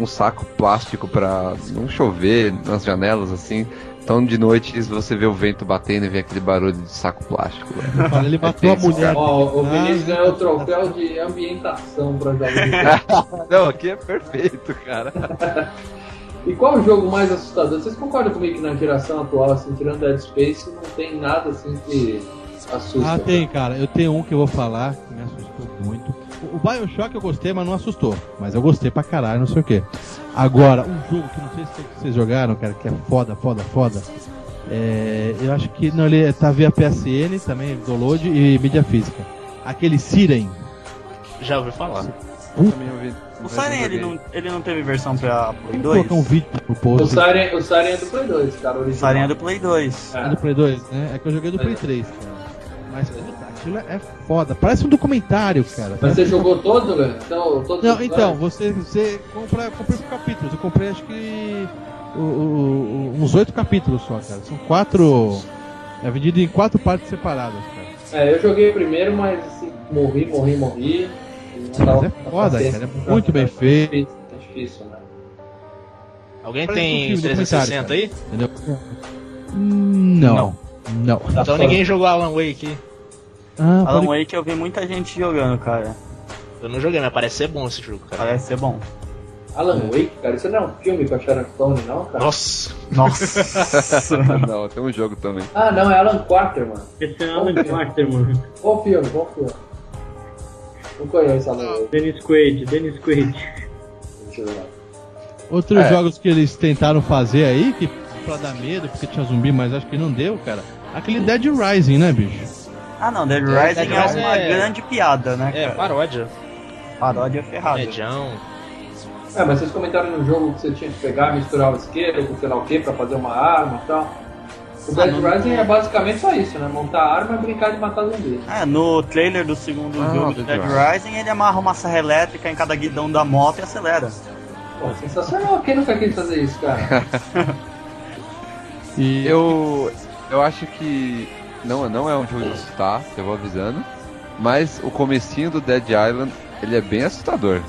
[SPEAKER 7] um saco plástico pra não chover nas janelas assim. Então de noite você vê o vento batendo e vem aquele barulho de saco plástico. né?
[SPEAKER 3] Fala, Ele matou a
[SPEAKER 7] tenso,
[SPEAKER 3] mulher.
[SPEAKER 2] Ó, o Vinícius
[SPEAKER 3] Ah,
[SPEAKER 2] ganhou o troféu de ambientação pra jogar.
[SPEAKER 7] não, aqui é perfeito, cara.
[SPEAKER 2] E qual o jogo mais assustador? Vocês concordam comigo que na geração atual, assim, tirando Dead Space, não tem nada assim que assusta?
[SPEAKER 3] Ah, tem, cara. Eu tenho um que eu vou falar que me assustou muito. O o Bioshock eu gostei, mas não assustou. Mas eu gostei pra caralho, não sei o quê. Agora, um jogo que não sei se vocês jogaram, cara, que é foda, foda, foda. É, eu acho que não, ele tá via PSN também, download e mídia física. Aquele Siren.
[SPEAKER 5] Já ouvi falar.
[SPEAKER 7] Também ouvi-
[SPEAKER 8] O
[SPEAKER 7] mas
[SPEAKER 8] Siren, ele
[SPEAKER 7] joguei.
[SPEAKER 8] não, ele não teve versão pra Play
[SPEAKER 3] Vou
[SPEAKER 8] 2?
[SPEAKER 3] colocar um vídeo pro
[SPEAKER 2] O
[SPEAKER 3] post.
[SPEAKER 2] Siren, o Siren é do Play 2, cara.
[SPEAKER 8] O
[SPEAKER 2] Original.
[SPEAKER 8] Siren é do Play 2.
[SPEAKER 3] É do Play 2, né? É que eu joguei do Play 3, cara. Mas puta, aquilo é foda. Parece um documentário, cara.
[SPEAKER 2] Mas você jogou todo, velho? Então, todos
[SPEAKER 3] Não,
[SPEAKER 2] os
[SPEAKER 3] então,
[SPEAKER 2] Sirens?
[SPEAKER 3] você, você compra, eu comprei por capítulos. Eu comprei acho que o- o- o- uns oito capítulos só, cara. São quatro. É vendido em quatro partes separadas, cara.
[SPEAKER 2] É, eu joguei o primeiro, mas assim, morri, morri, morri. Não
[SPEAKER 3] Mas
[SPEAKER 2] dava
[SPEAKER 3] é foda,
[SPEAKER 2] paciência
[SPEAKER 3] cara, é
[SPEAKER 2] pra-
[SPEAKER 3] muito bem
[SPEAKER 2] pra-
[SPEAKER 3] feito.
[SPEAKER 2] difícil, É difícil, né?
[SPEAKER 5] Alguém
[SPEAKER 3] Parece um
[SPEAKER 5] tem
[SPEAKER 3] filme, documentário,
[SPEAKER 5] 360
[SPEAKER 3] cara.
[SPEAKER 5] aí?
[SPEAKER 3] Entendeu? Não. Não.
[SPEAKER 5] Então ninguém jogou Alan Wake.
[SPEAKER 3] Ah,
[SPEAKER 8] Alan
[SPEAKER 3] pode...
[SPEAKER 8] Wake um eu vi muita gente jogando, cara.
[SPEAKER 5] Eu não joguei, mas parece ser bom esse jogo, cara.
[SPEAKER 8] Parece ser bom.
[SPEAKER 2] Alan Wake, cara, isso não é um filme com a Sharon Stone, não, cara?
[SPEAKER 5] Nossa,
[SPEAKER 8] Nossa.
[SPEAKER 7] Não, tem um jogo também.
[SPEAKER 2] Ah, não, é Alan Quarter, mano.
[SPEAKER 6] Esse é Alan Quarter, mano.
[SPEAKER 2] Bom filme, bom filme. Não conheço a Noruega.
[SPEAKER 6] Dennis Quaid, Dennis Quaid.
[SPEAKER 2] Deixa eu ver lá.
[SPEAKER 3] Outros
[SPEAKER 7] É.
[SPEAKER 3] jogos que eles tentaram fazer aí, que pra dar medo, porque tinha zumbi, mas acho que não deu, cara. Aquele Dead Rising, né, bicho?
[SPEAKER 8] Ah não, Dead
[SPEAKER 5] É,
[SPEAKER 8] Rising
[SPEAKER 5] Dead
[SPEAKER 8] é,
[SPEAKER 5] Rising
[SPEAKER 8] uma
[SPEAKER 5] é-
[SPEAKER 8] grande piada, né?
[SPEAKER 5] É,
[SPEAKER 8] cara?
[SPEAKER 5] paródia.
[SPEAKER 8] Paródia ferrada.
[SPEAKER 5] Medião.
[SPEAKER 2] É, mas vocês comentaram no jogo que você tinha que pegar, misturar o isqueiro com sei lá o que pra fazer uma arma e tal. O Dead Rising é basicamente só isso, né? Montar arma e brincar de matar zumbi.
[SPEAKER 8] É, no trailer do segundo
[SPEAKER 7] Ah,
[SPEAKER 8] jogo do
[SPEAKER 7] Dead
[SPEAKER 8] Dead Rising, ele amarra uma serra elétrica em cada guidão da moto e acelera.
[SPEAKER 2] Pô, sensacional. Quem nunca quis fazer isso,
[SPEAKER 3] Tá
[SPEAKER 2] cara?
[SPEAKER 3] E
[SPEAKER 7] Eu, eu acho que não, não é um jogo de assustar, eu vou avisando. Mas o comecinho do Dead Island, ele é bem assustador.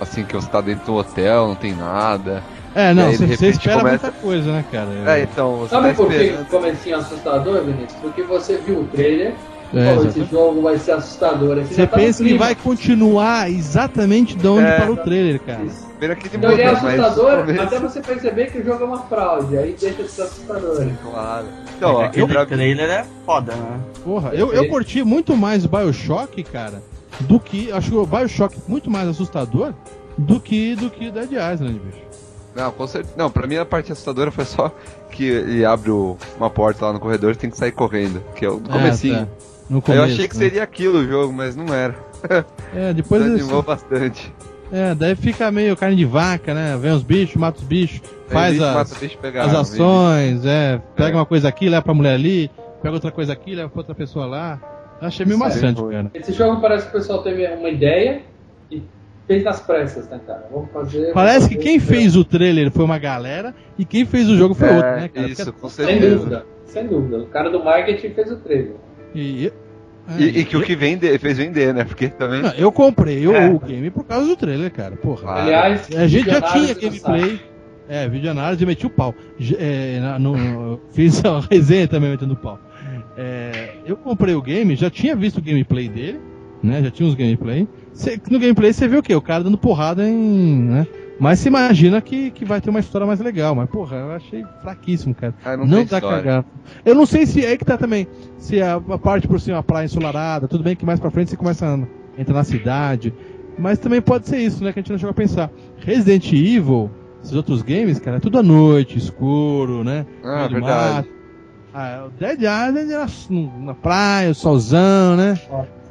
[SPEAKER 7] Assim, que você tá dentro de um hotel, não tem nada.
[SPEAKER 3] É,
[SPEAKER 7] E
[SPEAKER 3] não,
[SPEAKER 7] aí, de
[SPEAKER 3] você você
[SPEAKER 7] repente,
[SPEAKER 3] espera
[SPEAKER 7] começa-
[SPEAKER 3] muita coisa, né, cara?
[SPEAKER 7] É, então, você
[SPEAKER 2] Sabe
[SPEAKER 7] tá
[SPEAKER 2] por que o
[SPEAKER 7] esperando.
[SPEAKER 2] comecinho é assustador, Vinícius? Porque você viu o trailer,
[SPEAKER 3] É,
[SPEAKER 2] falou, esse
[SPEAKER 3] exatamente.
[SPEAKER 2] jogo vai ser assustador. aí
[SPEAKER 3] Você
[SPEAKER 2] já tá no
[SPEAKER 3] pensa que
[SPEAKER 2] clima.
[SPEAKER 3] vai continuar exatamente de onde
[SPEAKER 7] É.
[SPEAKER 3] parou o trailer, cara.
[SPEAKER 7] Primeiro aquele
[SPEAKER 2] Então ele é
[SPEAKER 7] momento, mas
[SPEAKER 2] assustador
[SPEAKER 7] no começo-
[SPEAKER 2] até você perceber que o jogo é uma fraude, aí deixa de ser assustador.
[SPEAKER 7] Claro. Então, ó,
[SPEAKER 8] Aquele
[SPEAKER 7] pra-
[SPEAKER 8] trailer é foda, né?
[SPEAKER 3] Porra, eu, eu curti muito mais o Bioshock, cara, do que. Acho o Bioshock muito mais assustador do que do que Dead Island, bicho.
[SPEAKER 7] Não, com certeza. Não, pra mim a parte assustadora foi só que ele abre o- uma porta lá no corredor e tem que sair correndo, que é o comecinho.
[SPEAKER 3] É, tá. No
[SPEAKER 7] eu
[SPEAKER 3] começo,
[SPEAKER 7] achei que
[SPEAKER 3] né?
[SPEAKER 7] seria aquilo o jogo, mas não era.
[SPEAKER 3] É, depois eles,
[SPEAKER 7] Desanimou bastante.
[SPEAKER 3] É, daí fica meio carne de vaca, né? Vem os bichos, mata os bichos, faz
[SPEAKER 7] Existe,
[SPEAKER 3] as,
[SPEAKER 7] mata o bicho pegar, um
[SPEAKER 3] as
[SPEAKER 7] não,
[SPEAKER 3] ações, é, pega
[SPEAKER 7] É.
[SPEAKER 3] uma coisa aqui, leva pra mulher ali, pega outra coisa aqui, leva pra outra pessoa lá. Achei meio
[SPEAKER 7] Isso aí
[SPEAKER 3] maçante,
[SPEAKER 7] foi.
[SPEAKER 3] cara.
[SPEAKER 2] Esse jogo parece que o pessoal teve uma ideia e fez nas pressas, né, cara? Vamos fazer.
[SPEAKER 3] Parece
[SPEAKER 2] vamos
[SPEAKER 3] que
[SPEAKER 2] fazer.
[SPEAKER 3] quem fez o trailer foi uma galera e quem fez o jogo foi
[SPEAKER 7] É,
[SPEAKER 3] outro, né, cara?
[SPEAKER 7] Isso, com
[SPEAKER 2] Sem
[SPEAKER 7] certeza.
[SPEAKER 2] dúvida, sem dúvida. O cara do marketing fez o trailer.
[SPEAKER 3] E, é,
[SPEAKER 7] E, e que o que vende, fez vender, né? Porque também.
[SPEAKER 3] não, eu comprei o,
[SPEAKER 8] É.
[SPEAKER 3] o game por causa do trailer, cara. Porra.
[SPEAKER 7] Ah.
[SPEAKER 2] Aliás,
[SPEAKER 3] A gente já
[SPEAKER 2] Leonardo
[SPEAKER 3] tinha
[SPEAKER 2] Leonardo
[SPEAKER 3] gameplay. É, vídeo análise eu meti o pau. J- é, na- no- eu fiz a resenha também metendo o pau. É, eu comprei o game, já tinha visto o gameplay dele, né? Já tinha uns gameplay. Cê- no gameplay você vê o quê? O cara dando porrada em. Né? Mas você imagina que, que vai ter uma história mais legal. Mas, porra, eu achei fraquíssimo, cara.
[SPEAKER 7] Ah,
[SPEAKER 3] Não, tá
[SPEAKER 7] não, tem
[SPEAKER 3] dá
[SPEAKER 7] história.
[SPEAKER 3] cagar. Eu não sei se é aí que tá também. Se a, a parte por cima, a praia ensolarada, tudo bem que mais pra frente você começa a entrar na cidade. Mas também pode ser isso, né? Que a gente não chegou a pensar. Resident Evil, esses outros games, cara, é tudo à noite, escuro, né?
[SPEAKER 7] Ah,
[SPEAKER 3] Meio do
[SPEAKER 7] verdade.
[SPEAKER 3] mato. Ah, o Dead Island era na praia, o solzão, né?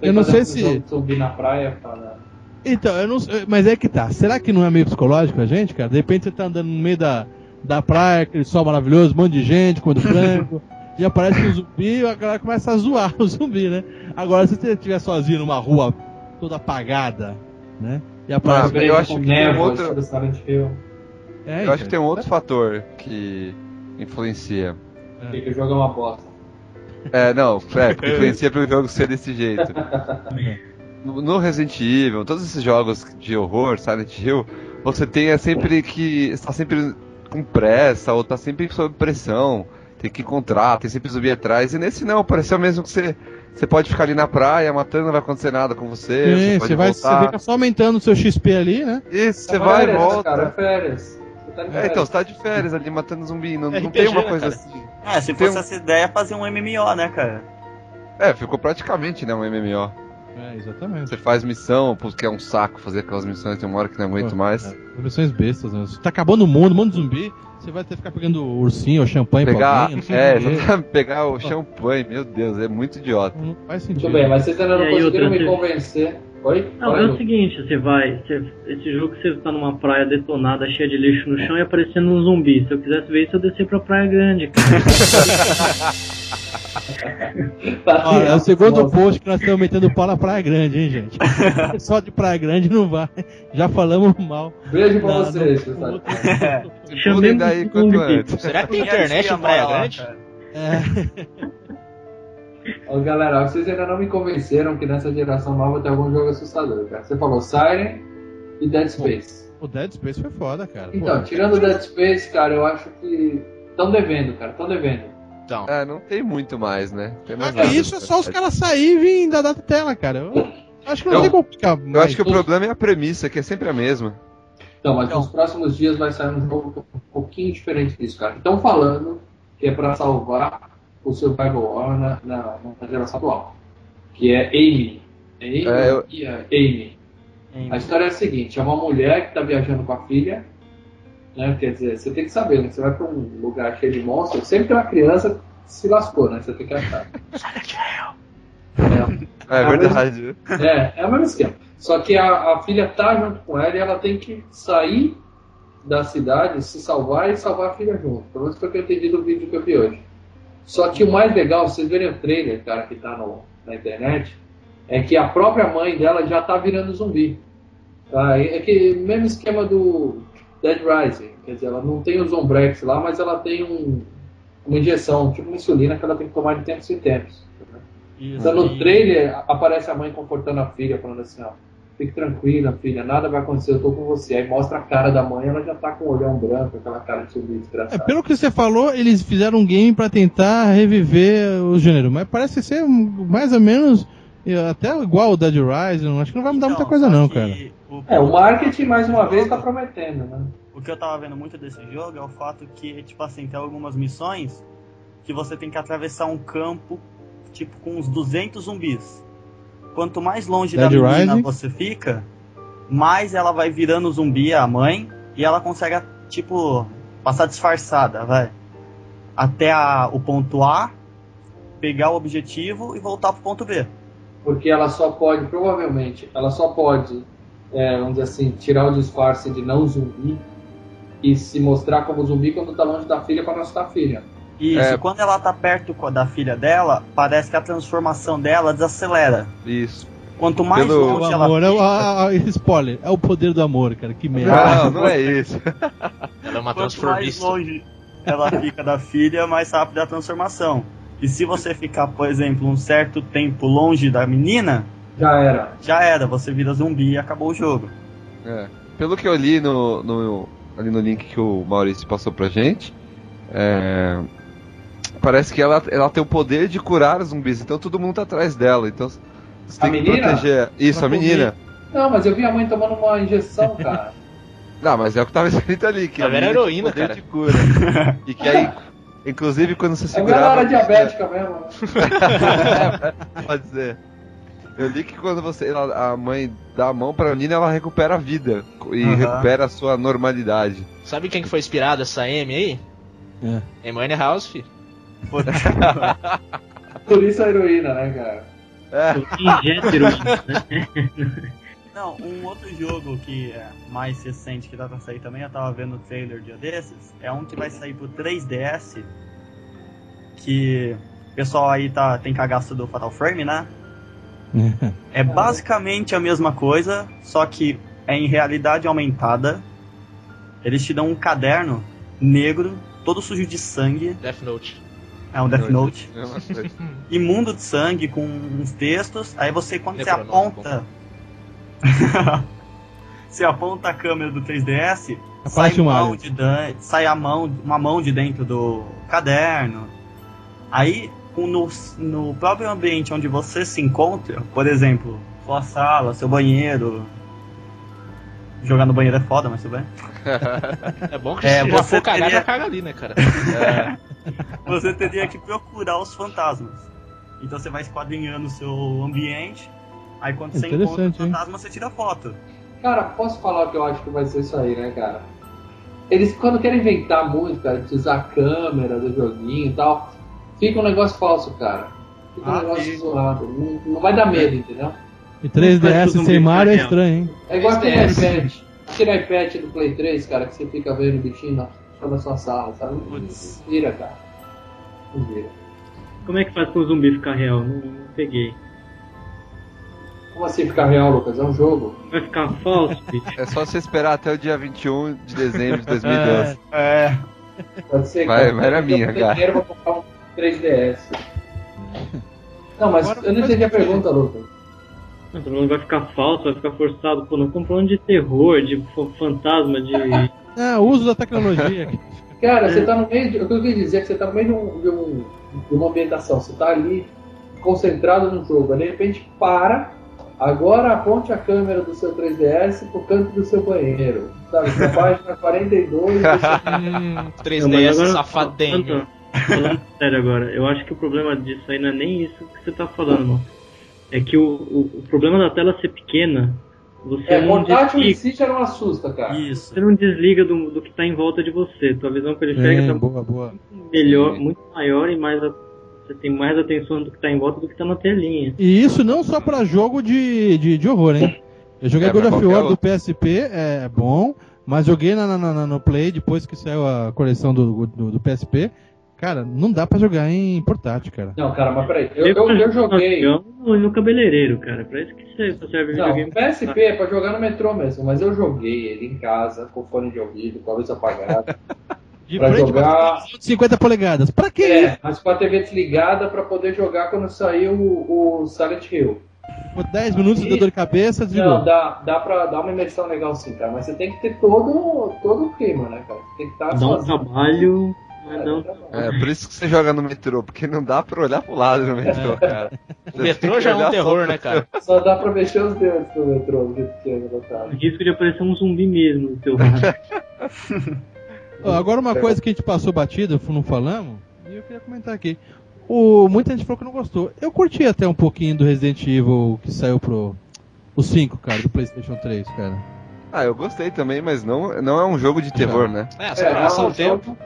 [SPEAKER 2] Tem
[SPEAKER 3] Eu não
[SPEAKER 2] que
[SPEAKER 3] sei
[SPEAKER 2] fazer um
[SPEAKER 3] se-
[SPEAKER 2] jogo de Zumbi na praia, para...
[SPEAKER 3] Então, eu não sei, mas é que tá. Será que não é meio psicológico a gente, cara? De repente você tá andando no meio da, da praia, aquele sol maravilhoso, um monte de gente, quando frango, e aparece um zumbi e a galera começa a zoar o zumbi, né? Agora, se você estiver sozinho numa rua toda apagada, né? E
[SPEAKER 7] Ah,
[SPEAKER 3] aparece.
[SPEAKER 7] mas eu acho que tem um
[SPEAKER 2] névoa,
[SPEAKER 7] outro,
[SPEAKER 2] estilo Silent Hill.
[SPEAKER 3] é,
[SPEAKER 7] eu acho que tem
[SPEAKER 3] então,
[SPEAKER 7] um outro fator que influencia.
[SPEAKER 2] Porque que o jogo é uma bosta.
[SPEAKER 7] É, não, é, porque influencia pro jogo ser desse jeito. No no Resident Evil, todos esses jogos de horror, Silent Hill, você tem é sempre que. está sempre com pressa, ou tá sempre sob pressão, tem que encontrar, tem sempre subir atrás. E nesse não, pareceu mesmo que você. Você pode ficar ali na praia matando, não vai acontecer nada com você.
[SPEAKER 3] Sim, você,
[SPEAKER 7] você pode
[SPEAKER 3] vai, você
[SPEAKER 7] voltar.
[SPEAKER 3] fica só aumentando o seu XP ali, né?
[SPEAKER 7] Isso, você
[SPEAKER 2] É
[SPEAKER 7] vai e
[SPEAKER 2] férias,
[SPEAKER 7] volta.
[SPEAKER 2] Cara, é férias. Você tá de
[SPEAKER 7] É, então,
[SPEAKER 2] férias.
[SPEAKER 7] você tá de férias ali matando zumbi, não,
[SPEAKER 5] É
[SPEAKER 7] não
[SPEAKER 5] RPG,
[SPEAKER 7] tem uma
[SPEAKER 5] né,
[SPEAKER 7] coisa
[SPEAKER 5] cara?
[SPEAKER 7] assim.
[SPEAKER 8] É, se
[SPEAKER 7] Tem
[SPEAKER 8] fosse
[SPEAKER 7] um-
[SPEAKER 8] essa ideia, fazer um MMO, né, cara?
[SPEAKER 7] É, ficou praticamente, né, um MMO.
[SPEAKER 3] É, exatamente.
[SPEAKER 7] Você faz missão, porque é um saco fazer aquelas missões, tem uma hora que não aguento
[SPEAKER 3] Pô,
[SPEAKER 7] mais.
[SPEAKER 3] É, as missões bestas, né? Você tá acabando o mundo, um monte de zumbi, você vai ter que ficar pegando ursinho ou champanhe
[SPEAKER 7] Pegar,
[SPEAKER 3] pra alguém. não sei
[SPEAKER 7] é,
[SPEAKER 3] o quê.
[SPEAKER 7] exatamente, pegar o champanhe, meu Deus, é muito idiota.
[SPEAKER 3] Não faz sentido.
[SPEAKER 2] Muito bem, mas vocês ainda
[SPEAKER 6] E
[SPEAKER 2] não
[SPEAKER 6] aí,
[SPEAKER 2] conseguiram
[SPEAKER 6] outra
[SPEAKER 2] me
[SPEAKER 6] teve-
[SPEAKER 2] convencer. Oi?
[SPEAKER 6] Não,
[SPEAKER 2] Oi,
[SPEAKER 6] é o
[SPEAKER 2] Lu?
[SPEAKER 6] seguinte, você vai. você- esse jogo você tá numa praia detonada, cheia de lixo no chão e aparecendo um zumbi. Se eu quisesse ver isso, eu descer pra Praia Grande, cara.
[SPEAKER 2] Tá
[SPEAKER 3] Olha, é o
[SPEAKER 2] certo.
[SPEAKER 3] segundo
[SPEAKER 2] Nossa.
[SPEAKER 3] post que nós estamos metendo pau na Praia Grande, hein, gente? Só de Praia Grande não vai. Já falamos mal.
[SPEAKER 2] Beijo pra
[SPEAKER 3] Não,
[SPEAKER 2] vocês,
[SPEAKER 3] não-
[SPEAKER 2] pessoal.
[SPEAKER 7] Se
[SPEAKER 6] Chamemos
[SPEAKER 7] mudem daí
[SPEAKER 6] o
[SPEAKER 7] quanto
[SPEAKER 6] zumbi.
[SPEAKER 7] antes.
[SPEAKER 5] Será que tem
[SPEAKER 8] Eu já
[SPEAKER 5] internet
[SPEAKER 8] tinha
[SPEAKER 5] em Praia
[SPEAKER 8] moral,
[SPEAKER 5] Grande?
[SPEAKER 8] cara.
[SPEAKER 3] É,
[SPEAKER 2] Ó, galera, vocês ainda não me convenceram que nessa geração nova tem algum jogo assustador, cara. Você falou Siren e Dead Space.
[SPEAKER 3] o Dead Space foi foda, cara.
[SPEAKER 7] Tá
[SPEAKER 3] Pô,
[SPEAKER 2] Então, tirando Dead Space, cara, eu acho que estão devendo, cara, estão devendo.
[SPEAKER 5] Então.
[SPEAKER 7] É, não tem muito mais, né? Tem mais
[SPEAKER 3] Ah,
[SPEAKER 7] nada.
[SPEAKER 3] isso é só os caras saírem e virem da data tela, cara. Eu acho que não
[SPEAKER 7] Eu-
[SPEAKER 3] tem como ficar
[SPEAKER 7] Eu
[SPEAKER 3] mais.
[SPEAKER 7] acho que o problema é a premissa, que é sempre a mesma.
[SPEAKER 2] Então, mas
[SPEAKER 8] Então.
[SPEAKER 2] nos próximos dias vai sair um jogo um pouquinho diferente disso, cara. Estão falando que é pra salvar o Survival Horror na, na, na geração atual, que é Amy. Amy
[SPEAKER 7] É, eu-
[SPEAKER 2] e a Amy. A história é a seguinte, é uma mulher que tá viajando com a filha, né? Quer dizer, você tem que saber, né? Você vai pra um lugar cheio de monstros, sempre tem uma criança que se lascou, né? Você tem que achar. É,
[SPEAKER 3] Ah,
[SPEAKER 7] É verdade.
[SPEAKER 2] é, é o mesmo esquema. Só que a, a filha tá junto com ela e ela tem que sair da cidade, se salvar e salvar a filha junto. Pelo menos foi o que eu entendi do vídeo que eu vi hoje. Só que o mais legal, vocês verem o trailer, cara, que tá no- na internet, é que a própria mãe dela já tá virando zumbi. Tá? É que mesmo esquema do Dead Rising, quer dizer, ela não tem o Zombrex lá, mas ela tem um- uma injeção, tipo uma insulina que ela tem que tomar de tempos em tempos.
[SPEAKER 8] Isso.
[SPEAKER 2] Então, no
[SPEAKER 8] E-
[SPEAKER 2] trailer aparece a mãe confortando a filha, falando assim, ó, fique tranquila, filha, nada vai acontecer, eu tô com você. Aí mostra a cara da mãe, ela já tá com o olhão branco, aquela cara de zumbi
[SPEAKER 3] É,
[SPEAKER 2] desgraçada.
[SPEAKER 3] pelo que você falou, eles fizeram um game pra tentar reviver o gênero, mas parece ser um- mais ou menos eh, até igual o Dead Rising. Acho que não vai mudar muita
[SPEAKER 8] Então,
[SPEAKER 3] coisa,
[SPEAKER 8] só
[SPEAKER 3] não,
[SPEAKER 8] que
[SPEAKER 3] cara.
[SPEAKER 8] O,
[SPEAKER 2] É, o marketing mais uma vez tá prometendo, né?
[SPEAKER 8] o que eu tava vendo muito desse jogo é o fato que, tipo assim, tem algumas missões que você tem que atravessar um campo, tipo, com uns 200 zumbis. Quanto mais longe
[SPEAKER 3] Dead
[SPEAKER 8] da menina
[SPEAKER 3] Rising.
[SPEAKER 8] você fica, mais ela vai virando zumbi, a mãe, e ela consegue, tipo, passar disfarçada, vai. Até a- o ponto A, pegar o objetivo e voltar pro ponto B.
[SPEAKER 2] Porque ela só pode, provavelmente, ela só pode, é, vamos dizer assim, tirar o disfarce de não zumbi e se mostrar como zumbi quando tá longe da filha pra não assustar a filha.
[SPEAKER 8] Isso,
[SPEAKER 7] É.
[SPEAKER 8] quando ela tá perto co- da filha dela, parece que a transformação dela desacelera.
[SPEAKER 7] Isso.
[SPEAKER 8] Quanto mais
[SPEAKER 7] Pelo-
[SPEAKER 3] O
[SPEAKER 8] longe Então, ela
[SPEAKER 3] amor, é o-
[SPEAKER 8] fica,
[SPEAKER 3] a- a- spoiler, é o poder do amor, cara. Que merda.
[SPEAKER 7] Não, não é isso.
[SPEAKER 5] Ela é uma
[SPEAKER 8] quanto mais
[SPEAKER 5] transformista.
[SPEAKER 8] longe ela fica da filha, mais rápida a transformação. E se você ficar, por exemplo, um certo tempo longe da menina,
[SPEAKER 2] Já era.
[SPEAKER 8] já era, você vira zumbi e acabou o jogo.
[SPEAKER 7] É. Pelo que eu li no, no- ali no link que o Maurício passou pra gente, é, parece que ela, ela tem o poder de curar os zumbis, então todo mundo tá atrás dela. Então você tem
[SPEAKER 2] A
[SPEAKER 7] que
[SPEAKER 2] menina?
[SPEAKER 7] proteger. Isso,
[SPEAKER 3] Pra
[SPEAKER 7] a menina.
[SPEAKER 2] Não, mas eu vi a mãe tomando uma injeção, cara.
[SPEAKER 7] Não, mas é o que tava escrito ali, que
[SPEAKER 5] Ela
[SPEAKER 7] menina
[SPEAKER 5] era
[SPEAKER 7] tem o
[SPEAKER 5] heroína,
[SPEAKER 7] poder
[SPEAKER 5] cara.
[SPEAKER 7] de cura. E que aí, inclusive, quando você
[SPEAKER 2] É porque ela
[SPEAKER 7] segurava.
[SPEAKER 2] era diabética mesmo. né?
[SPEAKER 7] Pode ser. Eu li que quando você ela- a mãe dá a mão pra menina, ela recupera a vida e
[SPEAKER 8] Aham.
[SPEAKER 7] recupera a sua normalidade.
[SPEAKER 5] Sabe quem que foi inspirado essa M aí? É. Emmanuel House, filho.
[SPEAKER 8] Pô,
[SPEAKER 2] Por isso a heroína, né, cara?
[SPEAKER 7] É,
[SPEAKER 6] Injeta heroína, né?
[SPEAKER 8] Não, um outro jogo que é mais recente que dá pra sair também, eu tava vendo o trailer dia desses, é um que vai sair pro 3DS, que o pessoal aí tá, tem cagaço do Fatal Frame, né? É basicamente a mesma coisa, só que é em realidade aumentada. Eles te dão um caderno negro, todo sujo de sangue,
[SPEAKER 5] Death Note.
[SPEAKER 8] é um Death Note,
[SPEAKER 7] mesma coisa.
[SPEAKER 8] imundo de sangue, com uns textos, aí você, quando você
[SPEAKER 5] Necronômico.
[SPEAKER 8] aponta... você aponta a câmera do 3DS,
[SPEAKER 3] Aparece
[SPEAKER 8] sai,
[SPEAKER 3] um
[SPEAKER 8] mão
[SPEAKER 3] alien.
[SPEAKER 8] de dan- sai a mão, uma mão de dentro do caderno. Aí, com- no, no próprio ambiente onde você se encontra, por exemplo, sua sala, seu banheiro. Jogar no banheiro é foda, mas tudo bem.
[SPEAKER 5] É bom que
[SPEAKER 8] É,
[SPEAKER 5] se já
[SPEAKER 8] você
[SPEAKER 5] for cagar,
[SPEAKER 8] teria-
[SPEAKER 5] já caga ali, né, cara?
[SPEAKER 8] Você teria que procurar os fantasmas. Então você vai esquadrinhando o seu ambiente. Aí quando você encontra o
[SPEAKER 3] Interessante, hein?
[SPEAKER 8] fantasma, você tira foto.
[SPEAKER 2] Cara, posso falar o que eu acho que vai ser isso aí, né, cara? Eles, quando querem inventar muito, cara, de usar a câmera do joguinho e tal, fica um negócio falso, cara. Fica um
[SPEAKER 8] Ah,
[SPEAKER 2] negócio
[SPEAKER 8] sim.
[SPEAKER 2] zoado. Não, não vai dar medo, entendeu?
[SPEAKER 3] E 3DS
[SPEAKER 6] Não faz tudo
[SPEAKER 3] sem
[SPEAKER 6] um
[SPEAKER 3] Mario é
[SPEAKER 6] vídeo,
[SPEAKER 3] estranho, hein?
[SPEAKER 2] É igual aquele
[SPEAKER 5] FPS.
[SPEAKER 2] iPad. Aquele iPad do Play 3, cara, que você fica vendo o bichinho na só na sua sala, sabe?
[SPEAKER 8] Putz.
[SPEAKER 2] Não vira, cara. Não vira.
[SPEAKER 6] Como é que faz com
[SPEAKER 12] um
[SPEAKER 6] o zumbi ficar real? Não, não peguei.
[SPEAKER 2] Como assim ficar real, Lucas? É um jogo.
[SPEAKER 6] Vai ficar falso, bicho?
[SPEAKER 7] É só você esperar até o dia 21 de dezembro de 2012.
[SPEAKER 8] É.
[SPEAKER 2] Pode ser,
[SPEAKER 7] Vai-
[SPEAKER 2] cara.
[SPEAKER 7] vai na
[SPEAKER 2] Eu
[SPEAKER 7] minha,
[SPEAKER 2] tenho
[SPEAKER 7] cara.
[SPEAKER 2] dinheiro pra comprar um 3DS. Não, mas
[SPEAKER 3] Agora
[SPEAKER 2] eu não
[SPEAKER 3] faz
[SPEAKER 2] entendi a pergunta, Lucas.
[SPEAKER 6] Não,
[SPEAKER 12] então
[SPEAKER 6] tô falando, vai ficar falso, vai ficar forçado. Pô, nós estamos
[SPEAKER 12] um
[SPEAKER 6] falando de terror, de fa- fantasma, de.
[SPEAKER 3] É, o uso da tecnologia.
[SPEAKER 2] Cara, você tá no meio de. O que eu queria dizer é que você tá no meio de, um, de, um- de uma ambientação. Você tá ali concentrado no jogo. Aí, de repente para. Agora aponte a câmera do seu 3DS pro canto do seu banheiro. Sabe? Na página 42. você-
[SPEAKER 5] Hum,
[SPEAKER 6] Não, mas
[SPEAKER 5] 3DS safadinho.
[SPEAKER 6] Falando, falando sério agora, eu acho que o problema disso aí não é nem isso que você tá falando, mano.
[SPEAKER 12] É que o, o, o problema da tela ser pequena, você
[SPEAKER 2] É,
[SPEAKER 12] não
[SPEAKER 2] portátil em
[SPEAKER 12] desliga,
[SPEAKER 2] si já não assusta, cara.
[SPEAKER 6] Isso.
[SPEAKER 12] você não desliga do, do que está em volta de você. Tua visão periférica
[SPEAKER 3] É,
[SPEAKER 12] tá
[SPEAKER 3] boa, boa.
[SPEAKER 12] melhor, muito maior e mais a- você tem mais atenção do que está em volta do que está na telinha.
[SPEAKER 3] E isso não só pra jogo de, de, de horror, hein? Eu joguei
[SPEAKER 7] É,
[SPEAKER 3] God
[SPEAKER 7] mas
[SPEAKER 3] of
[SPEAKER 7] qualquer
[SPEAKER 3] War do PSP, é bom, mas joguei na, na- na- no Play depois que saiu a coleção do, do, do PSP. Cara, não dá pra jogar em portátil, cara.
[SPEAKER 2] Não, cara, mas peraí. Eu, eu, eu joguei.
[SPEAKER 12] No, avião e no cabeleireiro, cara. Pra isso que você serve
[SPEAKER 2] Não,
[SPEAKER 12] videogame.
[SPEAKER 2] o PSP é pra jogar no metrô mesmo, mas eu joguei ele em casa, com fone de ouvido, com a luz apagada,
[SPEAKER 3] De
[SPEAKER 2] pra
[SPEAKER 3] frente pra uma
[SPEAKER 2] jogar.
[SPEAKER 3] televisão de 50 polegadas. Pra que
[SPEAKER 2] É, mas com a TV desligada pra poder jogar quando saiu o, o Silent Hill.
[SPEAKER 3] isso? Por 10 minutos de dor de cabeça, desligou.
[SPEAKER 2] Não, dá, dá pra dar uma imersão legal sim, cara, mas você tem que ter todo, todo o clima, né, cara? Você tem que estar
[SPEAKER 12] Dá um trabalho, mas dá um
[SPEAKER 2] tá
[SPEAKER 7] É, por isso que você joga no metrô, porque não dá pra olhar pro lado no metrô, cara.
[SPEAKER 5] O metrô já é um terror, né, cara?
[SPEAKER 2] Só dá pra mexer os dedos no metrô, do jeito que é engraçado.
[SPEAKER 12] risco de aparecer um zumbi mesmo no teu rabo.
[SPEAKER 3] Ó, Agora uma coisa que a gente passou batida, não falamos, e eu queria comentar aqui. O, muita gente falou que não gostou. Eu curti até um pouquinho do Resident Evil que saiu pro. O 5, cara, do Playstation 3, cara.
[SPEAKER 7] Ah, eu gostei também, mas não, não é um jogo de terror, né?
[SPEAKER 5] É, só pra passar
[SPEAKER 2] um
[SPEAKER 5] o tempo.
[SPEAKER 2] jogo-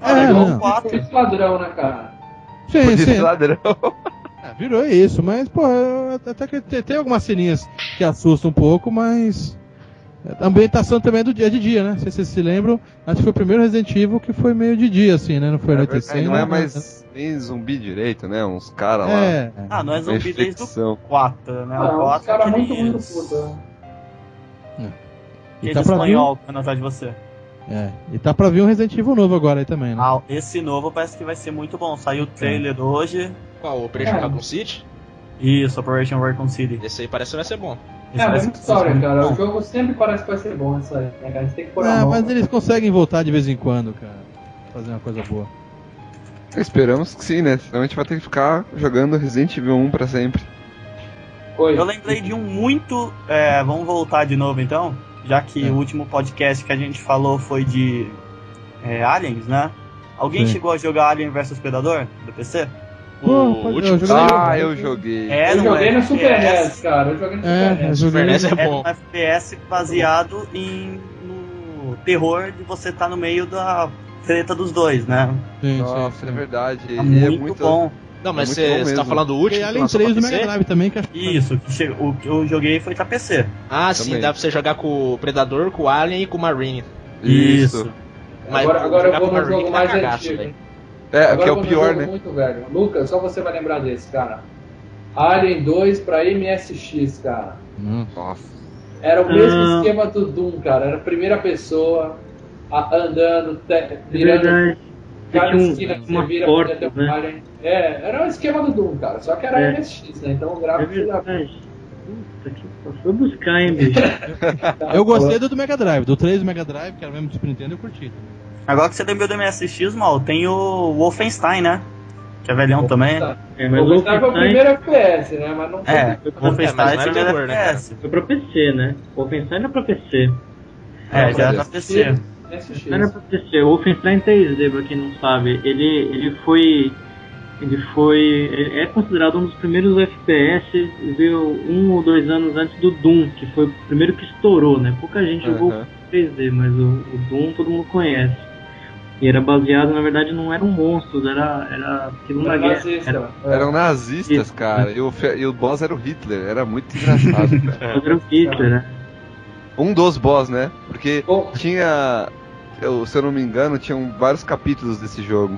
[SPEAKER 3] É,
[SPEAKER 2] é igual
[SPEAKER 3] não.
[SPEAKER 2] um quatro de ladrão, né, cara?
[SPEAKER 3] Sim,
[SPEAKER 7] Podia ser
[SPEAKER 3] sim.
[SPEAKER 7] ladrão.
[SPEAKER 3] Ah, virou isso, mas, pô, eu- até que tem, tem algumas ceninhas que assustam um pouco, mas. A ambientação também é do dia de dia, né? Não sei se vocês se lembram, acho que foi o primeiro Resident Evil que foi meio de dia, assim, né? Não foi
[SPEAKER 7] É
[SPEAKER 3] anoitecendo.
[SPEAKER 7] verdade, não é
[SPEAKER 3] né?
[SPEAKER 7] mais nem zumbi direito, né? Uns caras lá.
[SPEAKER 3] É.
[SPEAKER 6] Ah, não é
[SPEAKER 8] um
[SPEAKER 7] meio
[SPEAKER 6] zumbi desde o
[SPEAKER 7] ficção.
[SPEAKER 6] 4,
[SPEAKER 3] um
[SPEAKER 6] né? o
[SPEAKER 2] Não, os
[SPEAKER 6] 4 é
[SPEAKER 2] caras
[SPEAKER 6] aquele-
[SPEAKER 2] muito, muito puta. né?
[SPEAKER 3] E
[SPEAKER 6] aquele
[SPEAKER 3] tá pra vir.
[SPEAKER 6] espanhol ficando atrás de você.
[SPEAKER 3] É. E tá pra vir um Resident Evil novo agora aí também, né?
[SPEAKER 6] Ah, esse novo parece que vai ser muito bom. Saiu o trailer hoje.
[SPEAKER 5] Qual? O Operation
[SPEAKER 2] É.
[SPEAKER 5] Raccoon City?
[SPEAKER 6] Isso, Operation Raccoon City.
[SPEAKER 5] Esse aí parece que vai ser bom.
[SPEAKER 2] É
[SPEAKER 6] Esse
[SPEAKER 2] a
[SPEAKER 6] parece
[SPEAKER 2] mesma
[SPEAKER 6] que
[SPEAKER 2] história,
[SPEAKER 6] vai ser
[SPEAKER 5] né?
[SPEAKER 2] cara. O
[SPEAKER 6] muito
[SPEAKER 2] jogo sempre parece que vai ser bom isso aí, né, cara? Você tem que pôr a
[SPEAKER 3] Ah,
[SPEAKER 2] mão.
[SPEAKER 3] mas eles conseguem voltar de vez em quando, cara. Fazer uma coisa boa.
[SPEAKER 7] Esperamos que sim, né? Senão a gente vai ter que ficar jogando Resident Evil 1 pra sempre.
[SPEAKER 2] Oi.
[SPEAKER 6] Eu lembrei de um muito. é, vamos voltar de novo então, já que
[SPEAKER 3] É.
[SPEAKER 6] o último podcast que a gente falou foi de é, Aliens, né? Alguém
[SPEAKER 3] Sim.
[SPEAKER 6] chegou a jogar Alien vs Predador do PC?
[SPEAKER 5] O
[SPEAKER 3] Pô, pode-
[SPEAKER 5] último
[SPEAKER 3] eu joguei-
[SPEAKER 7] Ah, eu joguei.
[SPEAKER 6] É,
[SPEAKER 2] eu joguei no Super NES,
[SPEAKER 6] FPS,
[SPEAKER 2] cara. Eu joguei no Super
[SPEAKER 3] né, É,
[SPEAKER 2] NES.
[SPEAKER 3] joguei.
[SPEAKER 5] Fernandes é
[SPEAKER 6] é
[SPEAKER 5] bom.
[SPEAKER 6] um FPS baseado em no terror de você estar no meio da treta dos dois, né?
[SPEAKER 3] Sim,
[SPEAKER 7] Nossa,
[SPEAKER 3] sim,
[SPEAKER 7] é
[SPEAKER 3] sim.
[SPEAKER 7] verdade.
[SPEAKER 6] É
[SPEAKER 7] E
[SPEAKER 6] muito,
[SPEAKER 7] é muito
[SPEAKER 6] bom.
[SPEAKER 5] Não, mas
[SPEAKER 7] É
[SPEAKER 5] você
[SPEAKER 7] muito bom
[SPEAKER 5] você tá
[SPEAKER 7] mesmo.
[SPEAKER 5] falando do
[SPEAKER 3] E
[SPEAKER 5] último? que
[SPEAKER 3] Alien
[SPEAKER 5] lançou
[SPEAKER 3] 3 do
[SPEAKER 5] pra
[SPEAKER 3] Mega
[SPEAKER 5] PC?
[SPEAKER 3] Drive também, que acho que
[SPEAKER 6] Isso, que che- o que eu joguei foi pra PC.
[SPEAKER 5] Ah, sim,
[SPEAKER 7] Também.
[SPEAKER 5] dá pra você jogar com o Predador, com o Alien e com o Marine.
[SPEAKER 7] Isso.
[SPEAKER 2] Agora- agora eu
[SPEAKER 5] jogar
[SPEAKER 2] vou
[SPEAKER 5] com
[SPEAKER 2] num
[SPEAKER 5] o Marine
[SPEAKER 2] jogo
[SPEAKER 5] que
[SPEAKER 2] mais
[SPEAKER 5] cagaço,
[SPEAKER 2] antigo,
[SPEAKER 5] velho.
[SPEAKER 2] hein?
[SPEAKER 7] É,
[SPEAKER 2] Agora
[SPEAKER 7] que é
[SPEAKER 2] eu
[SPEAKER 7] o
[SPEAKER 2] vou num
[SPEAKER 7] pior,
[SPEAKER 2] jogo
[SPEAKER 7] né?
[SPEAKER 2] Muito velho. Lucas, só você vai lembrar desse, cara. Alien 2 pra MSX, cara.
[SPEAKER 3] Hum.
[SPEAKER 7] Nossa.
[SPEAKER 2] Era o mesmo
[SPEAKER 12] Ah.
[SPEAKER 2] esquema do Doom, cara. Era a primeira pessoa, a- andando, te-
[SPEAKER 12] É
[SPEAKER 2] virando
[SPEAKER 12] verdade. Você
[SPEAKER 2] cada
[SPEAKER 12] tinha
[SPEAKER 2] esquina
[SPEAKER 12] um-
[SPEAKER 2] que você
[SPEAKER 12] uma
[SPEAKER 2] vira
[SPEAKER 12] porta,
[SPEAKER 2] podia ter um
[SPEAKER 12] né?
[SPEAKER 2] Alien. É, era o esquema do Doom, cara. Só que era
[SPEAKER 12] É.
[SPEAKER 2] MSX, né? Então o
[SPEAKER 12] É
[SPEAKER 2] gráfico
[SPEAKER 12] verdade. Puta que pariu. Foi buscar, hein, bicho.
[SPEAKER 3] Eu gostei do do Mega Drive, do 3 do Mega Drive, que era mesmo do Super Nintendo, eu curti.
[SPEAKER 6] Agora que você lembrou do MSX, mal, tem o Wolfenstein, né? Que é velhão também.
[SPEAKER 12] É,
[SPEAKER 2] Mas
[SPEAKER 12] mas
[SPEAKER 2] o Wolfenstein foi o
[SPEAKER 12] Wolfenstein
[SPEAKER 2] primeiro FPS, né? Mas não foi
[SPEAKER 6] É,
[SPEAKER 12] Eu-
[SPEAKER 5] É, mas
[SPEAKER 6] Wolfenstein
[SPEAKER 5] não
[SPEAKER 6] é
[SPEAKER 5] é
[SPEAKER 6] primeiro
[SPEAKER 5] terror, né,
[SPEAKER 6] FPS.
[SPEAKER 12] foi pra PC, né? Wolfenstein não é pra PC.
[SPEAKER 6] É, já
[SPEAKER 8] tá
[SPEAKER 7] Olha.
[SPEAKER 6] na PC.
[SPEAKER 2] MSX.
[SPEAKER 12] Não era pra PC. O Wolfenstein tá 3D, pra quem não sabe, ele, ele foi. Ele foi. ele é considerado um dos primeiros FPS, veio um ou dois anos antes do Doom, que foi o primeiro que estourou, né? Pouca gente jogou
[SPEAKER 7] Aham.
[SPEAKER 12] 3D, mas o, o Doom todo mundo conhece. E era baseado, na verdade, não eram monstros, era, era Segunda
[SPEAKER 2] Era
[SPEAKER 12] Guerra.
[SPEAKER 2] nazista.
[SPEAKER 12] Era,
[SPEAKER 7] Eram nazistas,
[SPEAKER 12] É. Isso.
[SPEAKER 7] cara. E o, fe- e o boss era o Hitler. Era muito engraçado, cara.
[SPEAKER 12] era o Hitler, um né?
[SPEAKER 7] Um dos boss, né? Porque
[SPEAKER 2] Bom,
[SPEAKER 7] tinha. eu- se eu não me engano, tinham vários capítulos desse jogo.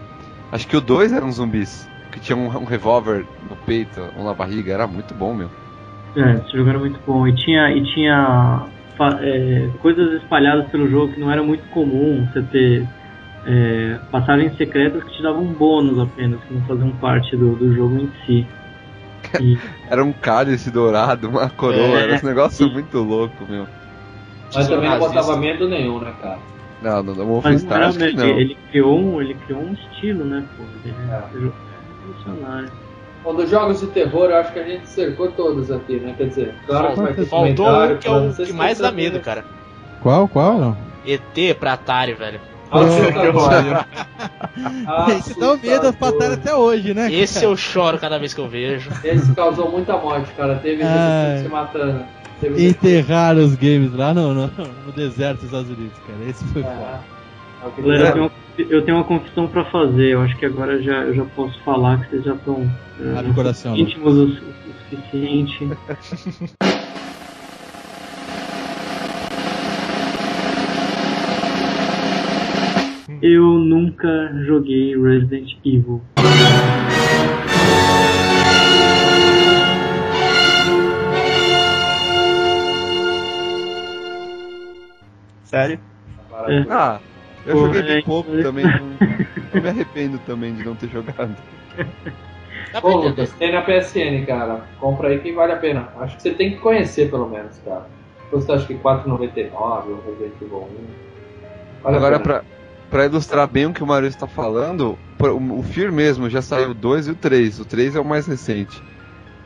[SPEAKER 7] Acho que o 2 eram zumbis. Que tinha um, um revólver no peito, um na barriga. Era muito bom, meu.
[SPEAKER 12] É, esse jogo era muito bom. E tinha, e tinha fa- é, coisas espalhadas pelo jogo que não era muito comum você ter é, passagens secretas que te davam um bônus apenas, que não faziam parte do, do jogo em si. E,
[SPEAKER 7] Era um cálice dourado, uma coroa.
[SPEAKER 12] É.
[SPEAKER 7] Era um negócio muito louco, meu.
[SPEAKER 2] mas também não
[SPEAKER 5] Nazista.
[SPEAKER 2] botava medo nenhum, né, cara?
[SPEAKER 7] Não, não, não.
[SPEAKER 12] mas não
[SPEAKER 7] Wolfenstein,
[SPEAKER 12] era,
[SPEAKER 7] tá, acho que
[SPEAKER 12] ele,
[SPEAKER 7] não.
[SPEAKER 12] ele criou um, ele criou um estilo, né, pô? Ele
[SPEAKER 2] É.
[SPEAKER 12] ele é revolucionário.
[SPEAKER 2] Bom, dos jogos de terror, eu acho que a gente cercou todos aqui, né? Quer dizer, claro que vai ter
[SPEAKER 5] Faltou
[SPEAKER 2] comentário,
[SPEAKER 5] um que é o
[SPEAKER 2] vocês
[SPEAKER 5] que mais dá
[SPEAKER 2] sabem,
[SPEAKER 5] medo,
[SPEAKER 2] né?
[SPEAKER 5] cara.
[SPEAKER 3] Ah, Qual, qual? Não?
[SPEAKER 5] ET pra Atari, velho.
[SPEAKER 3] tá
[SPEAKER 2] Ah,
[SPEAKER 3] Isso dá um medo as batalhas até hoje, né? cara?
[SPEAKER 5] Esse é eu choro cada vez que eu vejo.
[SPEAKER 2] Esse causou muita morte, cara. Teve
[SPEAKER 3] Ai.
[SPEAKER 2] gente se matando. Teve
[SPEAKER 3] Enterrar os games lá no, no, no deserto dos Estados Unidos, cara. Esse foi foda.
[SPEAKER 2] É, é o que
[SPEAKER 6] Galera, eu
[SPEAKER 2] ele-
[SPEAKER 6] tenho, uma, eu tenho uma confissão pra fazer. Eu acho que agora já, eu já posso falar que vocês já estão é,
[SPEAKER 3] Abre o coração, Lu.
[SPEAKER 6] íntimos o, su- o suficiente. eu nunca joguei Resident Evil.
[SPEAKER 8] Sério?
[SPEAKER 2] Maravilha.
[SPEAKER 7] Ah, eu
[SPEAKER 6] Pô,
[SPEAKER 7] joguei bem
[SPEAKER 6] é,
[SPEAKER 7] pouco
[SPEAKER 12] né?
[SPEAKER 6] é.
[SPEAKER 7] também. Não, eu me arrependo também de não ter jogado.
[SPEAKER 5] Dá pra
[SPEAKER 2] Ô,
[SPEAKER 5] entender.
[SPEAKER 2] Lucas, tem na PSN, cara. Compra aí que vale a pena. Acho que você tem que conhecer, pelo menos, cara. Você acha que 4,99 ou Resident Evil 1? Vale a
[SPEAKER 7] Agora,
[SPEAKER 2] pena.
[SPEAKER 7] pra, pra ilustrar bem o que o Mario está falando, pra- o o Fear mesmo já saiu o 2 e o 3. O 3 é o mais recente.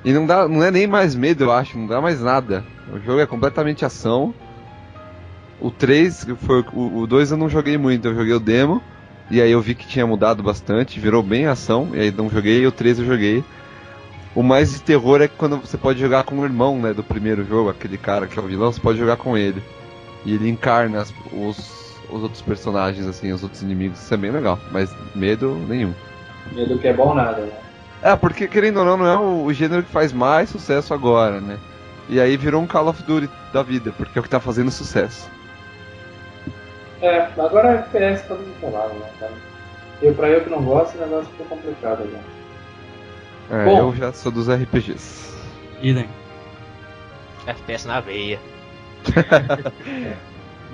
[SPEAKER 7] E não, dá, não é nem mais medo, eu acho, não dá mais nada. O jogo é completamente ação. O 3, que foi, o, o 2 eu não joguei muito, eu joguei o demo. E aí eu vi que tinha mudado bastante, virou bem ação, e aí não joguei, e o 3 eu joguei. O mais de terror é quando você pode jogar com o irmão, né, do primeiro jogo, aquele cara que é o vilão, você pode jogar com ele. E ele encarna as- os, os outros personagens, assim, os outros inimigos, isso é bem legal, mas medo nenhum.
[SPEAKER 2] Medo que é bom nada, né?
[SPEAKER 7] É, porque querendo ou não, não é o, o gênero que faz mais sucesso agora, né? E aí virou um Call of Duty da vida, porque é o que tá fazendo sucesso.
[SPEAKER 2] É, agora FPS tá muito falado, né? cara? Eu, pra eu que não gosto, o negócio fica complicado, né?
[SPEAKER 7] É,
[SPEAKER 2] Bom.
[SPEAKER 7] eu já sou dos RPGs.
[SPEAKER 8] Idem.
[SPEAKER 5] FPS na veia.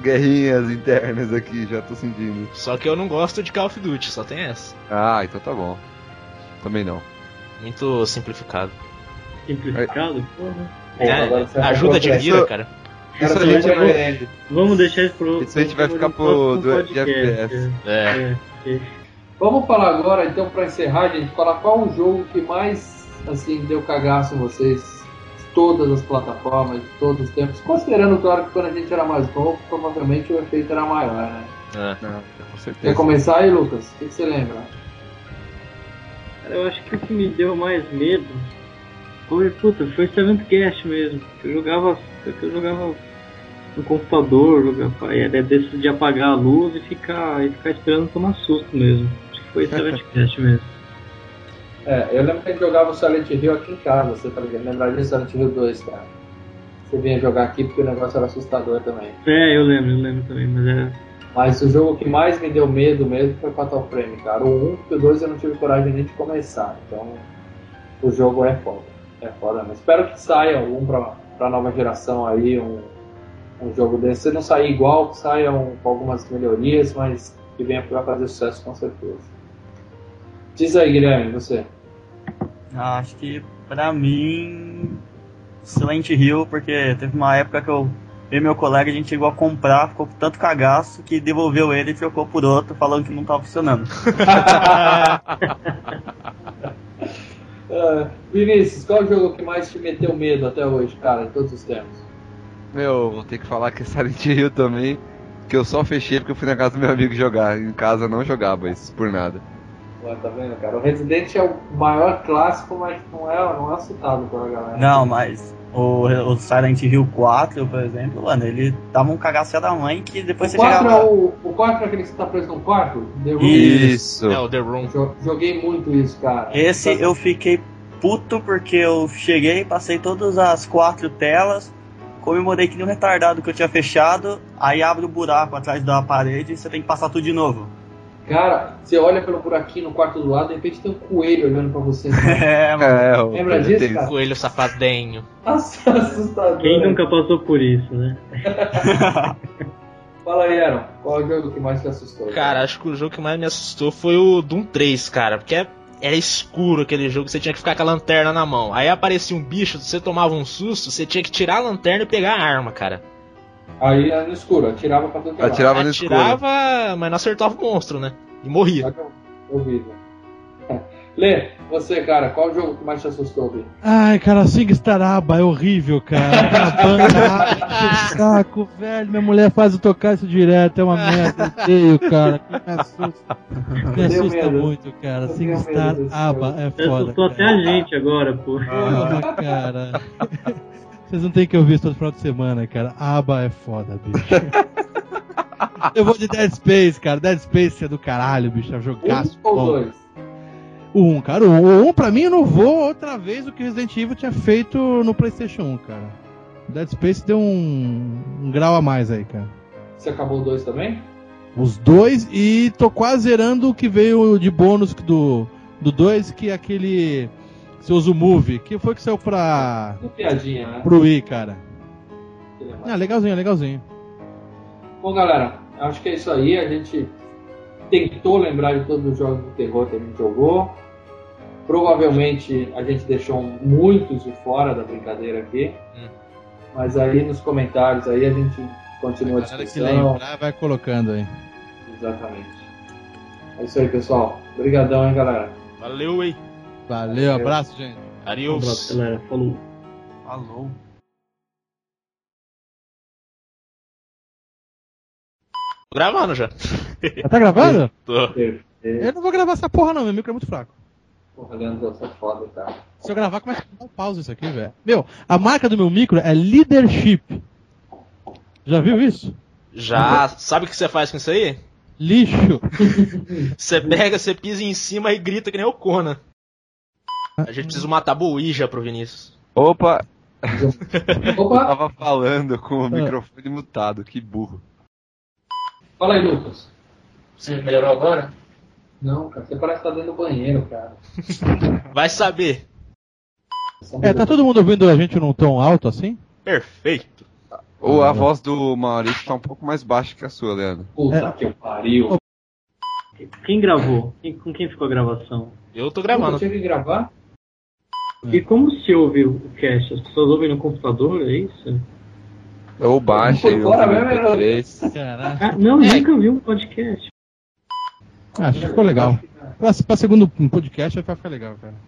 [SPEAKER 7] Guerrinhas internas aqui, já tô sentindo.
[SPEAKER 5] Só que eu não gosto de Call of Duty, só tem essa.
[SPEAKER 7] Ah, então tá bom. Também não.
[SPEAKER 5] Muito simplificado.
[SPEAKER 6] Simplificado? Porra.
[SPEAKER 2] Pô,
[SPEAKER 5] É,
[SPEAKER 2] agora você
[SPEAKER 5] ajuda de
[SPEAKER 2] comprou-
[SPEAKER 5] vida, cara.
[SPEAKER 2] Cara, é
[SPEAKER 7] Isso tipo, a
[SPEAKER 2] você
[SPEAKER 7] gente
[SPEAKER 2] vai
[SPEAKER 7] vai-
[SPEAKER 2] ver.
[SPEAKER 6] Vamos deixar isso pro.
[SPEAKER 7] Isso a gente vai ficar
[SPEAKER 6] pro
[SPEAKER 7] pro do-
[SPEAKER 6] podcast.
[SPEAKER 7] de FPS.
[SPEAKER 5] É.
[SPEAKER 6] é.
[SPEAKER 2] Vamos falar agora, então, pra encerrar, gente, falar qual o jogo que mais, assim, deu cagaço em vocês, de todas as plataformas, de todos os tempos, considerando, claro, que quando a gente era mais novo, provavelmente o efeito era maior, né?
[SPEAKER 5] É.
[SPEAKER 7] Não, com
[SPEAKER 2] Quer
[SPEAKER 7] certeza.
[SPEAKER 2] começar aí, Lucas? O que que você lembra?
[SPEAKER 6] Cara, eu acho que o que me deu mais medo foi, puta, foi Seventh Cast mesmo. Eu jogava, eu jogava no computador, jogava, era desses de apagar a luz e ficar, e ficar esperando tomar susto mesmo. Acho que foi Seventh Cast mesmo.
[SPEAKER 2] É, eu lembro que a gente jogava o Silent Hill aqui em casa, você tá ligado? Lembrar de Silent Hill 2, cara. Você vinha jogar aqui porque o negócio era assustador também.
[SPEAKER 6] É, eu lembro, eu lembro também, mas é, era.
[SPEAKER 2] Mas o jogo que mais me deu medo mesmo foi Fatal Frame, cara. O 1 porque o 2 eu não tive coragem nem de começar. Então o jogo é foda. É foda mesmo. Espero que saia um pra, pra nova geração aí, um, um jogo desse. Se não sair igual, que saia um, com algumas melhorias, mas que venha pra fazer sucesso com certeza. Diz aí, Guilherme, você.
[SPEAKER 8] Ah, Acho que pra mim. Silent Hill, porque teve uma época que eu. Eu e meu colega, a gente chegou a comprar, ficou com tanto cagaço que devolveu ele e trocou por outro, falando que não tava funcionando.
[SPEAKER 2] Ah, Vinícius, qual o jogo que mais te meteu medo até hoje, cara, em todos os tempos?
[SPEAKER 7] Meu, vou ter que falar que é Silent Hill também, que eu só fechei porque eu fui na casa do meu amigo jogar. Em casa não jogava isso por nada.
[SPEAKER 2] Ué, tá vendo, cara? O Resident é o maior clássico, mas não é, não é assustado pela galera.
[SPEAKER 8] Não, mas o, o Silent Hill 4, por exemplo, mano, ele dava um cagaço da mãe que depois
[SPEAKER 2] O
[SPEAKER 8] você
[SPEAKER 2] 4 é
[SPEAKER 8] chegava.
[SPEAKER 2] o, o 4 é aquele que você tá preso no quarto? The Room?
[SPEAKER 7] Isso.
[SPEAKER 5] É o The Room.
[SPEAKER 2] Eu jo- Joguei muito isso, cara.
[SPEAKER 8] Esse eu fiquei puto porque eu cheguei, passei todas as quatro telas, comemorei que nem um retardado que eu tinha fechado, aí abre o buraco atrás da parede e você tem que passar tudo de novo.
[SPEAKER 2] Cara, você olha pelo buraquinho no quarto do lado, de repente tem um coelho olhando pra você.
[SPEAKER 8] É, mano.
[SPEAKER 7] É, o
[SPEAKER 2] Lembra disso, cara?
[SPEAKER 5] Coelho safadinho.
[SPEAKER 2] Nossa, assustador.
[SPEAKER 6] Quem nunca passou por isso, né?
[SPEAKER 2] Fala aí, Aaron, qual é o jogo que mais te assustou?
[SPEAKER 5] Cara, acho que o jogo que mais me assustou foi o Doom 3, cara. Porque é- era escuro aquele jogo, você tinha que ficar com a lanterna na mão. Aí aparecia um bicho, você tomava um susto, você tinha que tirar a lanterna e pegar a arma, cara.
[SPEAKER 2] Aí era no escuro, atirava pra todo lado.
[SPEAKER 7] Atirava no escuro.
[SPEAKER 5] Atirava, mas não acertava o monstro, né? E morria.
[SPEAKER 2] Olha, Horrível. né? Lê, você, cara, qual o jogo que mais te assustou, Bi? Um
[SPEAKER 3] Ai, cara, SingStar ABBA é horrível, cara. Aquela banda enche o saco, velho. Minha mulher faz eu tocar isso direto, é uma merda. Eu odeio, cara. Que me assusta. Me
[SPEAKER 2] Eu tenho
[SPEAKER 3] assusta
[SPEAKER 2] medo.
[SPEAKER 3] muito, cara.
[SPEAKER 2] Eu tenho
[SPEAKER 3] SingStar
[SPEAKER 2] medo desse
[SPEAKER 3] ABBA é foda.
[SPEAKER 6] Assustou até
[SPEAKER 3] Cara.
[SPEAKER 6] a gente agora, pô.
[SPEAKER 3] Porra, cara. Vocês não têm que ouvir isso todo final de semana, cara. ABBA é foda, bicho. Eu vou de Dead Space, cara. Dead Space é do caralho, bicho. É um jogaço.
[SPEAKER 2] Um ou
[SPEAKER 3] bom.
[SPEAKER 2] dois?
[SPEAKER 3] O 1, cara. O 1 pra mim eu não vou outra vez o que Resident Evil tinha feito no PlayStation 1, cara. Dead Space deu um, um grau a mais aí, cara.
[SPEAKER 2] Você acabou o dois também?
[SPEAKER 3] Os dois e tô quase zerando o que veio de bônus do do 2, que é aquele Seus Move, que foi que saiu pra
[SPEAKER 2] Tudo piadinha, né?
[SPEAKER 3] pro Wii, cara.
[SPEAKER 2] Que legal.
[SPEAKER 3] Ah, legalzinho, legalzinho.
[SPEAKER 2] Bom, galera, acho que é isso aí. A gente tentou lembrar de todos os jogos do terror que a gente jogou. Provavelmente a gente deixou um, muitos de fora da brincadeira aqui.
[SPEAKER 5] Hum.
[SPEAKER 2] Mas aí nos comentários aí a gente continua a
[SPEAKER 3] Galera que
[SPEAKER 2] discussão.
[SPEAKER 3] lembrar vai colocando aí.
[SPEAKER 2] Exatamente. É isso aí, pessoal. Obrigadão, hein, galera.
[SPEAKER 5] Valeu, ei.
[SPEAKER 3] Valeu, abraço, gente.
[SPEAKER 6] Um
[SPEAKER 5] Adeus.
[SPEAKER 6] abraço, galera. Falou.
[SPEAKER 4] Falou.
[SPEAKER 5] Tô gravando já.
[SPEAKER 3] Tá gravando?
[SPEAKER 5] Tô.
[SPEAKER 3] Eu não vou gravar essa porra não, meu micro é muito fraco.
[SPEAKER 2] Porra, Leandro, você é foda, cara.
[SPEAKER 3] Se eu gravar, começa a dar um pausa isso aqui, velho. Meu, a marca do meu micro é Leadership. Já viu isso?
[SPEAKER 5] Já. Sabe o que você faz com isso aí?
[SPEAKER 3] Lixo.
[SPEAKER 5] Você pega, você pisa em cima e grita que nem o Conan. A gente precisa matar Boija pro Vinícius.
[SPEAKER 7] Opa, eu
[SPEAKER 2] Opa,
[SPEAKER 7] tava falando com
[SPEAKER 2] Ah.
[SPEAKER 7] o microfone mutado, que burro.
[SPEAKER 2] fala aí, Lucas.
[SPEAKER 6] Você melhorou agora?
[SPEAKER 2] Não, cara, você parece que tá dentro do banheiro, cara.
[SPEAKER 5] Vai saber.
[SPEAKER 2] Só
[SPEAKER 3] É, tá todo mundo ouvindo a gente num tom alto assim?
[SPEAKER 5] Perfeito.
[SPEAKER 7] Ou
[SPEAKER 2] Ah.
[SPEAKER 7] a voz do Maurício tá um pouco mais baixa que a sua, Leandro.
[SPEAKER 3] é.
[SPEAKER 2] Puta que pariu.
[SPEAKER 6] Quem gravou? Quem- com quem ficou a gravação?
[SPEAKER 5] Eu tô
[SPEAKER 2] Eu
[SPEAKER 5] gravando.
[SPEAKER 2] tive que gravar?
[SPEAKER 3] É.
[SPEAKER 6] E como se ouve o cast? As pessoas ouvem no computador, é isso?
[SPEAKER 7] Ou baixa,
[SPEAKER 2] Foi
[SPEAKER 7] eu
[SPEAKER 2] fora mesmo, né? era-
[SPEAKER 3] Caraca.
[SPEAKER 6] Ah, não,
[SPEAKER 3] É.
[SPEAKER 6] nunca vi um podcast.
[SPEAKER 3] Ah, Acho que ficou legal. Pra, pra segundo podcast vai ficar legal, cara.